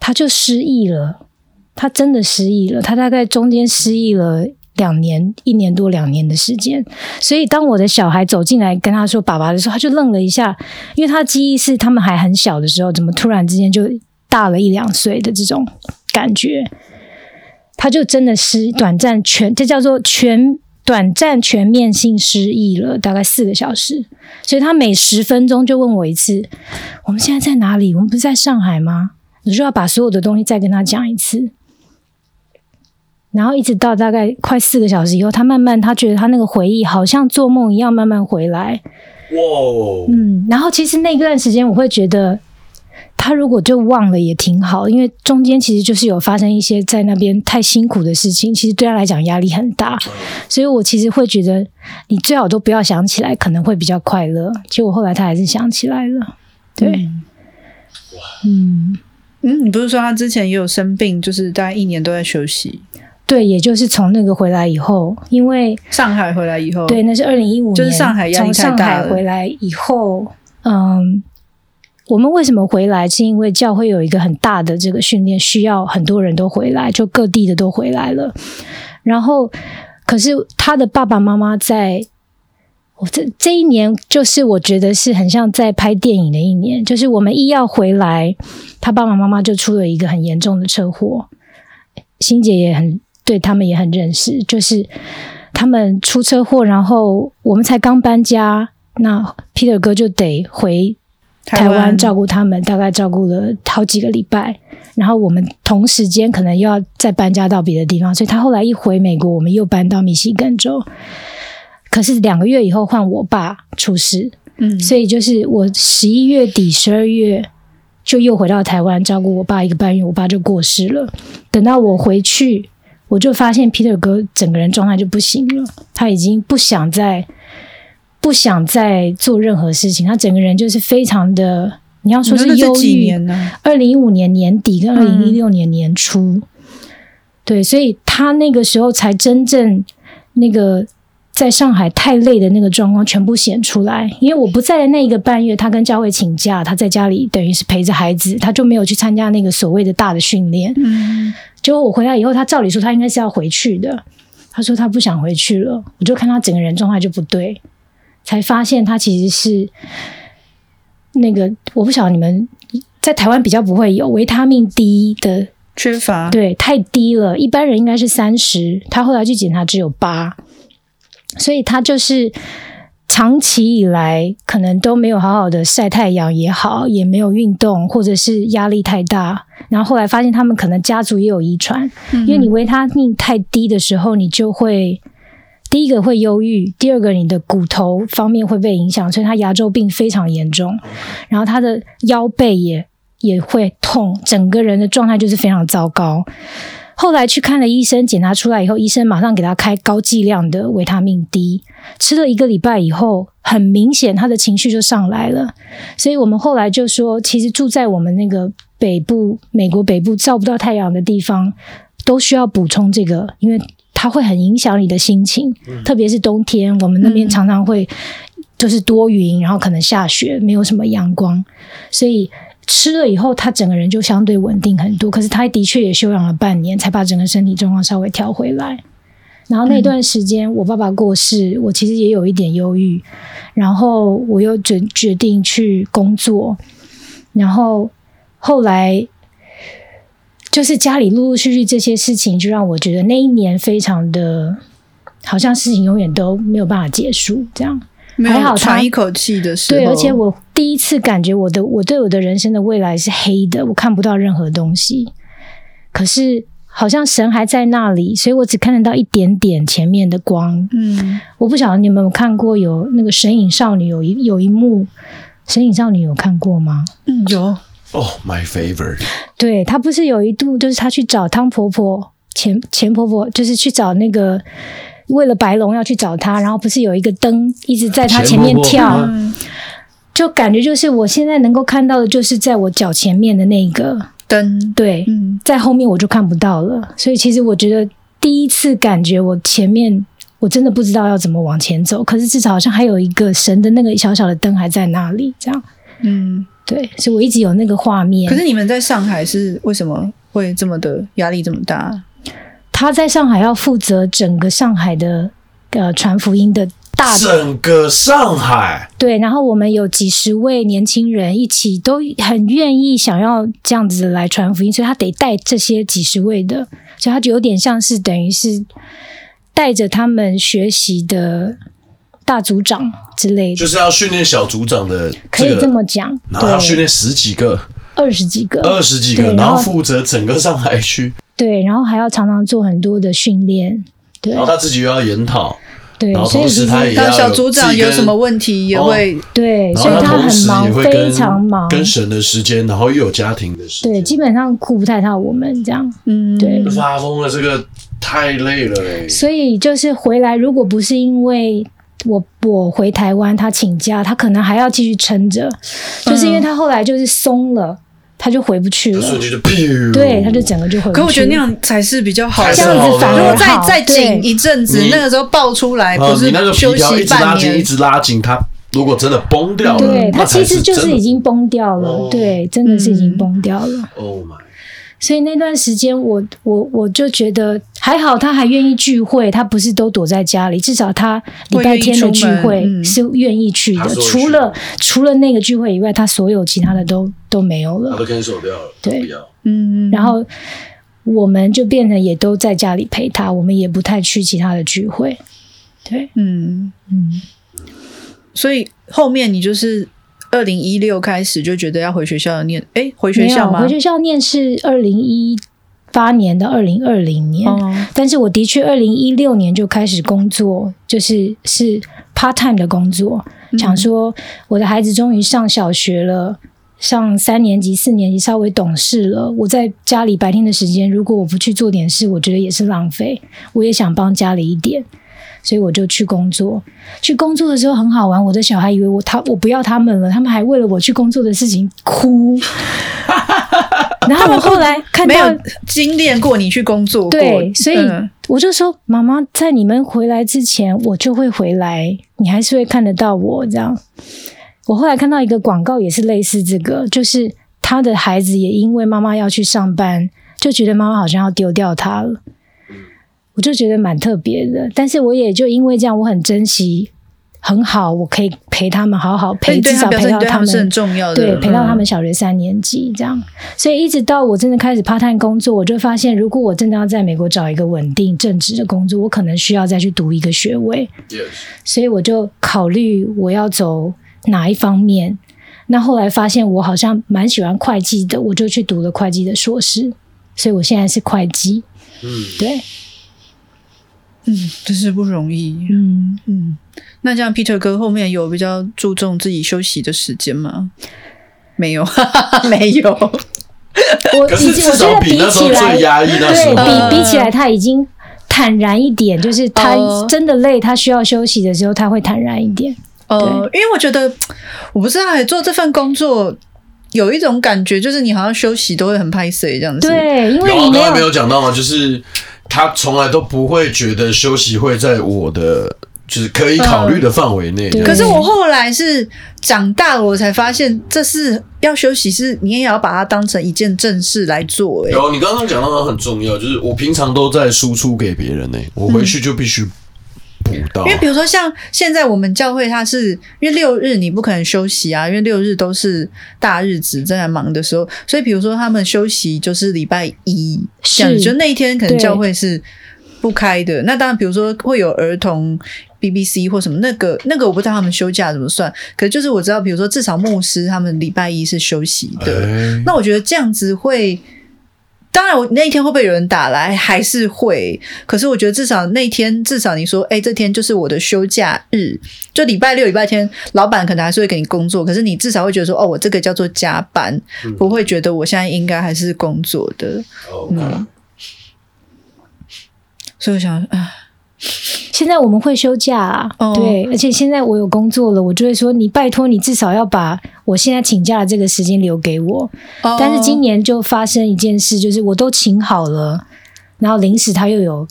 [SPEAKER 5] 他就失忆了，他真的失忆了，他大概中间失忆了。两年，一年多两年的时间，所以当我的小孩走进来跟他说“爸爸”的时候，他就愣了一下，因为他的记忆是他们还很小的时候，怎么突然之间就大了一两岁的这种感觉，他就真的失短暂全，这叫做全短暂全面性失忆了，大概四个小时，所以他每十分钟就问我一次：“我们现在在哪里？我们不是在上海吗？”我就要把所有的东西再跟他讲一次。然后一直到大概快四个小时以后，他慢慢他觉得他那个回忆好像做梦一样慢慢回来。
[SPEAKER 2] 哇，哦
[SPEAKER 5] 嗯，然后其实那段时间我会觉得，他如果就忘了也挺好，因为中间其实就是有发生一些在那边太辛苦的事情，其实对他来讲压力很大，所以我其实会觉得你最好都不要想起来，可能会比较快乐。结果后来他还是想起来了，对，嗯
[SPEAKER 4] 嗯，你不是说他之前也有生病，就是大概一年都在休息。
[SPEAKER 5] 对，也就是从那个回来以后，因为
[SPEAKER 4] 上海回来以后，
[SPEAKER 5] 对，，那是二零一五年，
[SPEAKER 4] 就是上海压力
[SPEAKER 5] 从
[SPEAKER 4] 太
[SPEAKER 5] 上
[SPEAKER 4] 大了
[SPEAKER 5] 海回来以后，嗯，我们为什么回来？是因为教会有一个很大的这个训练，需要很多人都回来，就各地的都回来了。然后，可是他的爸爸妈妈在。我这这一年就是我觉得是很像在拍电影的一年，就是我们一要回来，他爸爸妈妈就出了一个很严重的车祸，欣姐也很对他们也很认识，就是他们出车祸，然后我们才刚搬家，那 Peter 哥就得回台湾照顾他们，大概照顾了好几个礼拜。然后我们同时间可能又要再搬家到别的地方，所以他后来一回美国，我们又搬到密西根州。可是两个月以后换我爸出事，
[SPEAKER 4] 嗯，
[SPEAKER 5] 所以就是我十一月底、十二月就又回到台湾照顾我爸一个半月，我爸就过世了。等到我回去，我就发现 Peter 哥整个人状态就不行了，他已经不想再不想再做任何事情，他整个人就是非常的，你要说
[SPEAKER 4] 你
[SPEAKER 5] 是
[SPEAKER 4] 那
[SPEAKER 5] 忧
[SPEAKER 4] 这几
[SPEAKER 5] 郁，
[SPEAKER 4] 年呢？
[SPEAKER 5] 二零一五年年底跟二
[SPEAKER 4] 嗯
[SPEAKER 5] 零一六年年初，对，所以他那个时候才真正那个在上海太累的那个状况全部显出来。因为我不在的那一个半月，他跟教会请假，他在家里等于是陪着孩子，他就没有去参加那个所谓的大的训练。
[SPEAKER 4] 嗯，
[SPEAKER 5] 结果我回来以后，他照理说他应该是要回去的，他说他不想回去了，我就看他整个人状态就不对，才发现他其实是那个我不晓得你们在台湾比较不会有维他命 D 的，
[SPEAKER 4] 缺乏，
[SPEAKER 5] 对，太低了，一般人应该是三十，他后来去检查只有八，所以他就是。长期以来，可能都没有好好的晒太阳也好，也没有运动，或者是压力太大。然后后来发现他们可能家族也有遗传，因为你维他命太低的时候，你就会第一个会忧郁，第二个你的骨头方面会被影响，所以他牙周病非常严重，然后他的腰背也也会痛，整个人的状态就是非常糟糕。后来去看了医生，检查出来以后，医生马上给他开高剂量的维他命 D，吃了一个礼拜以后，很明显他的情绪就上来了。所以我们后来就说，其实住在我们那个北部，美国北部照不到太阳的地方，都需要补充这个，因为它会很影响你的心情，特别是冬天，我们那边常常会就是多云，然后可能下雪，没有什么阳光，所以。吃了以后，他整个人就相对稳定很多。可是他的确也休养了半年，才把整个身体状况稍微调回来。然后那段时间，我爸爸过世，我其实也有一点忧郁。然后我又决决定去工作，然后后来就是家里陆陆续续这些事情，就让我觉得那一年非常的，好像事情永远都没有办法结束这样。
[SPEAKER 4] 没
[SPEAKER 5] 还好
[SPEAKER 4] 有
[SPEAKER 5] 他
[SPEAKER 4] 喘一口气的时候，
[SPEAKER 5] 对，而且我第一次感觉我的我对我的人生的未来是黑的，我看不到任何东西。可是好像神还在那里，所以我只看得到一点点前面的光。
[SPEAKER 4] 嗯，
[SPEAKER 5] 我不晓得你们有没有看过有那个《神隐少女》有一有一幕，《神隐少女》有看过吗？
[SPEAKER 4] 嗯有
[SPEAKER 2] 哦、m y favorite，
[SPEAKER 5] 对她不是有一度就是她去找汤婆婆钱钱婆婆，就是去找那个为了白龙要去找她，然后不是有一个灯一直在她前面
[SPEAKER 3] 钱婆婆
[SPEAKER 5] 跳，
[SPEAKER 3] 嗯
[SPEAKER 5] 就感觉就是我现在能够看到的就是在我脚前面的那一个，
[SPEAKER 4] 灯，
[SPEAKER 5] 对，
[SPEAKER 4] 嗯，
[SPEAKER 5] 在后面我就看不到了。所以其实我觉得第一次感觉我前面我真的不知道要怎么往前走，可是至少好像还有一个神的那个小小的灯还在那里，这样
[SPEAKER 4] 嗯，
[SPEAKER 5] 对，所以我一直有那个画面。
[SPEAKER 4] 可是你们在上海是为什么会这么的压力这么大？
[SPEAKER 5] 他在上海要负责整个上海的呃传福音的大
[SPEAKER 2] 整个上海
[SPEAKER 5] 对，然后我们有几十位年轻人一起都很愿意想要这样子来传福音，所以他得带这些几十位的，所以他就有点像是等于是带着他们学习的大组长之类的，
[SPEAKER 2] 就是要训练小组长的、这个，
[SPEAKER 5] 可以这么讲，
[SPEAKER 2] 然后要训
[SPEAKER 5] 对，
[SPEAKER 2] 练十几个、
[SPEAKER 5] 二十几个，
[SPEAKER 2] 二十几个，
[SPEAKER 5] 对
[SPEAKER 2] 然
[SPEAKER 5] 然
[SPEAKER 2] 后
[SPEAKER 5] 后
[SPEAKER 2] 负责整个上海区，
[SPEAKER 5] 对，然后还要常常做很多的训练，对
[SPEAKER 2] 然后他自己又要研讨，
[SPEAKER 5] 对
[SPEAKER 2] 然，后
[SPEAKER 5] 所以
[SPEAKER 2] 同
[SPEAKER 5] 其
[SPEAKER 2] 时
[SPEAKER 5] 实
[SPEAKER 2] 他也要
[SPEAKER 4] 当小组长
[SPEAKER 2] 自己
[SPEAKER 4] 有
[SPEAKER 2] 跟
[SPEAKER 4] 什么问题也
[SPEAKER 2] 哦
[SPEAKER 4] 会，
[SPEAKER 5] 对，
[SPEAKER 2] 然
[SPEAKER 5] 所
[SPEAKER 2] 后
[SPEAKER 5] 以他
[SPEAKER 2] 同
[SPEAKER 5] 很
[SPEAKER 2] 时也
[SPEAKER 5] 忙，
[SPEAKER 2] 会
[SPEAKER 5] 非
[SPEAKER 2] 跟
[SPEAKER 5] 常忙，
[SPEAKER 2] 跟神的时间，然后又有家庭的时间，
[SPEAKER 5] 对，基本上顾不太到我们这样。
[SPEAKER 4] 嗯，
[SPEAKER 5] 对
[SPEAKER 2] 发疯了，这个太累了嘞。
[SPEAKER 5] 所以就是回来，如果不是因为我我回台湾，他请假，他可能还要继续撑着，就是因为他后来就是松了，他就回不去
[SPEAKER 2] 他
[SPEAKER 5] 了，
[SPEAKER 2] 瞬间就噗，
[SPEAKER 5] 对，他就整个就回不去。
[SPEAKER 4] 可我觉得那样才是比较好的，
[SPEAKER 2] 还
[SPEAKER 5] 这
[SPEAKER 2] 是
[SPEAKER 5] 样
[SPEAKER 2] 好
[SPEAKER 5] 子反
[SPEAKER 2] 的
[SPEAKER 4] 如
[SPEAKER 5] 而
[SPEAKER 4] 果再
[SPEAKER 5] 好
[SPEAKER 4] 再紧
[SPEAKER 5] 对
[SPEAKER 4] 一阵子
[SPEAKER 2] 你，
[SPEAKER 4] 那个时候爆出来，
[SPEAKER 2] 啊
[SPEAKER 4] 不是
[SPEAKER 2] 你那个皮
[SPEAKER 4] 休
[SPEAKER 2] 条
[SPEAKER 4] 息
[SPEAKER 2] 一直拉
[SPEAKER 4] 半
[SPEAKER 2] 筋，一
[SPEAKER 4] 年，
[SPEAKER 2] 直拉紧，它如果真的崩掉了，
[SPEAKER 5] 对他
[SPEAKER 2] 那才
[SPEAKER 5] 其实就是是
[SPEAKER 2] 真的
[SPEAKER 5] 已经崩掉
[SPEAKER 2] 哦
[SPEAKER 5] 了，对，真的是已
[SPEAKER 4] 嗯
[SPEAKER 5] 经崩掉了。
[SPEAKER 2] ，Oh my，
[SPEAKER 5] 所以那段时间我，我我就觉得还好，他还愿意聚会，他不是都躲在家里，至少他礼拜天的聚
[SPEAKER 4] 会
[SPEAKER 5] 会
[SPEAKER 4] 愿意出门嗯
[SPEAKER 5] 是愿意去的。
[SPEAKER 2] 他所有
[SPEAKER 5] 除
[SPEAKER 2] 去
[SPEAKER 5] 了除了那个聚会以外，他所有其他的都都没有
[SPEAKER 2] 他
[SPEAKER 5] 了。
[SPEAKER 2] 都 cancel 掉了，
[SPEAKER 5] 对
[SPEAKER 2] 不要。
[SPEAKER 4] 嗯，
[SPEAKER 5] 然后我们就变成也都在家里陪他，我们也不太去其他的聚会。对，
[SPEAKER 4] 嗯，
[SPEAKER 5] 嗯，
[SPEAKER 4] 所以后面你就是二零一六开始就觉得要回学校念，哎，回学
[SPEAKER 5] 没
[SPEAKER 4] 校
[SPEAKER 5] 有
[SPEAKER 4] 吗
[SPEAKER 5] 回？学校念是二零一八年到二零二零年。
[SPEAKER 4] 哦，
[SPEAKER 5] 但是我的确二零一六年就开始工作，就是是 part time 的工作，
[SPEAKER 4] 嗯
[SPEAKER 5] 想说我的孩子终于上小学了。上三年级、四年级稍微懂事了，我在家里白天的时间，如果我不去做点事，我觉得也是浪费。我也想帮家里一点，所以我就去工作。去工作的时候很好玩，我的小孩以为我他我不要他们了，他们还为了我去工作的事情 哭。然后我后来看
[SPEAKER 4] 没
[SPEAKER 5] 到
[SPEAKER 4] 有经历过你去工作过，
[SPEAKER 5] 对，所以
[SPEAKER 4] 嗯
[SPEAKER 5] 我就说，妈妈在你们回来之前，我就会回来，你还是会看得到我这样。我后来看到一个广告，也是类似这个，就是他的孩子也因为妈妈要去上班，就觉得妈妈好像要丢掉他了。我就觉得蛮特别的，但是我也就因为这样，我很珍惜，很好，我可以陪他们好好
[SPEAKER 4] 所以
[SPEAKER 5] 陪，
[SPEAKER 4] 你
[SPEAKER 5] 至
[SPEAKER 4] 对他
[SPEAKER 5] 少
[SPEAKER 4] 表示
[SPEAKER 5] 陪
[SPEAKER 4] 你
[SPEAKER 5] 到
[SPEAKER 4] 对
[SPEAKER 5] 他
[SPEAKER 4] 他们是很
[SPEAKER 5] 们
[SPEAKER 4] 重要的，
[SPEAKER 5] 对，陪到他
[SPEAKER 4] 嗯
[SPEAKER 5] 们小学三年级这样。所以一直到我真的开始 part time 工作，我就发现，如果我真的要在美国找一个稳定正职的工作，我可能需要再去读一个学位。
[SPEAKER 2] Yes，
[SPEAKER 5] 所以我就考虑我要走哪一方面。那后来发现我好像蛮喜欢会计的，我就去读了会计的硕士。所以我现在是会计，
[SPEAKER 2] 嗯，
[SPEAKER 5] 对，
[SPEAKER 4] 真嗯是不容易。
[SPEAKER 5] 嗯，
[SPEAKER 4] 嗯，那这样 Peter 哥后面有比较注重自己休息的时间吗？没有， 没有。
[SPEAKER 5] 我
[SPEAKER 2] 可
[SPEAKER 5] 已
[SPEAKER 2] 是
[SPEAKER 5] 经
[SPEAKER 2] 至
[SPEAKER 5] 我觉
[SPEAKER 2] 少
[SPEAKER 5] 得
[SPEAKER 2] 比
[SPEAKER 5] 比
[SPEAKER 2] 那时候
[SPEAKER 5] 起来
[SPEAKER 2] 最，压抑那时
[SPEAKER 5] 对
[SPEAKER 4] 嗯
[SPEAKER 2] 候，
[SPEAKER 5] 比比起来，他已经坦然一点，就是他
[SPEAKER 4] 哦
[SPEAKER 5] 真的累，他需要休息的时候，他会坦然一点。
[SPEAKER 4] 呃，因为我觉得我不知道欸，做这份工作有一种感觉，就是你好像休息都会很拍摄这样子。，
[SPEAKER 5] 对，因为
[SPEAKER 2] 有啊
[SPEAKER 5] 你没
[SPEAKER 2] 刚才
[SPEAKER 5] 有
[SPEAKER 2] 没有讲到嘛，就是他从来都不会觉得休息会在我的就是可以考虑的范围内。
[SPEAKER 5] 嗯对
[SPEAKER 4] 可是我后来是长大了，我才发现这是要休息，是你也要把它当成一件正事来做、欸。
[SPEAKER 2] 有，你刚刚讲到很重要，就是我平常都在输出给别人呢、欸我回去就必须补到。
[SPEAKER 4] 因为比如说像现在我们教会，它是因为六日你不可能休息啊，因为六日都是大日子，正在忙的时候，所以比如说他们休息就是礼拜一，这样
[SPEAKER 5] 是
[SPEAKER 4] 就那一天可能
[SPEAKER 5] 对
[SPEAKER 4] 教会是不开的。那当然，比如说会有儿童 BBC 或什么那个那个，我不知道他们休假怎么算，可就是我知道，比如说至少牧师他们礼拜一是休息的，
[SPEAKER 2] 哎
[SPEAKER 4] 那我觉得这样子会。当然，我那一天会不会有人打来，还是会。可是我觉得至少那天，至少你说，哎、这天就是我的休假日，就礼拜六、礼拜天，老板可能还是会给你工作，可是你至少会觉得说，哦，我这个叫做加班，不会觉得我现在应该还是工作的。
[SPEAKER 2] 哦
[SPEAKER 4] 嗯，所以我想，啊，
[SPEAKER 5] 现在我们会休假、啊
[SPEAKER 4] 哦
[SPEAKER 5] 对，而且现在我有工作了，我就会说你拜托你至少要把我现在请假的这个时间留给我。
[SPEAKER 4] 哦
[SPEAKER 5] 但是今年就发生一件事，就是我都请好了，然后临时他又有，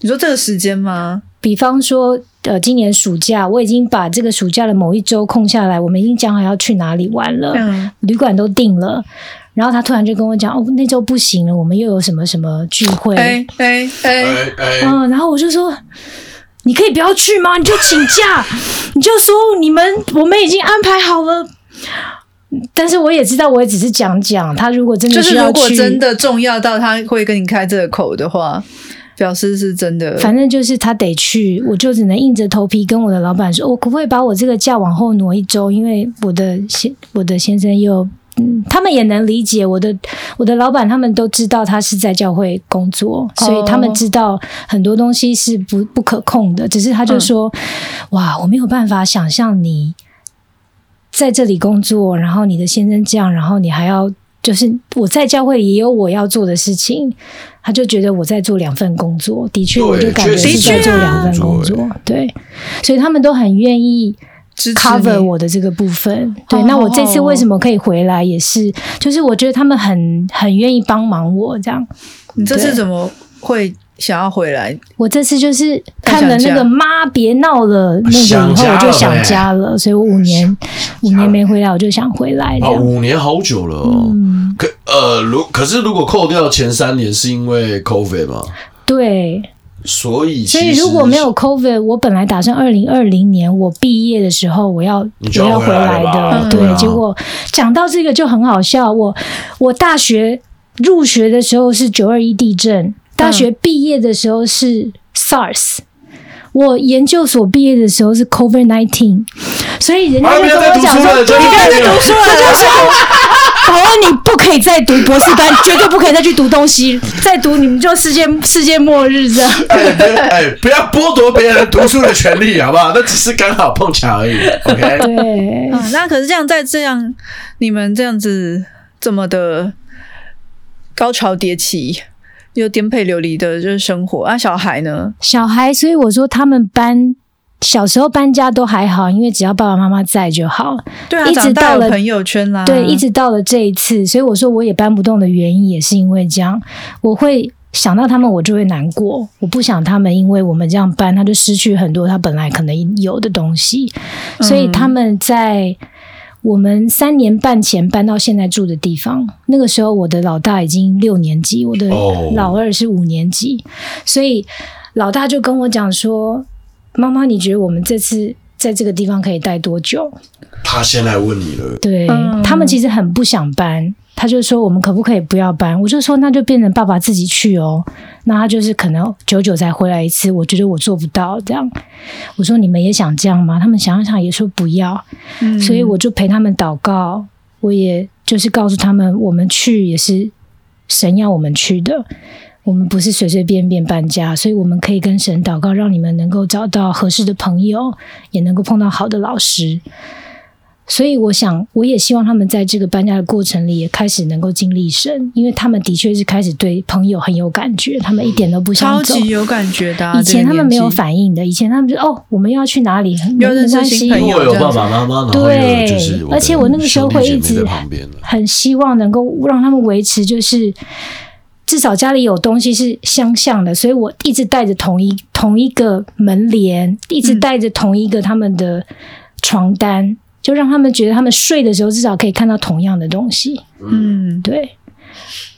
[SPEAKER 4] 你说这个时间吗？
[SPEAKER 5] 比方说呃，今年暑假我已经把这个暑假的某一周空下来，我们已经讲好要去哪里玩了，
[SPEAKER 4] 嗯，
[SPEAKER 5] 旅馆都定了。然后他突然就跟我讲，哦，那周不行了，我们又有什么什么聚会，
[SPEAKER 4] 哎哎哎，
[SPEAKER 2] 哎哎，
[SPEAKER 5] 嗯，然后我就说。你可以不要去吗？你就请 假，你就说你们我们已经安排好了。但是我也知道，我也只是讲讲。他如果真
[SPEAKER 4] 就
[SPEAKER 5] 的
[SPEAKER 4] 是
[SPEAKER 5] 需要
[SPEAKER 4] 如果
[SPEAKER 5] 去，
[SPEAKER 4] 真的重要到他会跟你开这个口的话，表示是真的。
[SPEAKER 5] 反正就是他得去，我就只能硬着头皮跟我的老板说，哦我可不可以把我这个假往后挪一周？因为我的先我的先生又，嗯，他们也能理解我的我的老板，他们都知道他是在教会工作，所以他们知道很多东西是不不可控的。只是他就说，哇，我没有办法想象你在这里工作，然后你的先生这样，然后你还要。就是我在教会也有我要做的事情，他就觉得我在做两份工作，的确，
[SPEAKER 2] 对
[SPEAKER 5] 我就感觉
[SPEAKER 2] 确
[SPEAKER 5] 是
[SPEAKER 2] 实
[SPEAKER 5] 在做两份工
[SPEAKER 2] 的确
[SPEAKER 5] 作，对，所以他们都很愿意
[SPEAKER 4] 支持你
[SPEAKER 5] cover 我的这个部分。对
[SPEAKER 4] 哦，
[SPEAKER 5] 那我这次为什么可以回来，也是就是我觉得他们很很愿意帮忙我这样。
[SPEAKER 4] 你这次
[SPEAKER 5] 对
[SPEAKER 4] 怎么会想要回来？
[SPEAKER 5] 我这次就是看了那
[SPEAKER 4] 想家
[SPEAKER 5] 个“妈别闹了”那个以
[SPEAKER 2] 想
[SPEAKER 5] 后，
[SPEAKER 2] 家
[SPEAKER 5] 我就
[SPEAKER 2] 了
[SPEAKER 5] 想
[SPEAKER 2] 欸
[SPEAKER 5] 家了，所以我五年五年没回来，我就想回来这
[SPEAKER 2] 啊，
[SPEAKER 5] 样。
[SPEAKER 2] 五年好久了哦。
[SPEAKER 5] 嗯
[SPEAKER 2] 可呃，如可是如果扣掉前三年，是因为 COVID 嘛？
[SPEAKER 5] 对，
[SPEAKER 2] 所以其
[SPEAKER 5] 所
[SPEAKER 2] 实
[SPEAKER 5] 以如果没有 COVID，我本来打算二零二零年我毕业的时候我要
[SPEAKER 2] 你
[SPEAKER 5] 我
[SPEAKER 2] 就要
[SPEAKER 5] 要
[SPEAKER 2] 回来
[SPEAKER 5] 来
[SPEAKER 2] 了吧
[SPEAKER 5] 的，
[SPEAKER 2] 对啊
[SPEAKER 5] 结果讲到这个就很好笑。我我大学入学的时候是九二一地震，大学毕业的时候是 SARS。我研究所毕业的时候是 COVID nineteen，所以人家
[SPEAKER 2] 啊，
[SPEAKER 5] 就
[SPEAKER 2] 不
[SPEAKER 5] 跟
[SPEAKER 2] 要再
[SPEAKER 5] 我
[SPEAKER 2] 读
[SPEAKER 5] 讲
[SPEAKER 2] 书
[SPEAKER 5] 说，
[SPEAKER 2] 了，
[SPEAKER 5] 不要再
[SPEAKER 2] 读
[SPEAKER 5] 读书 了，就说保安你不可以再读博士班，绝对不可以再去读东西，再读你们就世界世界末日这样。
[SPEAKER 2] 哎不要哎，不要剥夺别人读书的权利，好不好？那只是刚好碰巧而已。OK，
[SPEAKER 5] 对，
[SPEAKER 4] 啊，那可是这样，在这样你们这样子这么的高潮迭起又颠沛流离的，就是生活啊，小孩呢？
[SPEAKER 5] 小孩，所以我说他们搬小时候搬家都还好，因为只要爸爸妈妈在就好。
[SPEAKER 4] 对啊，
[SPEAKER 5] 一直
[SPEAKER 4] 长大
[SPEAKER 5] 到
[SPEAKER 4] 有
[SPEAKER 5] 了
[SPEAKER 4] 朋友圈啦，
[SPEAKER 5] 对，一直到了这一次，所以我说我也搬不动的原因也是因为这样，我会。想到他们，我就会难过。我不想他们，因为我们这样搬，他就失去很多他本来可能有的东西。所以他们在我们三年半前搬到现在住的地方，那个时候我的老大已经六年级，我的
[SPEAKER 2] 哦
[SPEAKER 5] 老二是五年级，所以老大就跟我讲说：“妈妈，你觉得我们这次在这个地方可以待多久
[SPEAKER 2] 他先来问你了？”。
[SPEAKER 5] 对、
[SPEAKER 4] 嗯
[SPEAKER 5] 他们其实很不想搬。他就说我们可不可以不要搬？我就说那就变成爸爸自己去哦。那他就是可能久久才回来一次，我觉得我做不到这样。我说你们也想这样吗？他们想一想也说不要。
[SPEAKER 4] 嗯
[SPEAKER 5] 所以我就陪他们祷告，我也就是告诉他们，我们去也是神要我们去的，我们不是随随便便搬家，所以我们可以跟神祷告，让你们能够找到合适的朋友，也能够碰到好的老师。所以我想，我也希望他们在这个搬家的过程里，也开始能够经历神，因为他们的确是开始对朋友很有感觉，他们一点都不想
[SPEAKER 4] 超
[SPEAKER 5] 走。
[SPEAKER 4] 级有感觉的啊、
[SPEAKER 5] 以前他们没有
[SPEAKER 4] 这个年纪
[SPEAKER 5] 反应的，以前他们就哦，我们要去哪里，没
[SPEAKER 4] 认
[SPEAKER 5] 没
[SPEAKER 4] 识
[SPEAKER 5] 关
[SPEAKER 4] 新
[SPEAKER 5] 系，
[SPEAKER 4] 朋友
[SPEAKER 2] 因为我有爸爸妈妈，然后又有就是
[SPEAKER 5] 对而且我那个时候会一
[SPEAKER 2] 我的兄弟姐妹
[SPEAKER 5] 直
[SPEAKER 2] 在旁边的
[SPEAKER 5] 很希望能够让他们维持，就是至少家里有东西是相像的，所以我一直带着同一同一个门帘，一直带着同一个他们的床单，就让他们觉得他们睡的时候至少可以看到同样的东西。
[SPEAKER 4] 嗯，
[SPEAKER 5] 对，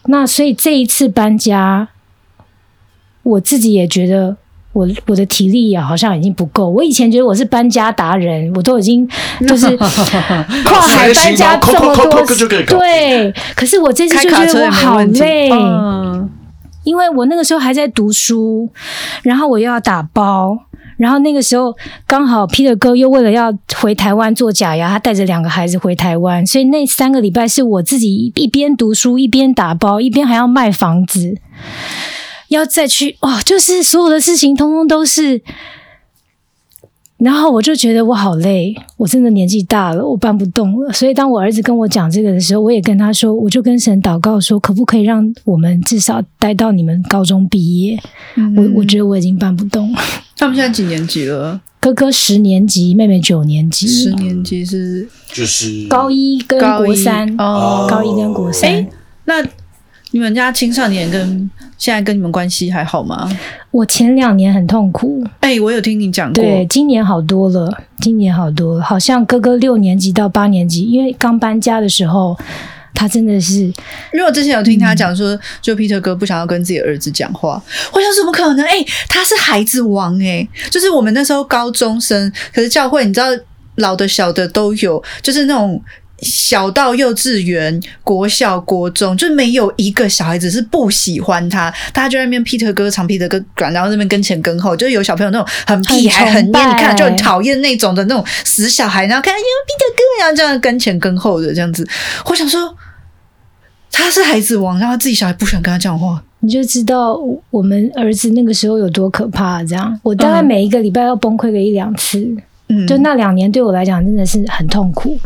[SPEAKER 5] 那所以这一次搬家，我自己也觉得。我我的体力也好像已经不够。我以前觉得我是搬家达人，我都已经就是跨海搬家这么
[SPEAKER 2] 扣扣扣
[SPEAKER 5] 多
[SPEAKER 2] 扣就可以
[SPEAKER 5] 次，
[SPEAKER 2] 搞
[SPEAKER 5] 对。可是我这次
[SPEAKER 4] 开
[SPEAKER 5] 就
[SPEAKER 4] 卡
[SPEAKER 5] 觉
[SPEAKER 4] 车
[SPEAKER 5] 得
[SPEAKER 4] 也没
[SPEAKER 5] 我好
[SPEAKER 4] 问题。
[SPEAKER 5] 累，
[SPEAKER 4] 嗯，
[SPEAKER 5] 因为我那个时候还在读书，然后我又要打包，然后那个时候刚好 Peter 哥又为了要回台湾做假牙，他带着两个孩子回台湾，所以那三个礼拜是我自己一边读书，一边打包，一边还要卖房子，要再去哦，就是所有的事情通通都是。然后我就觉得我好累，我真的年纪大了，我搬不动了。所以当我儿子跟我讲这个的时候，我也跟他说，我就跟神祷告说，可不可以让我们至少待到你们高中毕业？
[SPEAKER 4] 嗯
[SPEAKER 5] 我我觉得我已经搬不动了。
[SPEAKER 4] 他们现在几年级了？
[SPEAKER 5] 哥哥十年级，妹妹九年
[SPEAKER 4] 十
[SPEAKER 5] 级，
[SPEAKER 4] 年级是
[SPEAKER 2] 就是
[SPEAKER 5] 高一跟
[SPEAKER 4] 高
[SPEAKER 5] 国
[SPEAKER 4] 一
[SPEAKER 5] 三，
[SPEAKER 4] 哦
[SPEAKER 5] 高一跟国三。
[SPEAKER 4] 哎那你们家青少年跟现在跟你们关系还好吗？
[SPEAKER 5] 我前两年很痛苦，
[SPEAKER 4] 哎、我有听你讲过，
[SPEAKER 5] 对，今年好多了，今年好多了，好像哥哥六年级到八年级，因为刚搬家的时候，他真的是
[SPEAKER 4] 因为我之前有听他讲
[SPEAKER 5] 嗯
[SPEAKER 4] 说，就 Peter 哥不想要跟自己的儿子讲话，我想怎么可能？哎、他是孩子王哎、就是我们那时候高中生，可是教会你知道老的小的都有，就是那种。小到幼稚园、国小、国中，就没有一个小孩子是不喜欢他。大家就在那边 Peter 哥长 Peter 哥短，然后那边跟前跟后，就是有小朋友那种很屁孩、
[SPEAKER 5] 很
[SPEAKER 4] 很黏，
[SPEAKER 5] 崇拜
[SPEAKER 4] 你看就很讨厌那种的那种死小孩，然后看哎呦 Peter 哥，然后这样跟前跟后的这样子。我想说，他是孩子王，然后他自己小孩不想跟他讲话。
[SPEAKER 5] 你就知道我们儿子那个时候有多可怕。这样，我大概
[SPEAKER 4] 嗯
[SPEAKER 5] 每一个礼拜要崩溃个一两次，
[SPEAKER 4] 嗯，
[SPEAKER 5] 就那两年对我来讲真的是很痛苦。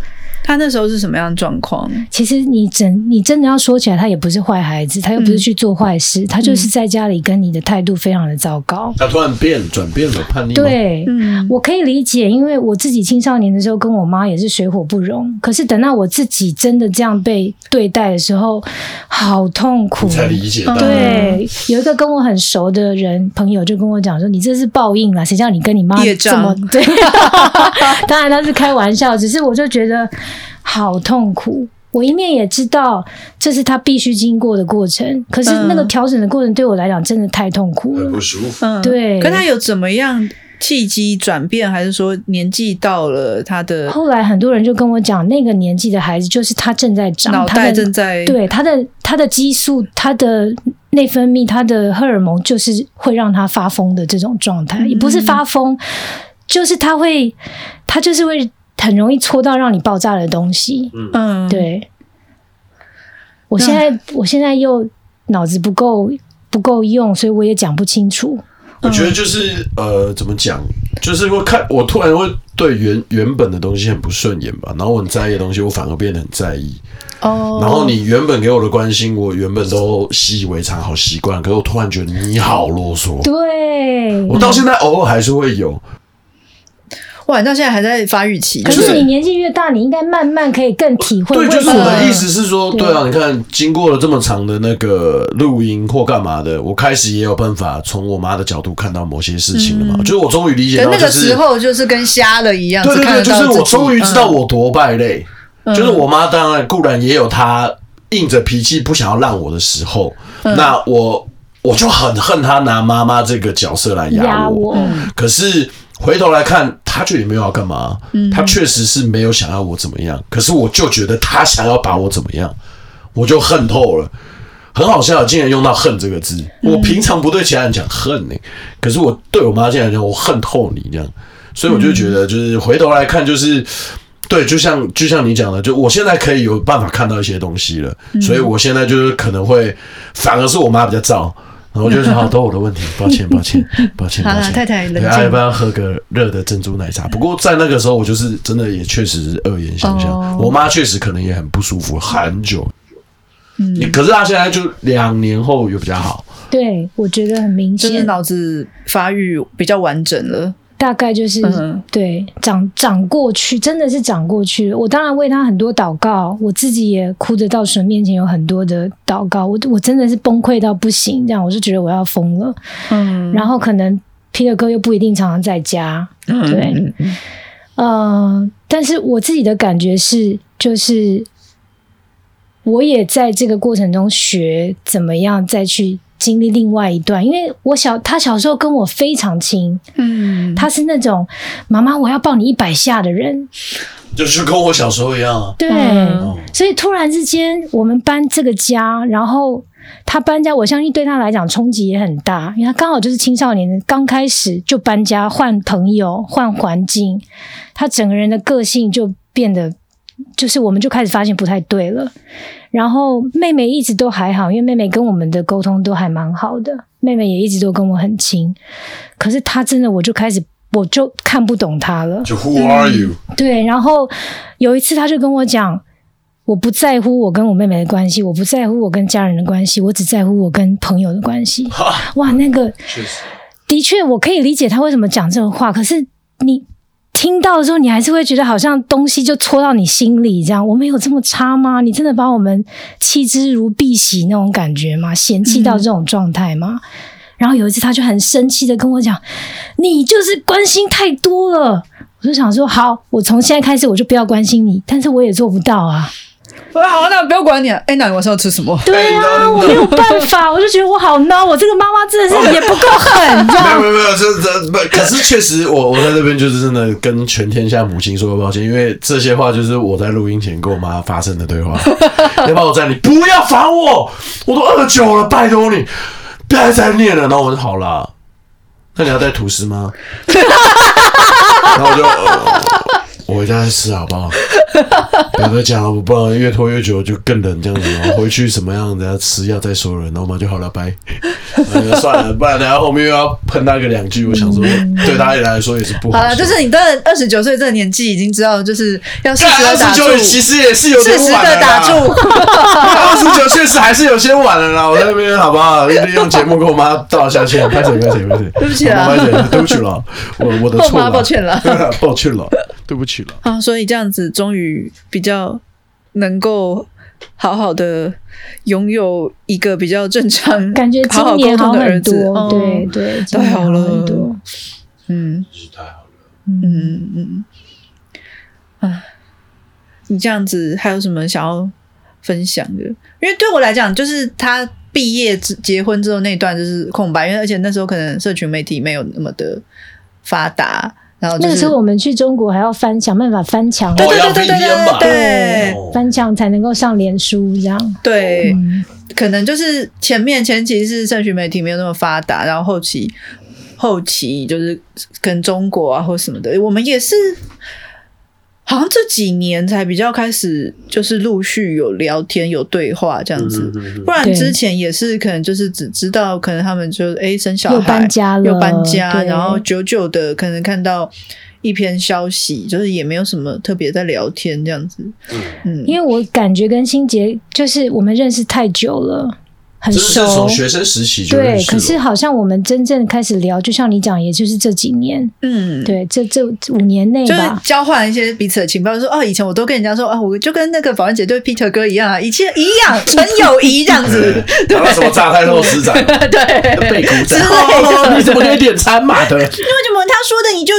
[SPEAKER 4] 他那时候是什么样的状况？
[SPEAKER 5] 其实你真你真的要说起来，他也不是坏孩子，他又不
[SPEAKER 2] 嗯
[SPEAKER 5] 是去做坏事，他就是在家里跟你的态度非常的糟糕。
[SPEAKER 2] 他突然变转变了叛逆，，
[SPEAKER 5] 对，
[SPEAKER 4] 嗯，
[SPEAKER 5] 我可以理解，因为我自己青少年的时候跟我妈也是水火不容。可是等到我自己真的这样被对待的时候，好痛苦
[SPEAKER 2] 你。才理解
[SPEAKER 4] 嗯
[SPEAKER 5] 嗯
[SPEAKER 2] 到。
[SPEAKER 5] 对，有一个跟我很熟的人朋友就跟我讲说：“你这是报应啦，谁叫你跟你妈
[SPEAKER 4] 业
[SPEAKER 5] 这
[SPEAKER 4] 障
[SPEAKER 5] 么对？” 当然他是开玩笑，只是我就觉得好痛苦。我一面也知道这是他必须经过的过程，可是那个
[SPEAKER 4] 嗯
[SPEAKER 5] 调整的过程对我来讲真的太痛苦
[SPEAKER 2] 很
[SPEAKER 5] 了
[SPEAKER 2] 不。舒服，
[SPEAKER 4] 嗯
[SPEAKER 5] 对
[SPEAKER 4] 可他有怎么样契机转变，还是说年纪到了他的
[SPEAKER 5] 后来很多人就跟我讲，那个年纪的孩子就是他正在长，
[SPEAKER 4] 脑
[SPEAKER 5] 他
[SPEAKER 4] 袋
[SPEAKER 5] 的
[SPEAKER 4] 正在？
[SPEAKER 5] 对他的他的激素、他的内分泌、他的荷尔蒙，就是会让他发疯的这种状态，也不是发疯，就是他会，他就是会很容易戳到让你爆炸的东西。
[SPEAKER 4] 嗯，
[SPEAKER 5] 对，我现在我现在又脑子不够不够用，所以我也讲不清楚。
[SPEAKER 2] 我觉得就是呃，怎么讲，就是会看我突然会对原原本的东西很不顺眼吧，然后我很在意的东西，我反而变得很在意。
[SPEAKER 4] 哦，
[SPEAKER 2] 然后你原本给我的关心，我原本都习以为常，好习惯，可是我突然觉得你好啰嗦。
[SPEAKER 5] 对，
[SPEAKER 2] 我到现在偶尔还是会有，
[SPEAKER 4] 哇，到现在还在发育期，
[SPEAKER 5] 可
[SPEAKER 2] 就是
[SPEAKER 5] 是你年纪越大，你应该慢慢可以更体会为
[SPEAKER 2] 对，
[SPEAKER 5] 什
[SPEAKER 2] 就
[SPEAKER 5] 么。
[SPEAKER 2] 是我的
[SPEAKER 4] 会
[SPEAKER 2] 意思是说，
[SPEAKER 5] 对
[SPEAKER 2] 对啊，你看，经过了这么长的那个录音或干嘛的，我开始也有办法从我妈的角度看到某些事情了嘛，就是我终于理解
[SPEAKER 4] 可
[SPEAKER 2] 到，
[SPEAKER 4] 嗯那
[SPEAKER 2] 就
[SPEAKER 4] 个
[SPEAKER 2] 是
[SPEAKER 4] 时候就是跟瞎了一样，
[SPEAKER 2] 对
[SPEAKER 4] 只
[SPEAKER 2] 对
[SPEAKER 4] 看
[SPEAKER 2] 对，
[SPEAKER 4] 得
[SPEAKER 2] 就
[SPEAKER 4] 到
[SPEAKER 2] 是
[SPEAKER 4] 自
[SPEAKER 2] 我
[SPEAKER 4] 己嗯
[SPEAKER 2] 终于知道我多败类，就是我妈当然固然也有她硬着脾气不想要让我的时候，
[SPEAKER 4] 嗯
[SPEAKER 2] 那我我就很恨她拿妈妈这个角色来
[SPEAKER 5] 压
[SPEAKER 2] 压
[SPEAKER 5] 我，
[SPEAKER 4] 嗯
[SPEAKER 2] 可是回头来看，他就也没有要干嘛，他确实是没有想要我怎么样，可是我就觉得他想要把我怎么样，我就恨透了。很好笑，竟然用到“恨”这个字。
[SPEAKER 4] 嗯
[SPEAKER 2] 我平常不对其他人讲恨呢、可是我对我妈竟然讲我恨透你这样，所以我就觉得，就是回头来看，就是对，就像就像你讲的，就我现在可以有办法看到一些东西了，
[SPEAKER 4] 嗯
[SPEAKER 2] 所以我现在就是可能会，反而是我妈比较燥，然后我就想，好，都我的问题，抱 歉，抱歉，抱歉，
[SPEAKER 4] 好啦
[SPEAKER 2] 抱歉，
[SPEAKER 4] 太太冷
[SPEAKER 2] 对
[SPEAKER 4] 静
[SPEAKER 2] 啊要不要喝个热的珍珠奶茶？不过在那个时候，我就是真的也确实是恶言相向，
[SPEAKER 4] 哦
[SPEAKER 2] 我妈确实可能也很不舒服，很久。嗯，可是她现在就两年后又比较好，
[SPEAKER 5] 对我觉得很明
[SPEAKER 4] 就是
[SPEAKER 5] 显，
[SPEAKER 4] 脑子发育比较完整了，
[SPEAKER 5] 大概就是、
[SPEAKER 4] 嗯
[SPEAKER 5] 对长长过去，真的是长过去了。我当然为他很多祷告，我自己也哭着到神面前有很多的祷告，我我真的是崩溃到不行，这样我就觉得我要疯了。
[SPEAKER 4] 嗯，
[SPEAKER 5] 然后可能 Peter 哥又不一定常常在家，
[SPEAKER 4] 嗯
[SPEAKER 5] 对，呃，但是我自己的感觉是，就是我也在这个过程中学怎么样再去。经历另外一段，因为我小他小时候跟我非常亲，
[SPEAKER 4] 嗯，
[SPEAKER 5] 他是那种妈妈我要抱你一百下的人，
[SPEAKER 2] 就是跟我小时候一样啊。
[SPEAKER 5] 对，所以突然之间我们搬这个家，然后他搬家，我相信对他来讲冲击也很大，因为他刚好就是青少年刚开始就搬家，换朋友，换环境，他整个人的个性就变得，就是我们就开始发现不太对了。然后妹妹一直都还好，因为妹妹跟我们的沟通都还蛮好的，妹妹也一直都跟我很亲。可是她真的，我就开始我就看不懂她了。
[SPEAKER 2] 就 Who are you？
[SPEAKER 5] 对，然后有一次他就跟我讲，我不在乎我跟我妹妹的关系，我不在乎我跟家人的关系，我只在乎我跟朋友的关系。哇，那个的确我可以理解他为什么讲这种话，可是你。听到的时候，你还是会觉得好像东西就戳到你心里，这样我们有这么差吗？你真的把我们弃之如敝屣那种感觉吗？嫌弃到这种状态吗？然后有一次，他就很生气的跟我讲：“你就是关心太多了。”我就想说，好，我从现在开始我就不要关心你，但是我也做不到啊。
[SPEAKER 4] 我说好，那不要管你了。哎，那你晚上要吃什么？
[SPEAKER 5] 对啊，我没有办法，我就觉得我好孬，我这个妈妈真的是也不够狠，你知道
[SPEAKER 2] 没有
[SPEAKER 5] 吗
[SPEAKER 2] 没有没有，这这不，可是确实我，我在这边就是真的跟全天下母亲说抱歉，因为这些话就是我在录音前跟我妈发生的对 话。要不然我在你不要烦我，我都二九了，拜托你，不要再念了。然后我就好啦，那你要带吐司吗？然后我就、呃我回家再吃好不好？不要再讲了，不然越拖越久就更冷这样子。我回去什么样子要吃药再说了，然后我妈就好了，拜。呃算了，不然等下后面又要喷他个两句，我想说，对他也来说也是不
[SPEAKER 4] 好
[SPEAKER 2] 好
[SPEAKER 4] 了，
[SPEAKER 2] 笑。
[SPEAKER 4] 就是你到二十九岁这个年纪，已经知道就是要适时的
[SPEAKER 2] 哎二
[SPEAKER 4] 打
[SPEAKER 2] 十
[SPEAKER 4] 住，
[SPEAKER 2] 九其
[SPEAKER 4] 适
[SPEAKER 2] 实也是有点
[SPEAKER 4] 时
[SPEAKER 2] 晚
[SPEAKER 4] 的
[SPEAKER 2] 了
[SPEAKER 4] 打
[SPEAKER 2] 啦，
[SPEAKER 4] 住。
[SPEAKER 2] 二十九确实还是有些晚了啦。我在那边好不好？利用节目跟我妈道一下歉，拍手拍手拍手，
[SPEAKER 4] 对不起啦
[SPEAKER 2] 好拍手对不起了，我我的
[SPEAKER 4] 后
[SPEAKER 2] 错
[SPEAKER 4] 妈
[SPEAKER 2] 了，
[SPEAKER 4] 抱歉了，
[SPEAKER 2] 抱歉了，对不起了。
[SPEAKER 4] 啊，所以这样子终于比较能够好好的拥有一个比较正常、
[SPEAKER 5] 感觉
[SPEAKER 4] 好
[SPEAKER 5] 今
[SPEAKER 4] 好沟
[SPEAKER 5] 年
[SPEAKER 4] 通
[SPEAKER 5] 好
[SPEAKER 4] 的儿
[SPEAKER 5] 很多，
[SPEAKER 4] 子。嗯
[SPEAKER 5] 对，对，今年
[SPEAKER 4] 太好了
[SPEAKER 5] 很多。
[SPEAKER 4] 嗯
[SPEAKER 5] 嗯，
[SPEAKER 4] 嗯嗯嗯，啊，你这样子还有什么想要分享的？因为对我来讲，就是他毕业之结婚之后那段就是空白，因为而且那时候可能社群媒体没有那么的发达，然哦后、就是、
[SPEAKER 5] 那个时候我们去中国还要翻，想办法翻墙，
[SPEAKER 4] 对
[SPEAKER 2] 哦
[SPEAKER 4] 对
[SPEAKER 2] 要
[SPEAKER 4] 对对对
[SPEAKER 2] VPN 吧
[SPEAKER 4] 对对
[SPEAKER 2] 哦
[SPEAKER 5] 翻墙才能够上脸书这样。
[SPEAKER 4] 对，
[SPEAKER 5] 嗯
[SPEAKER 4] 可能就是前面前期是社群媒体没有那么发达，然后后期后期就是跟中国啊或什么的，我们也是好像这几年才比较开始，就是陆续有聊天有对话这
[SPEAKER 2] 嗯
[SPEAKER 4] 样子。不然
[SPEAKER 5] 对
[SPEAKER 4] 之前也是可能就是只知道，可能他们就哎生小孩
[SPEAKER 5] 又搬家了
[SPEAKER 4] 又搬家，
[SPEAKER 5] 对
[SPEAKER 4] 然后久久的可能看到一篇消息，就是也没有什么特别在聊天这样子。嗯，
[SPEAKER 5] 因为我感觉跟心杰就是我们认识太久了，很
[SPEAKER 2] 真的
[SPEAKER 5] 熟
[SPEAKER 2] 是。从学生时期就认
[SPEAKER 5] 对，
[SPEAKER 2] 识
[SPEAKER 5] 可是
[SPEAKER 2] 了
[SPEAKER 5] 好像我们真正开始聊，就像你讲，也就是这几年，
[SPEAKER 4] 嗯，
[SPEAKER 5] 对，这这五年内
[SPEAKER 4] 就是
[SPEAKER 5] 吧。
[SPEAKER 4] 交换一些彼此的情报，说哦，以前我都跟人家说啊，我就跟那个保安姐对 Peter 哥一样啊，以前一样，纯友谊这样 子，对
[SPEAKER 2] 然后什么榨菜肉丝掌、
[SPEAKER 4] 对。
[SPEAKER 2] 背骨掌，
[SPEAKER 4] 类的
[SPEAKER 2] 哦你怎么可以点餐嘛的？
[SPEAKER 4] 为什么他说的你就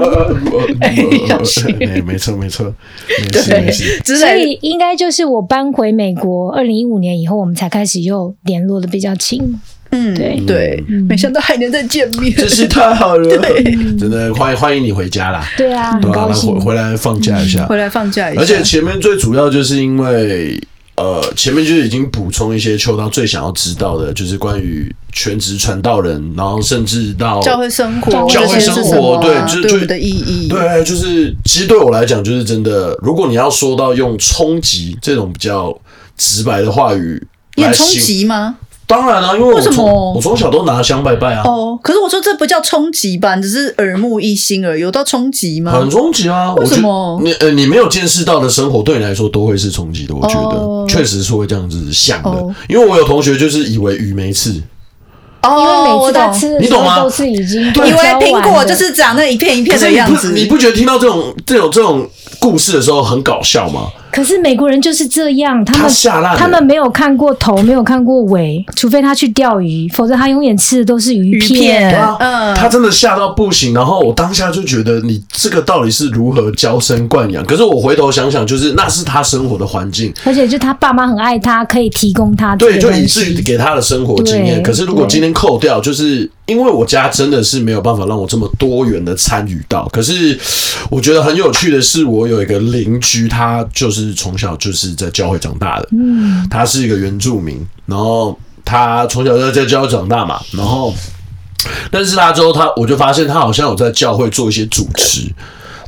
[SPEAKER 5] 哦
[SPEAKER 4] 住小心
[SPEAKER 2] 哎，没错没错，没事没事。
[SPEAKER 4] 之
[SPEAKER 5] 所
[SPEAKER 4] 类
[SPEAKER 5] 以应该就是我搬回美国，二零一五年以后，我们才开始又联络的比较亲。
[SPEAKER 4] 嗯，
[SPEAKER 5] 对
[SPEAKER 4] 对，没想到还能再见面，
[SPEAKER 2] 真是太好了，真的欢迎欢迎你回家啦，
[SPEAKER 5] 对啊，很
[SPEAKER 2] 对啊，
[SPEAKER 5] 高
[SPEAKER 2] 那回
[SPEAKER 5] 兴。
[SPEAKER 2] 回来放假一下，
[SPEAKER 4] 嗯回来放假一下，
[SPEAKER 2] 而且前面最主要就是因为，呃，前面就是已经补充一些秋刀最想要知道的，就是关于全职传道人，然后甚至到
[SPEAKER 4] 教会生活，
[SPEAKER 5] 教
[SPEAKER 4] 这
[SPEAKER 5] 会
[SPEAKER 4] 些
[SPEAKER 5] 生活
[SPEAKER 4] 是什么啊
[SPEAKER 2] 对就是
[SPEAKER 4] 对我
[SPEAKER 2] 就
[SPEAKER 4] 们的意义，
[SPEAKER 2] 对，啊就是其实对我来讲，就是真的，如果你要说到用冲击这种比较直白的话语
[SPEAKER 4] 你
[SPEAKER 2] 来
[SPEAKER 4] 很冲
[SPEAKER 2] 形，
[SPEAKER 4] 击吗？
[SPEAKER 2] 当然啊了、因为我
[SPEAKER 4] 为什
[SPEAKER 2] 从
[SPEAKER 4] 么
[SPEAKER 2] 我从小都拿香拜拜啊，
[SPEAKER 4] 哦，可是我说这不叫冲击吧，你只是耳目一新而已，有到冲击吗？
[SPEAKER 2] 很冲击啊！
[SPEAKER 4] 为
[SPEAKER 2] 我觉
[SPEAKER 4] 什么
[SPEAKER 2] 你呃，你没有见识到的生活，对你来说都会是冲击的。我觉
[SPEAKER 4] 哦
[SPEAKER 2] 得确实是会这样子想
[SPEAKER 4] 哦
[SPEAKER 2] 的，因为我有同学就是以为鱼没刺，
[SPEAKER 5] 因为
[SPEAKER 4] 哦，
[SPEAKER 5] 每
[SPEAKER 4] 我
[SPEAKER 5] 次他
[SPEAKER 4] 懂
[SPEAKER 5] 吃的
[SPEAKER 2] 你
[SPEAKER 5] 时
[SPEAKER 2] 懂吗
[SPEAKER 5] 候都是已经
[SPEAKER 4] 以为苹果就
[SPEAKER 5] 交完的
[SPEAKER 4] 是长那一片一
[SPEAKER 2] 可
[SPEAKER 4] 片
[SPEAKER 2] 是
[SPEAKER 4] 的
[SPEAKER 2] 你
[SPEAKER 4] 样
[SPEAKER 2] 不
[SPEAKER 4] 子，
[SPEAKER 2] 你不觉得听到这种这种这种故事的时候很搞笑吗？
[SPEAKER 5] 可是美国人就是这样，他
[SPEAKER 2] 他
[SPEAKER 5] 们
[SPEAKER 2] 吓烂了，
[SPEAKER 5] 他们没有看过头，没有看过尾，除非他去钓鱼，否则他永远吃的都是鱼片。
[SPEAKER 2] 对
[SPEAKER 4] 片
[SPEAKER 2] 啊，
[SPEAKER 4] 嗯
[SPEAKER 2] 他真的吓到不行。然后我当下就觉得，你这个到底是如何娇生惯养？可是我回头想想，就是那是他生活的环境，
[SPEAKER 5] 而且就他爸妈很爱他，可以提供他这
[SPEAKER 2] 啊对，
[SPEAKER 5] 个
[SPEAKER 2] 就
[SPEAKER 5] 东
[SPEAKER 2] 以至于
[SPEAKER 5] 西。
[SPEAKER 2] 给他的生活经验。
[SPEAKER 5] 对
[SPEAKER 2] 可是如果今天扣掉，就是因为我家真的是没有办法让我这么多元的参与到。可是我觉得很有趣的是，我有一个邻居，他就是从小就是在教会长大的，嗯，他是一个原住民，然后他从小就在教会长大嘛，然后。但是他之后他，我就发现他好像有在教会做一些主持，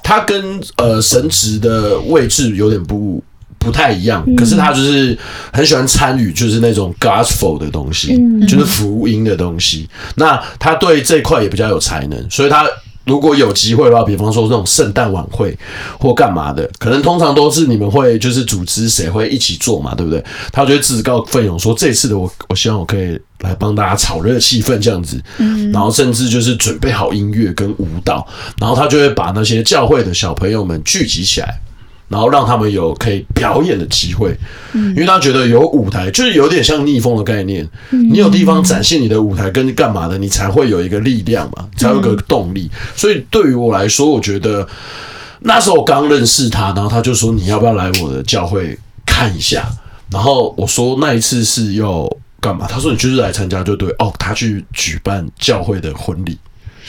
[SPEAKER 2] 他跟呃神职的位置有点不不太一样，可是他就是很喜欢参与，就是那种 gospel 的东西，就是福音的东西。那他对这一块也比较有才能，所以他。如果有机会的话，比方说那种圣诞晚会或干嘛的，可能通常都是你们会就是组织谁会一起做嘛，对不对？他就会自告奋勇说这次的我，我希望我可以来帮大家炒热气氛这样子，然后甚至就是准备好音乐跟舞蹈，然后他就会把那些教会的小朋友们聚集起来，然后让他们有可以表演的机会，因为他觉得有舞台就是有点像逆风的概念，你有地方展现你的舞台跟干嘛的，你才会有一个力量嘛，才有一个动力。所以对于我来说，我觉得那时候我刚认识他，然后他就说你要不要来我的教会看一下？然后我说那一次是要干嘛？他说你就是来参加就对。哦，他去举办教会的婚礼。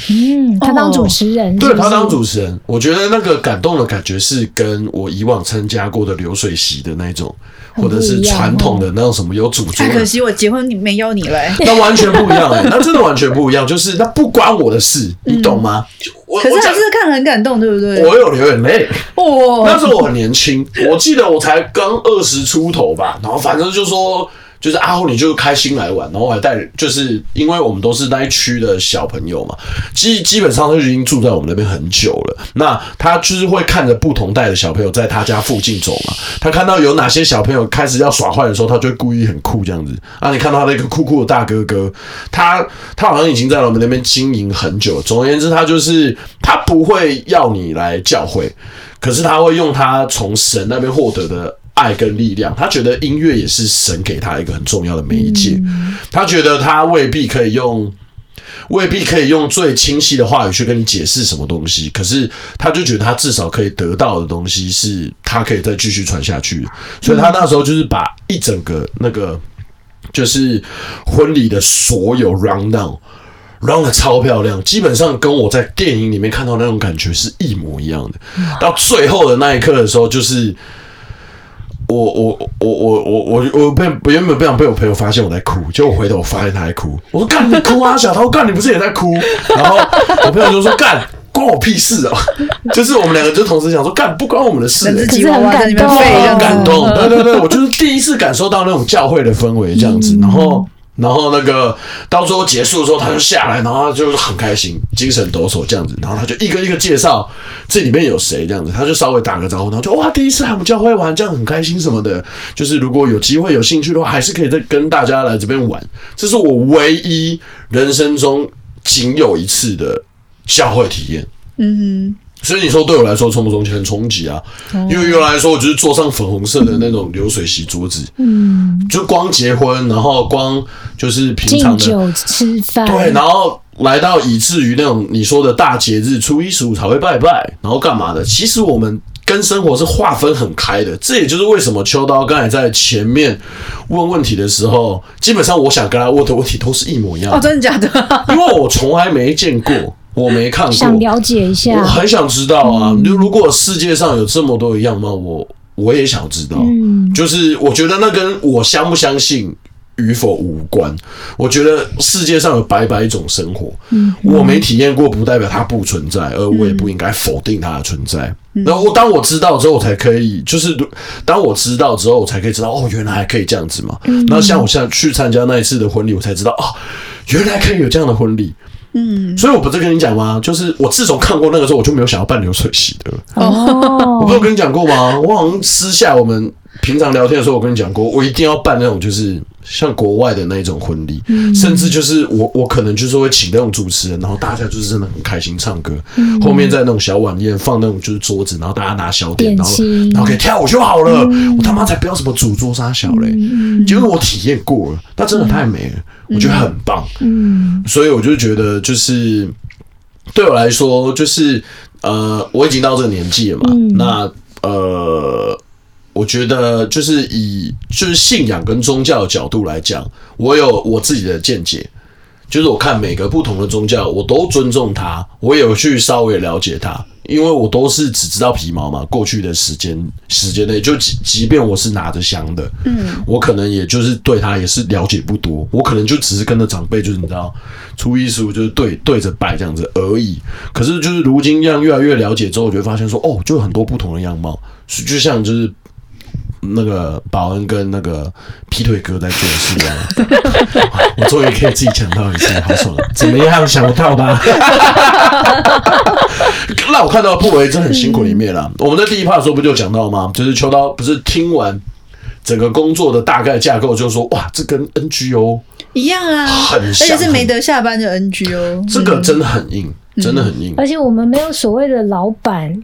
[SPEAKER 5] 嗯，他当主持人，是
[SPEAKER 2] 哦对
[SPEAKER 5] 不是
[SPEAKER 2] 他当主持人，我觉得那个感动的感觉是跟我以往参加过的流水席的那种，
[SPEAKER 5] 很
[SPEAKER 2] 或
[SPEAKER 5] 不一样哦
[SPEAKER 2] 者是传统的那种什么有主桌
[SPEAKER 4] 太可
[SPEAKER 2] 的，
[SPEAKER 4] 惜，我结婚没邀你哎来。
[SPEAKER 2] 那完全不一样、欸，那真的完全不一样，就是那不关我的事，你懂吗？
[SPEAKER 5] 嗯
[SPEAKER 2] 我
[SPEAKER 4] 可
[SPEAKER 2] 我
[SPEAKER 4] 是还
[SPEAKER 2] 讲
[SPEAKER 4] 是看很感动，对不对？
[SPEAKER 2] 我有流眼泪，那
[SPEAKER 4] 哦，
[SPEAKER 2] 时候我很年轻，我记得我才刚二十出头吧，然后反正就说。就是阿后，你就开心来玩，然后我还带，就是因为我们都是那一区的小朋友嘛，基基本上他就已经住在我们那边很久了。那他就是会看着不同代的小朋友在他家附近走嘛，他看到有哪些小朋友开始要耍坏的时候，他就会故意很酷这样子。啊，你看到他那个酷酷的大哥哥，他他好像已经在我们那边经营很久了。总而言之，他就是他不会要你来教会，可是他会用他从神那边获得的爱跟力量，他觉得音乐也是神给他一个很重要的媒介。他觉得他未必可以用，未必可以用最清晰的话语去跟你解释什么东西，可是他就觉得他至少可以得到的东西是他可以再继续传下去的。所以他那时候就是把一整个那个就是婚礼的所有 round down。run 的超漂亮，基本上跟我在电影里面看到那种感觉是一模一样的。到最后的那一刻的时候，就是我我我我我我我被我原本不想被我朋友发现我在哭，结果我回头我发现他在哭，我说干你哭啊，小涛干你不是也在哭？然后我朋友就说干。关我屁事哦！就是我们两个就同时想说，干不关我们的事、
[SPEAKER 4] 整只
[SPEAKER 2] 欸，
[SPEAKER 4] 吉娃娃在那边
[SPEAKER 5] 可
[SPEAKER 4] 吠，
[SPEAKER 5] 是
[SPEAKER 4] 这
[SPEAKER 5] 很
[SPEAKER 4] 样子
[SPEAKER 2] 感动，对对对，我就是第一次感受到那种教会的氛围这样子，然后。然后那个到最后结束的时候，他就下来，然后他就很开心，精神抖擞这样子。然后他就一个一个介绍这里面有谁这样子，他就稍微打个招呼，然后就哇，哦第一次来我们教会玩，这样很开心什么的。就是如果有机会有兴趣的话，还是可以再跟大家来这边玩。这是我唯一人生中仅有一次的教会体验。
[SPEAKER 4] 嗯
[SPEAKER 2] 所以你说对我来说冲不冲击？很冲击啊！因为原来说我就是坐上粉红色的那种流水席桌子，嗯，就光结婚，然后光就是平常
[SPEAKER 5] 敬
[SPEAKER 2] 的
[SPEAKER 5] 酒吃饭，
[SPEAKER 2] 对，然后来到以至于那种你说的大节日，初一十五才会拜拜，然后干嘛的？其实我们跟生活是划分很开的，这也就是为什么秋刀刚才在前面问问题的时候，基本上我想跟他问的问题都是一模一样
[SPEAKER 4] 哼，哦，
[SPEAKER 2] 的，
[SPEAKER 4] 真的假的？
[SPEAKER 2] 因为我从来没见过，我没看 过，
[SPEAKER 5] 想了解一下
[SPEAKER 2] 我。很想知道啊！就如果世界上有这么多的样貌，我我也想知道。哦就是我觉得那跟我相不相信与否无关。我觉得世界上有百百种生活，我没体验过，不代表它不存在，而我也不应该否定它的存在。然后我当我知道之后，我才可以，就是如当我知道之后，我才可以知道哦，原来还可以这样子嘛。然后像我现在去参加那一次的婚礼，我才知道哦，原来可以有这样的婚礼。所以我不是跟你讲吗？就是我自从看过那个之后，我就没有想要办流水席的了。我不
[SPEAKER 5] 哦，
[SPEAKER 2] 有跟你讲过吗？我好像私下我们平常聊天的时候，我跟你讲过，我一定要办那种就是像国外的那种婚礼，甚至就是我我可能就是会请那种主持人，然后大家就是真的很开心唱歌，后面在那种小晚宴放那种就是桌子，然后大家拿小点，
[SPEAKER 5] 点
[SPEAKER 2] 然后
[SPEAKER 5] 心
[SPEAKER 2] 然后可以跳舞就好了，我他妈才不要什么主桌杀小嘞，因为我体验过了，那真的太美了，我觉得很棒，所以我就觉得就是对我来说，就是呃，我已经到这个年纪了嘛，那呃，我觉得就是以就是信仰跟宗教的角度来讲，我有我自己的见解。就是我看每个不同的宗教，我都尊重它，我有去稍微了解它，因为我都是只知道皮毛嘛。过去的时间时间内，就即即便我是拿着香的，嗯，我可能也就是对它也是了解不多，我可能就只是跟着长辈，就是你知道，初一十五就是对对着拜这样子而已。可是就是如今这样越来越了解之后，我就会发现说，哦，就有很多不同的样貌，是就像就是那个保恩跟那个劈腿哥在做的事一样。我终于可以自己讲到一次，好爽！怎么样，想不到吧？那我看到破维真的很辛苦里面啊了。我们在第一趴的时候不就讲到吗？就是秋刀不是听完整个工作的大概架构，就说哇，这跟 NGO
[SPEAKER 4] 一样啊，
[SPEAKER 2] 很
[SPEAKER 4] 而
[SPEAKER 2] 像
[SPEAKER 4] 且是没得下班的 NGO，
[SPEAKER 2] 这个真的很硬，真的很硬。
[SPEAKER 5] 而且我们没有所谓的老板，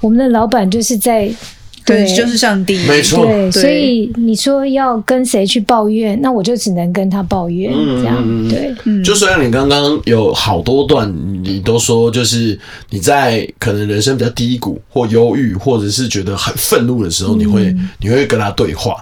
[SPEAKER 5] 我们的老板就是在
[SPEAKER 4] 对，就是上帝，
[SPEAKER 2] 没错
[SPEAKER 5] 对，
[SPEAKER 4] 对
[SPEAKER 5] 所以你说要跟谁去抱怨，那我就只能跟他抱怨，
[SPEAKER 2] 嗯
[SPEAKER 5] 这样
[SPEAKER 2] 嗯嗯嗯
[SPEAKER 5] 对。
[SPEAKER 2] 就虽然你刚刚有好多段，你都说就是你在可能人生比较低谷或忧郁，或者是觉得很愤怒的时候，你会你会跟他对话。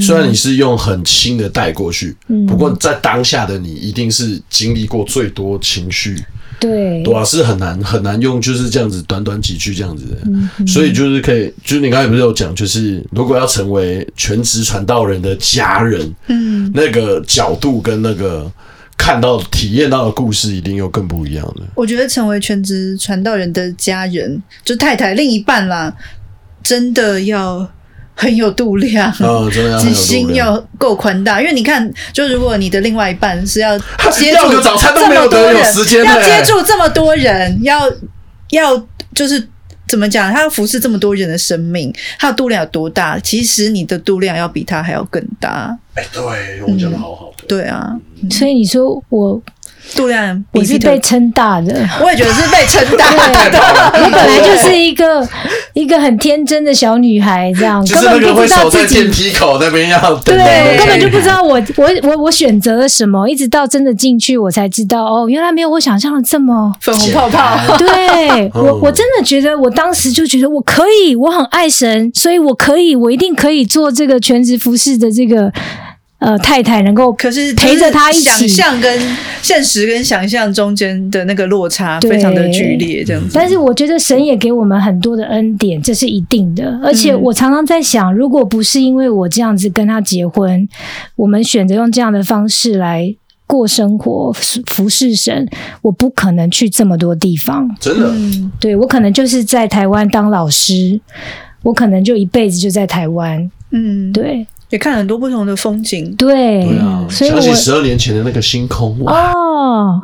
[SPEAKER 2] 虽然你是用很轻的带过去，不过在当下的你一定是经历过最多情绪，
[SPEAKER 5] 对
[SPEAKER 2] 对啊，是很难很难用就是这样子短短几句这样子
[SPEAKER 5] 嗯
[SPEAKER 2] 的。所以就是可以，就是你刚才不是有讲，就是如果要成为全职传道人的家人，
[SPEAKER 4] 嗯，
[SPEAKER 2] 那个角度跟那个看到、体验到的故事，一定又更不一样的。
[SPEAKER 4] 我觉得成为全职传道人的家人，就太太另一半啦，真的要很有度量。
[SPEAKER 5] 嗯
[SPEAKER 2] 啊，真的要很
[SPEAKER 4] 之
[SPEAKER 2] 有度
[SPEAKER 4] 心
[SPEAKER 2] 量
[SPEAKER 4] 要够宽大，因为你看，就如果你的另外一半 是要接
[SPEAKER 2] 要
[SPEAKER 4] 触
[SPEAKER 2] 个早餐都没有
[SPEAKER 4] 这么多
[SPEAKER 2] 得有
[SPEAKER 4] 人
[SPEAKER 2] 时间的
[SPEAKER 4] 要接
[SPEAKER 2] 欸
[SPEAKER 4] 触这么多人，要要就是怎么讲，他要服侍这么多人的生命，他的度量有多大？其实你的度量要比他还要更大，
[SPEAKER 2] 哎、对，我讲的好好的。
[SPEAKER 5] 嗯
[SPEAKER 4] 对啊，
[SPEAKER 5] 所以你说我
[SPEAKER 4] 度量比
[SPEAKER 5] 我是
[SPEAKER 4] 劈腿
[SPEAKER 5] 被撑 大的，
[SPEAKER 4] 我也觉得是被撑 大的，
[SPEAKER 5] 我本来就是一个一个很天真的小女孩，这样
[SPEAKER 2] 就
[SPEAKER 5] 根
[SPEAKER 2] 是那
[SPEAKER 5] 本
[SPEAKER 2] 个
[SPEAKER 5] 不
[SPEAKER 2] 会
[SPEAKER 5] 知道
[SPEAKER 2] 守在
[SPEAKER 5] 自己
[SPEAKER 2] 电梯口那边要等的那
[SPEAKER 5] 对，
[SPEAKER 2] 个
[SPEAKER 5] 根本就不知
[SPEAKER 2] 女孩。
[SPEAKER 5] 道我我我我选择了什么，一直到真的进去，我才知道哦，原来没有我想象的这么。
[SPEAKER 4] 粉红泡泡。
[SPEAKER 5] 对
[SPEAKER 4] 嗯
[SPEAKER 5] 我
[SPEAKER 2] 哦，
[SPEAKER 5] 我真的觉得，我当时就觉得我可以，我很爱神，所以我可以，我一定可以做这个全职服侍的这个呃太太，能够
[SPEAKER 4] 可是
[SPEAKER 5] 陪着他一起
[SPEAKER 4] 想象跟现实跟想象中间的那个落差非常的剧烈，这样子。
[SPEAKER 5] 但是我觉得神也给我们很多的恩典，这是一定的。而且
[SPEAKER 4] 嗯
[SPEAKER 5] 我常常在想，如果不是因为我这样子跟他结婚，我们选择用这样的方式来过生活、服服侍神，我不可能去这么多地方。
[SPEAKER 2] 真的，
[SPEAKER 4] 嗯
[SPEAKER 5] 对我可能就是在台湾当老师，我可能就一辈子就在台湾。
[SPEAKER 4] 嗯，
[SPEAKER 5] 对
[SPEAKER 4] 也看很多不同的风景。
[SPEAKER 5] 对
[SPEAKER 2] 对啊，
[SPEAKER 5] 所以
[SPEAKER 2] 想起
[SPEAKER 5] 我
[SPEAKER 2] 十二年前的那个星空，哇，
[SPEAKER 5] 哦，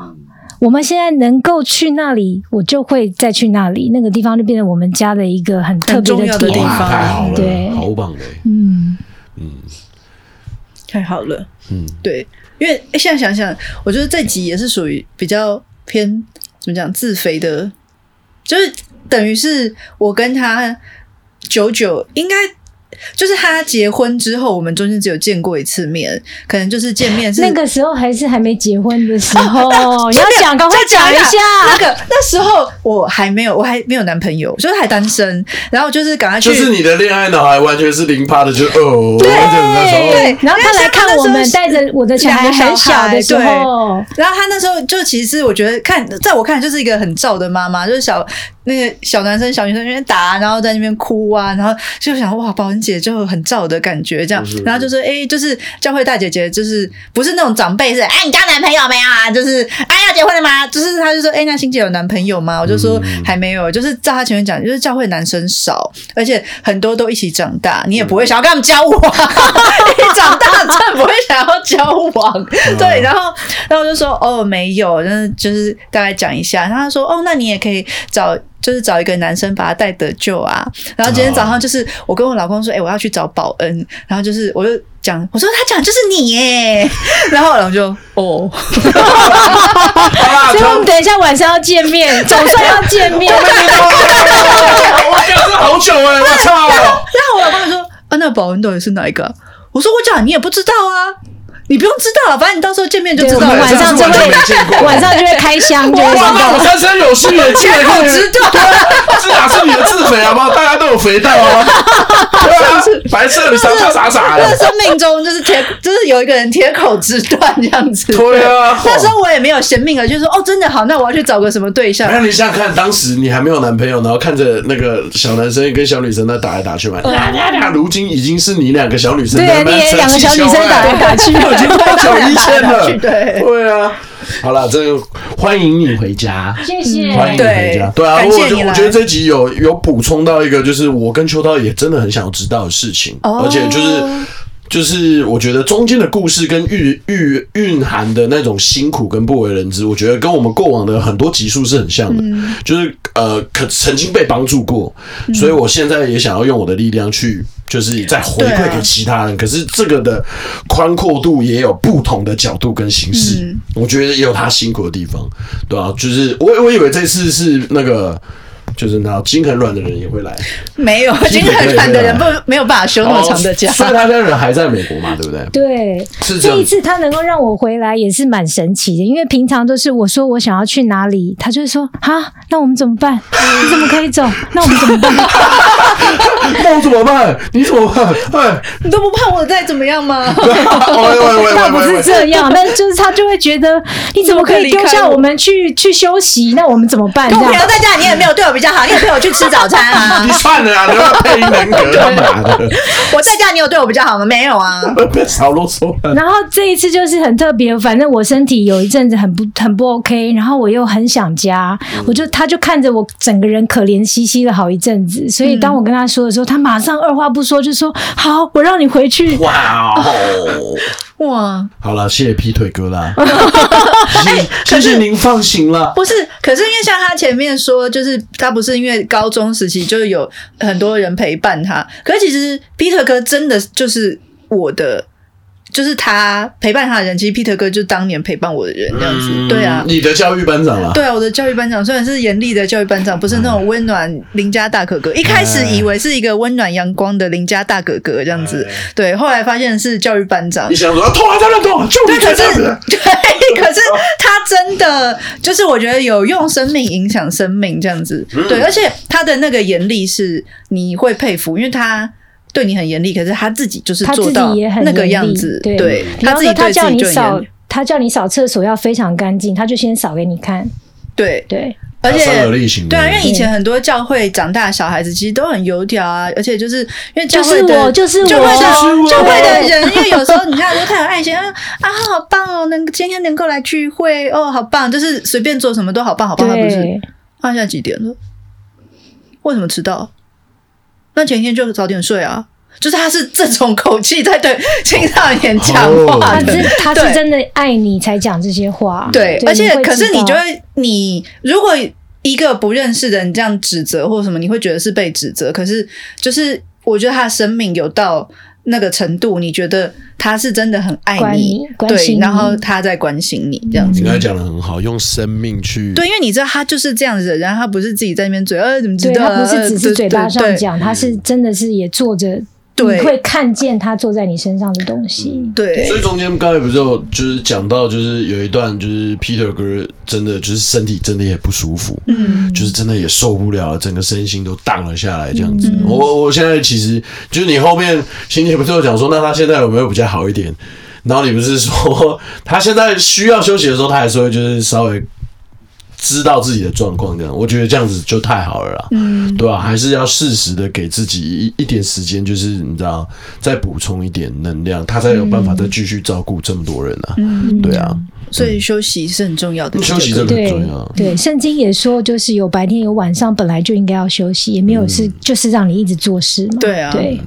[SPEAKER 5] 我们现在能够去那里，我就会再去那里，那个地方就变成我们家的一个很特别
[SPEAKER 4] 很重要的
[SPEAKER 5] 地
[SPEAKER 4] 地
[SPEAKER 5] 方。
[SPEAKER 4] 方
[SPEAKER 2] 哇，太好
[SPEAKER 5] 对
[SPEAKER 2] 了，好棒的。
[SPEAKER 5] 嗯，
[SPEAKER 4] 太好了，
[SPEAKER 2] 嗯，
[SPEAKER 4] 对，因为诶现在想想，我觉得这集也是属于比较偏怎么讲自肥的，就是等于是我跟他九九应该。就是他结婚之后，我们中间只有见过一次面，可能就是见面是
[SPEAKER 5] 那个时候还是还没结婚的时候，
[SPEAKER 4] 哦那
[SPEAKER 5] 你要讲，赶快讲一下。
[SPEAKER 4] 那个那时候我还没有，我还没有男朋友，就是还单身，然后就是赶快去，
[SPEAKER 2] 就是你的恋爱脑海完全是零趴的，就是哦，对，那时候
[SPEAKER 4] 对
[SPEAKER 5] 然后他来看我
[SPEAKER 4] 因为
[SPEAKER 5] 们
[SPEAKER 4] 像
[SPEAKER 5] 带着我的小
[SPEAKER 4] 两
[SPEAKER 5] 孩
[SPEAKER 4] 个小孩
[SPEAKER 5] 很小的时候，
[SPEAKER 4] 然后她那时候就其实我觉得看，在我看就是一个很燥的妈妈，就是小那个小男生、小女生在那边打，然后在那边哭啊，然后就想哇，宝恩姐就很燥的感觉这样，然后就说哎、就是教会大姐姐，就是不是那种长辈是哎、你交男朋友没有啊？就是哎、要结婚了吗？就是她就说哎、那欣姐有男朋友吗？我就说还没有，就是照她前面讲，就是教会男生少，而且很多都一起长大，你也不会想要跟他们交往，你长大真的不会想要交往，对，然后然后我就说哦没有，但是就是大概讲一下，然后他说哦那你也可以找就是找一个男生把他带得救啊。然后今天早上就是我跟我老公说，哎、我要去找保恩，然后就是我就讲，我说他讲的就是你耶， 然后我老公就哦，
[SPEAKER 3] 好啦，
[SPEAKER 5] 所以我
[SPEAKER 3] 从
[SPEAKER 5] 们等一下晚上要见面，总算要见面。
[SPEAKER 2] 我讲这好久哎，我操！
[SPEAKER 4] 然后我老公就说，啊，那保恩到底是哪一个啊？我说我讲你也不知道啊，你不用知道啊了，反正你到时候见面就
[SPEAKER 5] 对，
[SPEAKER 4] 知
[SPEAKER 5] 我
[SPEAKER 4] 道
[SPEAKER 5] 们
[SPEAKER 4] 了。
[SPEAKER 5] 晚上就
[SPEAKER 2] 这样子我就没见
[SPEAKER 5] 会，
[SPEAKER 2] 过
[SPEAKER 5] 晚上就会开箱，就会
[SPEAKER 2] 哇，那我
[SPEAKER 5] 到。
[SPEAKER 2] 三生有幸也进了
[SPEAKER 4] 我
[SPEAKER 2] 个
[SPEAKER 4] 知道，
[SPEAKER 2] 这哪是你的自肥好不好？大家都有肥到啊！对啊，白色你傻傻傻傻
[SPEAKER 4] 那
[SPEAKER 2] 的。
[SPEAKER 4] 生命中就是铁，就是有一个人铁口直断这样子。
[SPEAKER 2] 对啊
[SPEAKER 4] 那时候我也没有嫌命了，就说哦，真的好，那我要去找个什么对 象。
[SPEAKER 2] 那你想想看，当时你还没有男朋友，然后看着那个小男生跟小女生在打来打去嘛，那如今已经是你两个小女生，
[SPEAKER 5] 嗯对，你也两个小女生打来打 去，
[SPEAKER 2] 已经多久一线了？
[SPEAKER 4] 对
[SPEAKER 2] 对啊，好了，这个欢迎你回家。
[SPEAKER 5] 谢谢
[SPEAKER 2] 嗯欢迎你回家。对啊，
[SPEAKER 4] 感
[SPEAKER 2] 我
[SPEAKER 4] 谢
[SPEAKER 2] 我觉
[SPEAKER 4] 你
[SPEAKER 2] 得
[SPEAKER 4] 来
[SPEAKER 2] 我觉得这集有有补充到一个，就是我跟秋刀也真的很想知道的事情，
[SPEAKER 4] 哦
[SPEAKER 2] 而且就是。就是我觉得中间的故事跟蕴蕴蕴含的那种辛苦跟不为人知，我觉得跟我们过往的很多集数是很像的，
[SPEAKER 4] 嗯
[SPEAKER 2] 就是呃，可曾经被帮助过，所以我现在也想要用我的力量去，就是再回
[SPEAKER 4] 对啊
[SPEAKER 2] 馈给其他人。可是这个的宽阔度也有不同的角度跟形式，
[SPEAKER 4] 嗯
[SPEAKER 2] 我觉得也有他辛苦的地方，对啊，就是我我以为这次是那个，就是那筋很软的人也会来，
[SPEAKER 4] 没有，今天很懒的人不没有办法休那么长的假
[SPEAKER 2] 哦。所以他现在人还在美国嘛，对不对？
[SPEAKER 5] 对，
[SPEAKER 2] 是这
[SPEAKER 5] 这一
[SPEAKER 2] 样。
[SPEAKER 5] 次他能够让我回来也是蛮神奇的，因为平常都是我说我想要去哪里，他就会说啊，那我们怎么办？ 你怎么可以走？那我们怎么 办？
[SPEAKER 2] 那我怎么办？你怎么办？哎，
[SPEAKER 4] 你都不怕我再怎么样 吗？
[SPEAKER 2] 喂喂喂
[SPEAKER 5] 倒
[SPEAKER 2] 喂
[SPEAKER 5] 不
[SPEAKER 2] 喂
[SPEAKER 5] 是
[SPEAKER 2] 喂！
[SPEAKER 5] 这样，但就是他就会觉得你怎么可以丢下我们去去休息？那我们怎么办？
[SPEAKER 4] 跟
[SPEAKER 5] 这
[SPEAKER 4] 我聊
[SPEAKER 5] 样。
[SPEAKER 4] 在家，你也没有对我比较好，你也陪我去吃早餐啊
[SPEAKER 2] 你。算了啊，你要配音人格干嘛的？
[SPEAKER 4] 我在家，你有对我比较好吗？没有啊。
[SPEAKER 2] 别少啰嗦了。
[SPEAKER 5] 然后这一次就是很特别，反正我身体有一阵子很不很不 OK，然后我又很想家，
[SPEAKER 4] 嗯
[SPEAKER 5] 我就他就看着我整个人可怜兮兮的好一阵子，所以当我跟他说的时候，他马上二话不说就说好，我让你回去。
[SPEAKER 2] 哇哦！
[SPEAKER 4] 哇，
[SPEAKER 2] 好了，谢谢劈腿哥 啦，
[SPEAKER 4] 哎
[SPEAKER 2] 谢谢谢谢您放行了。
[SPEAKER 4] 不是，可是因为像他前面说，就是他不是因为高中时期就是有很多人陪伴他，可是其实 Peter 哥真的就是我的。就是他陪伴他的人，其实 Peter 哥就当年陪伴我的人，这样子，
[SPEAKER 2] 嗯
[SPEAKER 4] 对啊，
[SPEAKER 2] 你的教育班长啦。
[SPEAKER 4] 对啊，我的教育班长虽然是严厉的教育班长，不是那种温暖邻家大哥哥。
[SPEAKER 2] 哎
[SPEAKER 4] 一开始以为是一个温暖阳光的邻家大哥哥这样
[SPEAKER 2] 哎
[SPEAKER 4] 子，对，后来发现是教育班长
[SPEAKER 2] 你。想说痛啊，当然痛，就
[SPEAKER 4] 对，
[SPEAKER 2] 你
[SPEAKER 4] 可
[SPEAKER 2] 这
[SPEAKER 4] 是。
[SPEAKER 2] 样子
[SPEAKER 4] 对，可是他真的就是我觉得有用生命影响生命这样子，
[SPEAKER 2] 嗯
[SPEAKER 4] 对，而且他的那个严厉是你会佩服，因为他。对你很严厉，可是他自己就是
[SPEAKER 5] 他
[SPEAKER 4] 做
[SPEAKER 5] 自
[SPEAKER 4] 到
[SPEAKER 5] 己也很
[SPEAKER 4] 那个
[SPEAKER 5] 严厉
[SPEAKER 4] 样子，
[SPEAKER 5] 对，
[SPEAKER 4] 对
[SPEAKER 5] 比
[SPEAKER 4] 他
[SPEAKER 5] 方
[SPEAKER 4] 自
[SPEAKER 5] 说
[SPEAKER 4] 己
[SPEAKER 5] 他
[SPEAKER 4] 对自
[SPEAKER 5] 叫
[SPEAKER 4] 己
[SPEAKER 5] 你
[SPEAKER 4] 就很严
[SPEAKER 5] 扫
[SPEAKER 4] 厉，，
[SPEAKER 5] 他叫你扫厕所要非常干净，他就先扫给你看。
[SPEAKER 4] 对，
[SPEAKER 5] 对，
[SPEAKER 4] 而且
[SPEAKER 2] 他三而力行的
[SPEAKER 4] 对啊，因为以前很多教会长大的小孩子其实都很油条啊，而且就是因为教会
[SPEAKER 5] 就是我
[SPEAKER 4] 的
[SPEAKER 5] 就是我
[SPEAKER 4] 教会
[SPEAKER 5] 就是
[SPEAKER 4] 的
[SPEAKER 5] 我
[SPEAKER 4] 教会的人，因为有时候你看都太有爱心啊啊，好棒哦，能今天能够来聚会哦，好棒，就是随便做什么都好棒好棒，他不是？
[SPEAKER 5] 对，
[SPEAKER 4] 那、现在几点了？为什么迟到？那前一天就早点睡啊。就是他是这种口气在对青少年讲话
[SPEAKER 5] 他
[SPEAKER 4] 的
[SPEAKER 5] 是他
[SPEAKER 4] 啊对
[SPEAKER 5] 是真的爱你才讲这些话。
[SPEAKER 4] 对，而且
[SPEAKER 5] 你会
[SPEAKER 4] 可是
[SPEAKER 5] 知
[SPEAKER 4] 你
[SPEAKER 5] 道
[SPEAKER 4] 就会，你如果一个不认识的人这样指责或什么，你会觉得是被指责。可是就是我觉得他的生命有到那个程度，你觉得他是真的很爱
[SPEAKER 5] 关
[SPEAKER 4] 你
[SPEAKER 5] 你，关
[SPEAKER 4] 对，
[SPEAKER 5] 心
[SPEAKER 4] 然后
[SPEAKER 5] 你嗯
[SPEAKER 4] 他在关心你这样子。
[SPEAKER 2] 你刚才讲的很好，用生命去
[SPEAKER 4] 对，因为你知道他就是这样子的人，他不是自己在那边嘴，呃，怎么知
[SPEAKER 5] 对
[SPEAKER 4] 道
[SPEAKER 5] 他
[SPEAKER 4] 啊？
[SPEAKER 5] 不是只
[SPEAKER 4] 呃
[SPEAKER 5] 是嘴巴上，
[SPEAKER 4] 对对对
[SPEAKER 5] 讲，他是真的是也做着，你
[SPEAKER 4] 对
[SPEAKER 5] 会看见他做在你身上的东
[SPEAKER 2] 嗯
[SPEAKER 5] 西。
[SPEAKER 4] 对，
[SPEAKER 2] 所以中间刚才不是有就是讲到，就是有一段就是 Peter 哥真的就是身体真的也不舒服，
[SPEAKER 4] 嗯，
[SPEAKER 2] 就是真的也受不了了，整个身心都荡了下来这样子。我我现在其实就是你后面欣姐不是有讲说，那他现在有没有比较好一点？然后你不是说他现在需要休息的时候，他还是会就是稍微知道自己的状况这样，我觉得这样子就太好了啦，嗯，对吧、还是要适时的给自己一一点时间，就是你知道，再补充一点能量，他才有办法再继续照顾这么多人啊，嗯，对啊，
[SPEAKER 4] 所以休息是很重要的。
[SPEAKER 2] 休息
[SPEAKER 4] 这
[SPEAKER 2] 这个
[SPEAKER 4] 个
[SPEAKER 2] 很重要，
[SPEAKER 5] 对，圣经也说，就是有白天有晚上，本来就应该要休息，也没有
[SPEAKER 2] 嗯
[SPEAKER 5] 是、就是让你一直做事嘛。
[SPEAKER 4] 对啊
[SPEAKER 5] 对，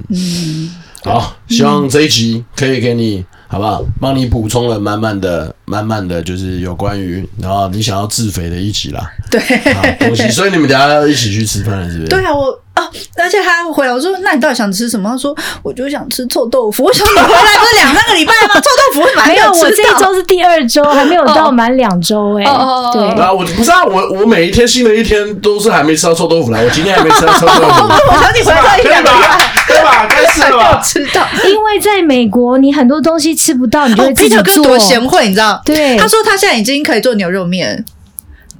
[SPEAKER 2] 好，希望这一集可以给你好不好，帮你补充了满满的慢慢的就是有关于然后你想要自肥的一集啦，
[SPEAKER 4] 对。
[SPEAKER 2] 啊，东西。所以你们等一下要一起去吃饭了，是不是？
[SPEAKER 4] 对啊，我啊，而且他回来我说：“那你到底想吃什么？”他说：“我就想吃臭豆腐。”我想你回来不是两三个礼拜吗？臭豆腐会买
[SPEAKER 5] 没有，我
[SPEAKER 4] 吃
[SPEAKER 5] 这一
[SPEAKER 4] 到
[SPEAKER 5] 周是第二周，还没有到满两周哎
[SPEAKER 4] 哦哦哦。
[SPEAKER 5] 对，
[SPEAKER 2] 啊，我不是啊，我我每一天新的一天都是还没吃到臭豆腐来，我今天还没吃到臭豆腐，
[SPEAKER 4] 我想你回来一
[SPEAKER 2] 可以
[SPEAKER 4] 两个礼拜
[SPEAKER 2] 吧？可以吧？该是
[SPEAKER 4] 还
[SPEAKER 2] 了
[SPEAKER 4] 没有
[SPEAKER 5] 啊
[SPEAKER 2] 吧？
[SPEAKER 4] 吃到。
[SPEAKER 5] 因为在美国，你很多东西吃不到，你就
[SPEAKER 4] 哦
[SPEAKER 5] 会自己
[SPEAKER 4] ，Peter 哥
[SPEAKER 5] 做。
[SPEAKER 4] 多贤惠，你知道？
[SPEAKER 5] 对
[SPEAKER 4] 他说他现在已经可以做牛肉面、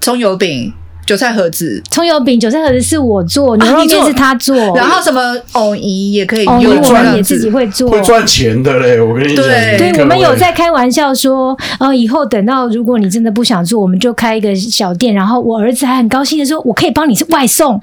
[SPEAKER 4] 葱油饼、韭菜盒子，
[SPEAKER 5] 葱油饼、韭菜盒子是我做，牛肉
[SPEAKER 4] 啊你做
[SPEAKER 5] 面是他做，
[SPEAKER 4] 然后什么藕姨也可以
[SPEAKER 5] 哦，
[SPEAKER 4] 用，
[SPEAKER 5] 我
[SPEAKER 4] 这
[SPEAKER 5] 们也
[SPEAKER 4] 样
[SPEAKER 5] 自己
[SPEAKER 4] 子。
[SPEAKER 5] 会做。
[SPEAKER 2] 会赚钱的嘞，我跟你讲。
[SPEAKER 4] 对
[SPEAKER 5] 对，我们
[SPEAKER 2] 各
[SPEAKER 5] 有
[SPEAKER 2] 位
[SPEAKER 5] 在开玩笑说，呃，以后等到如果你真的不想做，我们就开一个小店。然后我儿子还很高兴的说，我可以帮你外送。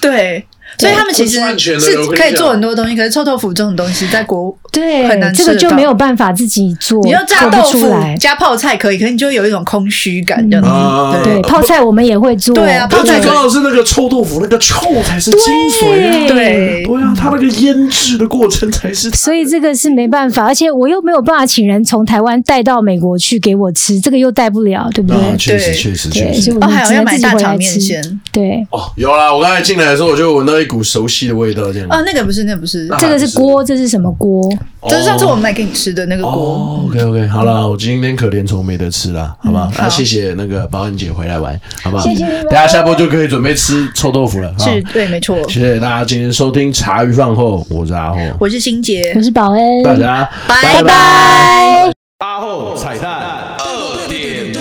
[SPEAKER 4] 对，所以
[SPEAKER 5] 哦
[SPEAKER 4] 他们其实
[SPEAKER 2] 会赚钱的
[SPEAKER 4] 是
[SPEAKER 2] 我跟你
[SPEAKER 4] 可以做
[SPEAKER 2] 讲
[SPEAKER 4] 很多东西，可是臭豆腐这种东西在国。
[SPEAKER 5] 对
[SPEAKER 4] 很难，
[SPEAKER 5] 这个
[SPEAKER 4] 吃得
[SPEAKER 5] 就
[SPEAKER 4] 到
[SPEAKER 5] 没有办法自己做，
[SPEAKER 4] 你要炸
[SPEAKER 5] 做
[SPEAKER 4] 豆
[SPEAKER 5] 不
[SPEAKER 4] 腐
[SPEAKER 5] 出来。嗯
[SPEAKER 4] 加泡菜可以，可是你就会有一种空虚感，这样子。
[SPEAKER 2] 啊
[SPEAKER 5] 对，泡菜我们也会做。
[SPEAKER 4] 对啊泡
[SPEAKER 2] 可
[SPEAKER 4] 菜
[SPEAKER 2] 最重要的是那个臭豆腐，那个臭才是精髓啊！
[SPEAKER 4] 对
[SPEAKER 2] 对啊，它那个腌制的过程才是。
[SPEAKER 5] 所以这个是没办法，而且我又没有办法请人从台湾带到美国去给我吃，这个又带不了，对不对？
[SPEAKER 2] 啊，确实
[SPEAKER 4] 对
[SPEAKER 2] 确实确
[SPEAKER 5] 对，
[SPEAKER 2] 实
[SPEAKER 5] 所以。我
[SPEAKER 4] 哦，
[SPEAKER 5] 们
[SPEAKER 4] 还有
[SPEAKER 5] 只
[SPEAKER 4] 要
[SPEAKER 5] 能
[SPEAKER 4] 买
[SPEAKER 5] 自己
[SPEAKER 4] 大
[SPEAKER 5] 回
[SPEAKER 4] 肠
[SPEAKER 5] 来
[SPEAKER 4] 面
[SPEAKER 5] 吃。
[SPEAKER 4] 线。
[SPEAKER 5] 对，
[SPEAKER 2] 哦，有啦！我刚才进来的时候，我就闻到一股熟悉的味道，这样。
[SPEAKER 4] 哦，那个不是，那个不是，
[SPEAKER 2] 啊
[SPEAKER 5] 这个是锅，这是什么锅？
[SPEAKER 4] 就是上次我们买给你吃的那个锅。
[SPEAKER 2] 哦，OK OK，好了，我今天可怜虫没得吃了，好吧？那
[SPEAKER 4] 好
[SPEAKER 2] 谢谢那个保安姐回来玩，好不好？
[SPEAKER 5] 谢谢你们
[SPEAKER 2] 大家下播就可以准备吃臭豆腐了。好
[SPEAKER 4] 是，对，没错。
[SPEAKER 2] 谢谢大家今天收听茶余饭后，我是阿后，
[SPEAKER 4] 我是欣杰
[SPEAKER 5] 我，是保恩。
[SPEAKER 2] 大家
[SPEAKER 4] 嗯拜
[SPEAKER 5] 拜。
[SPEAKER 2] 阿后哦彩蛋二点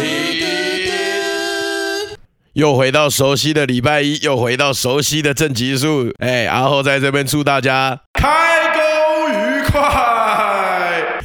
[SPEAKER 2] 零，又回到熟悉的礼拜一，又回到熟悉的正极数。哎，阿后在这边祝大家开工愉快。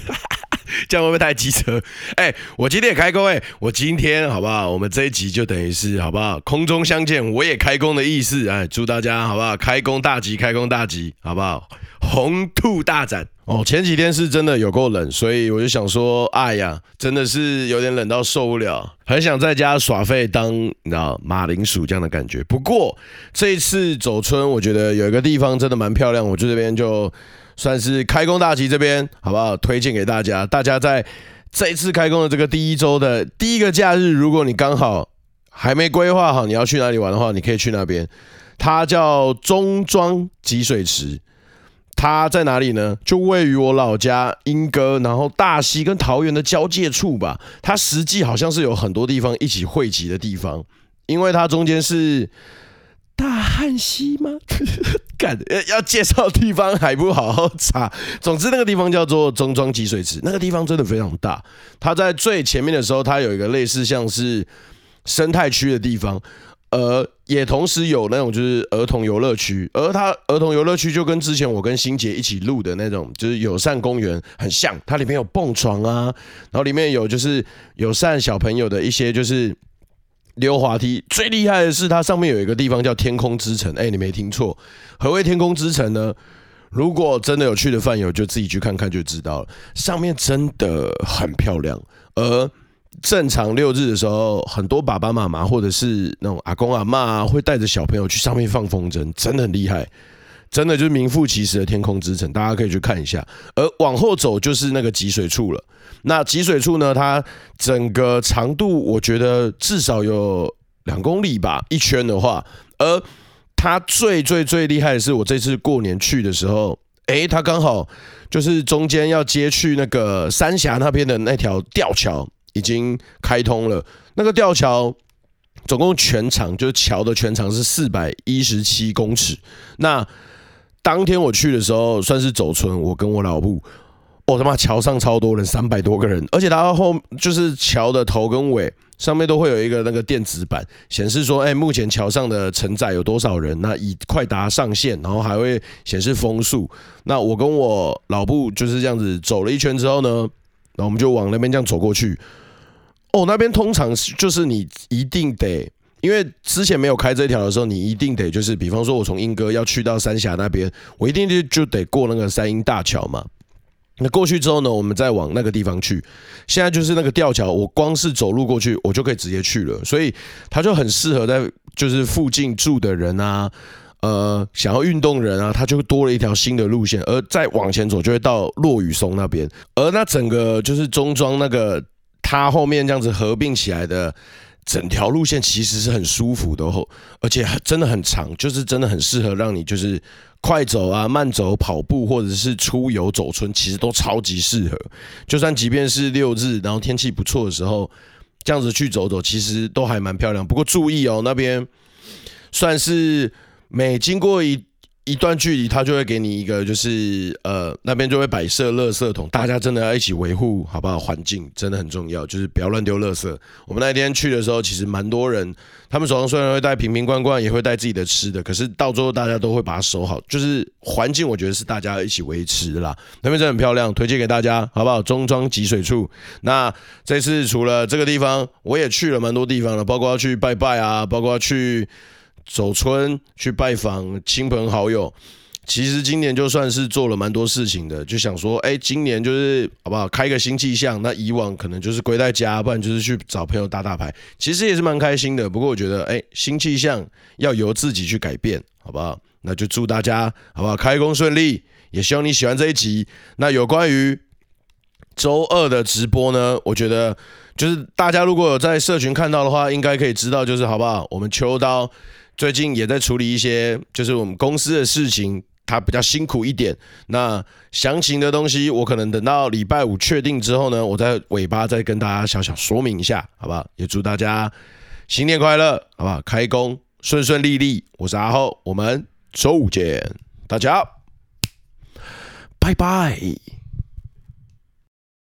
[SPEAKER 2] 这样会不会太机车？哎、我今天也开工哎、我今天好不好？我们这一集就等于是好不好？空中相见，我也开工的意思哎、祝大家好不好？开工大吉，开工大吉，好不好？红兔大展哦！前几天是真的有够冷，所以我就想说，哎呀，真的是有点冷到受不了，很想在家耍废当你知道马铃薯这样的感觉。不过这一次走春，我觉得有一个地方真的蛮漂亮，我就这边就算是开工大吉这边，好不好？推荐给大家，大家在这一次开工的这个第一周的第一个假日，如果你刚好还没规划好你要去哪里玩的话，你可以去那边，它叫中庄集水池。它在哪里呢？就位于我老家莺歌，然后大溪跟桃园的交界处吧。它实际好像是有很多地方一起汇集的地方，因为它中间是大汉溪吗？ 干，要要介绍地方还不好好查。总之，那个地方叫做中庄集水池，那个地方真的非常大。它在最前面的时候，它有一个类似像是生态区的地方，呃，也同时有那种就是呃儿童游乐呃区，而它儿童游乐区就跟之前我跟欣杰一起录的那种就是友善公园很像，它里面有蹦床啊，然后里面有就是友善小朋友的一些就是。溜滑梯最厉害的是，它上面有一个地方叫天空之城。哎、你没听错，何谓天空之城呢？如果真的有去的饭友，就自己去看看就知道了。上面真的很漂亮，而正常六日的时候，很多爸爸妈妈或者是那种阿公阿嬷啊，会带着小朋友去上面放风筝，真的很厉害。真的就是名副其实的天空之城，大家可以去看一下。而往后走就是那个集水处了。那集水处呢，它整个长度我觉得至少有两公里吧，一圈的话。而它最最最厉害的是，我这次过年去的时候，诶，它刚好就是中间要接去那个三峡那边的那条吊桥已经开通了，那个吊桥。总共全长就是桥的全长是四百一十七公尺。那当天我去的时候，算是走村，我跟我老布，我、他妈桥上超多人，三百多个人，而且它后就是桥的头跟尾上面都会有一个那个电子板，显示说，哎、目前桥上的承载有多少人，那已快达上限，然后还会显示风速。那我跟我老布就是这样子走了一圈之后呢，然后我们就往那边这样走过去。哦，那边通常是就是你一定得因为之前没有开这条的时候，你一定得就是，比方说我从莺歌要去到三峡那边，我一定就就得过那个三英大桥嘛。那过去之后呢，我们再往那个地方去。现在就是那个吊桥，我光是走路过去，我就可以直接去了，所以它就很适合在就是附近住的人啊，呃，想要运动人啊，它就多了一条新的路线。而再往前走，就会到落雨松那边。而那整个就是中庄那个。它后面这样子合并起来的。整条路线其实是很舒服的哦，而且很真的很长，就是真的很适合让你就是快走啊、慢走、跑步，或者是出游走村，其实都超级适合。就算即便是六日，然后天气不错的时候，这样子去走走，其实都还蛮漂亮。不过注意哦，那边算是每经过一一段距离，它就会给你一个就是呃，那边就会摆设垃圾桶，大家真的要一起维护好不好？环境真的很重要，就是不要乱丢垃圾。我们那天去的时候，其实蛮多人，他们手上虽然会带瓶瓶罐罐，也会带自己的吃的，可是到最后大家都会把它收好。就是环境，我觉得是大家一起维持啦。那边真的很漂亮，推荐给大家，好不好？中庄集水处。那这次除了这个地方，我也去了蛮多地方了，包括要去拜拜啊，包括要去走村、去拜访亲朋好友。其实今年就算是做了蛮多事情的，就想说，哎，今年就是好不好开个新气象？那以往可能就是归在家，不然就是去找朋友打打牌，其实也是蛮开心的。不过我觉得，哎，新气象要由自己去改变，好不好？那就祝大家好不好开工顺利，也希望你喜欢这一集。那有关于周二的直播呢，我觉得就是大家如果有在社群看到的话，应该可以知道，就是好不好？我们秋刀最近也在处理一些就是我们公司的事情，他比较辛苦一点。那详情的东西，我可能等到礼拜五确定之后呢，我在尾巴再跟大家小小说明一下，好不好？也祝大家新年快乐，好不好？开工顺顺利利。我是阿厚，我们周五见，大家拜拜。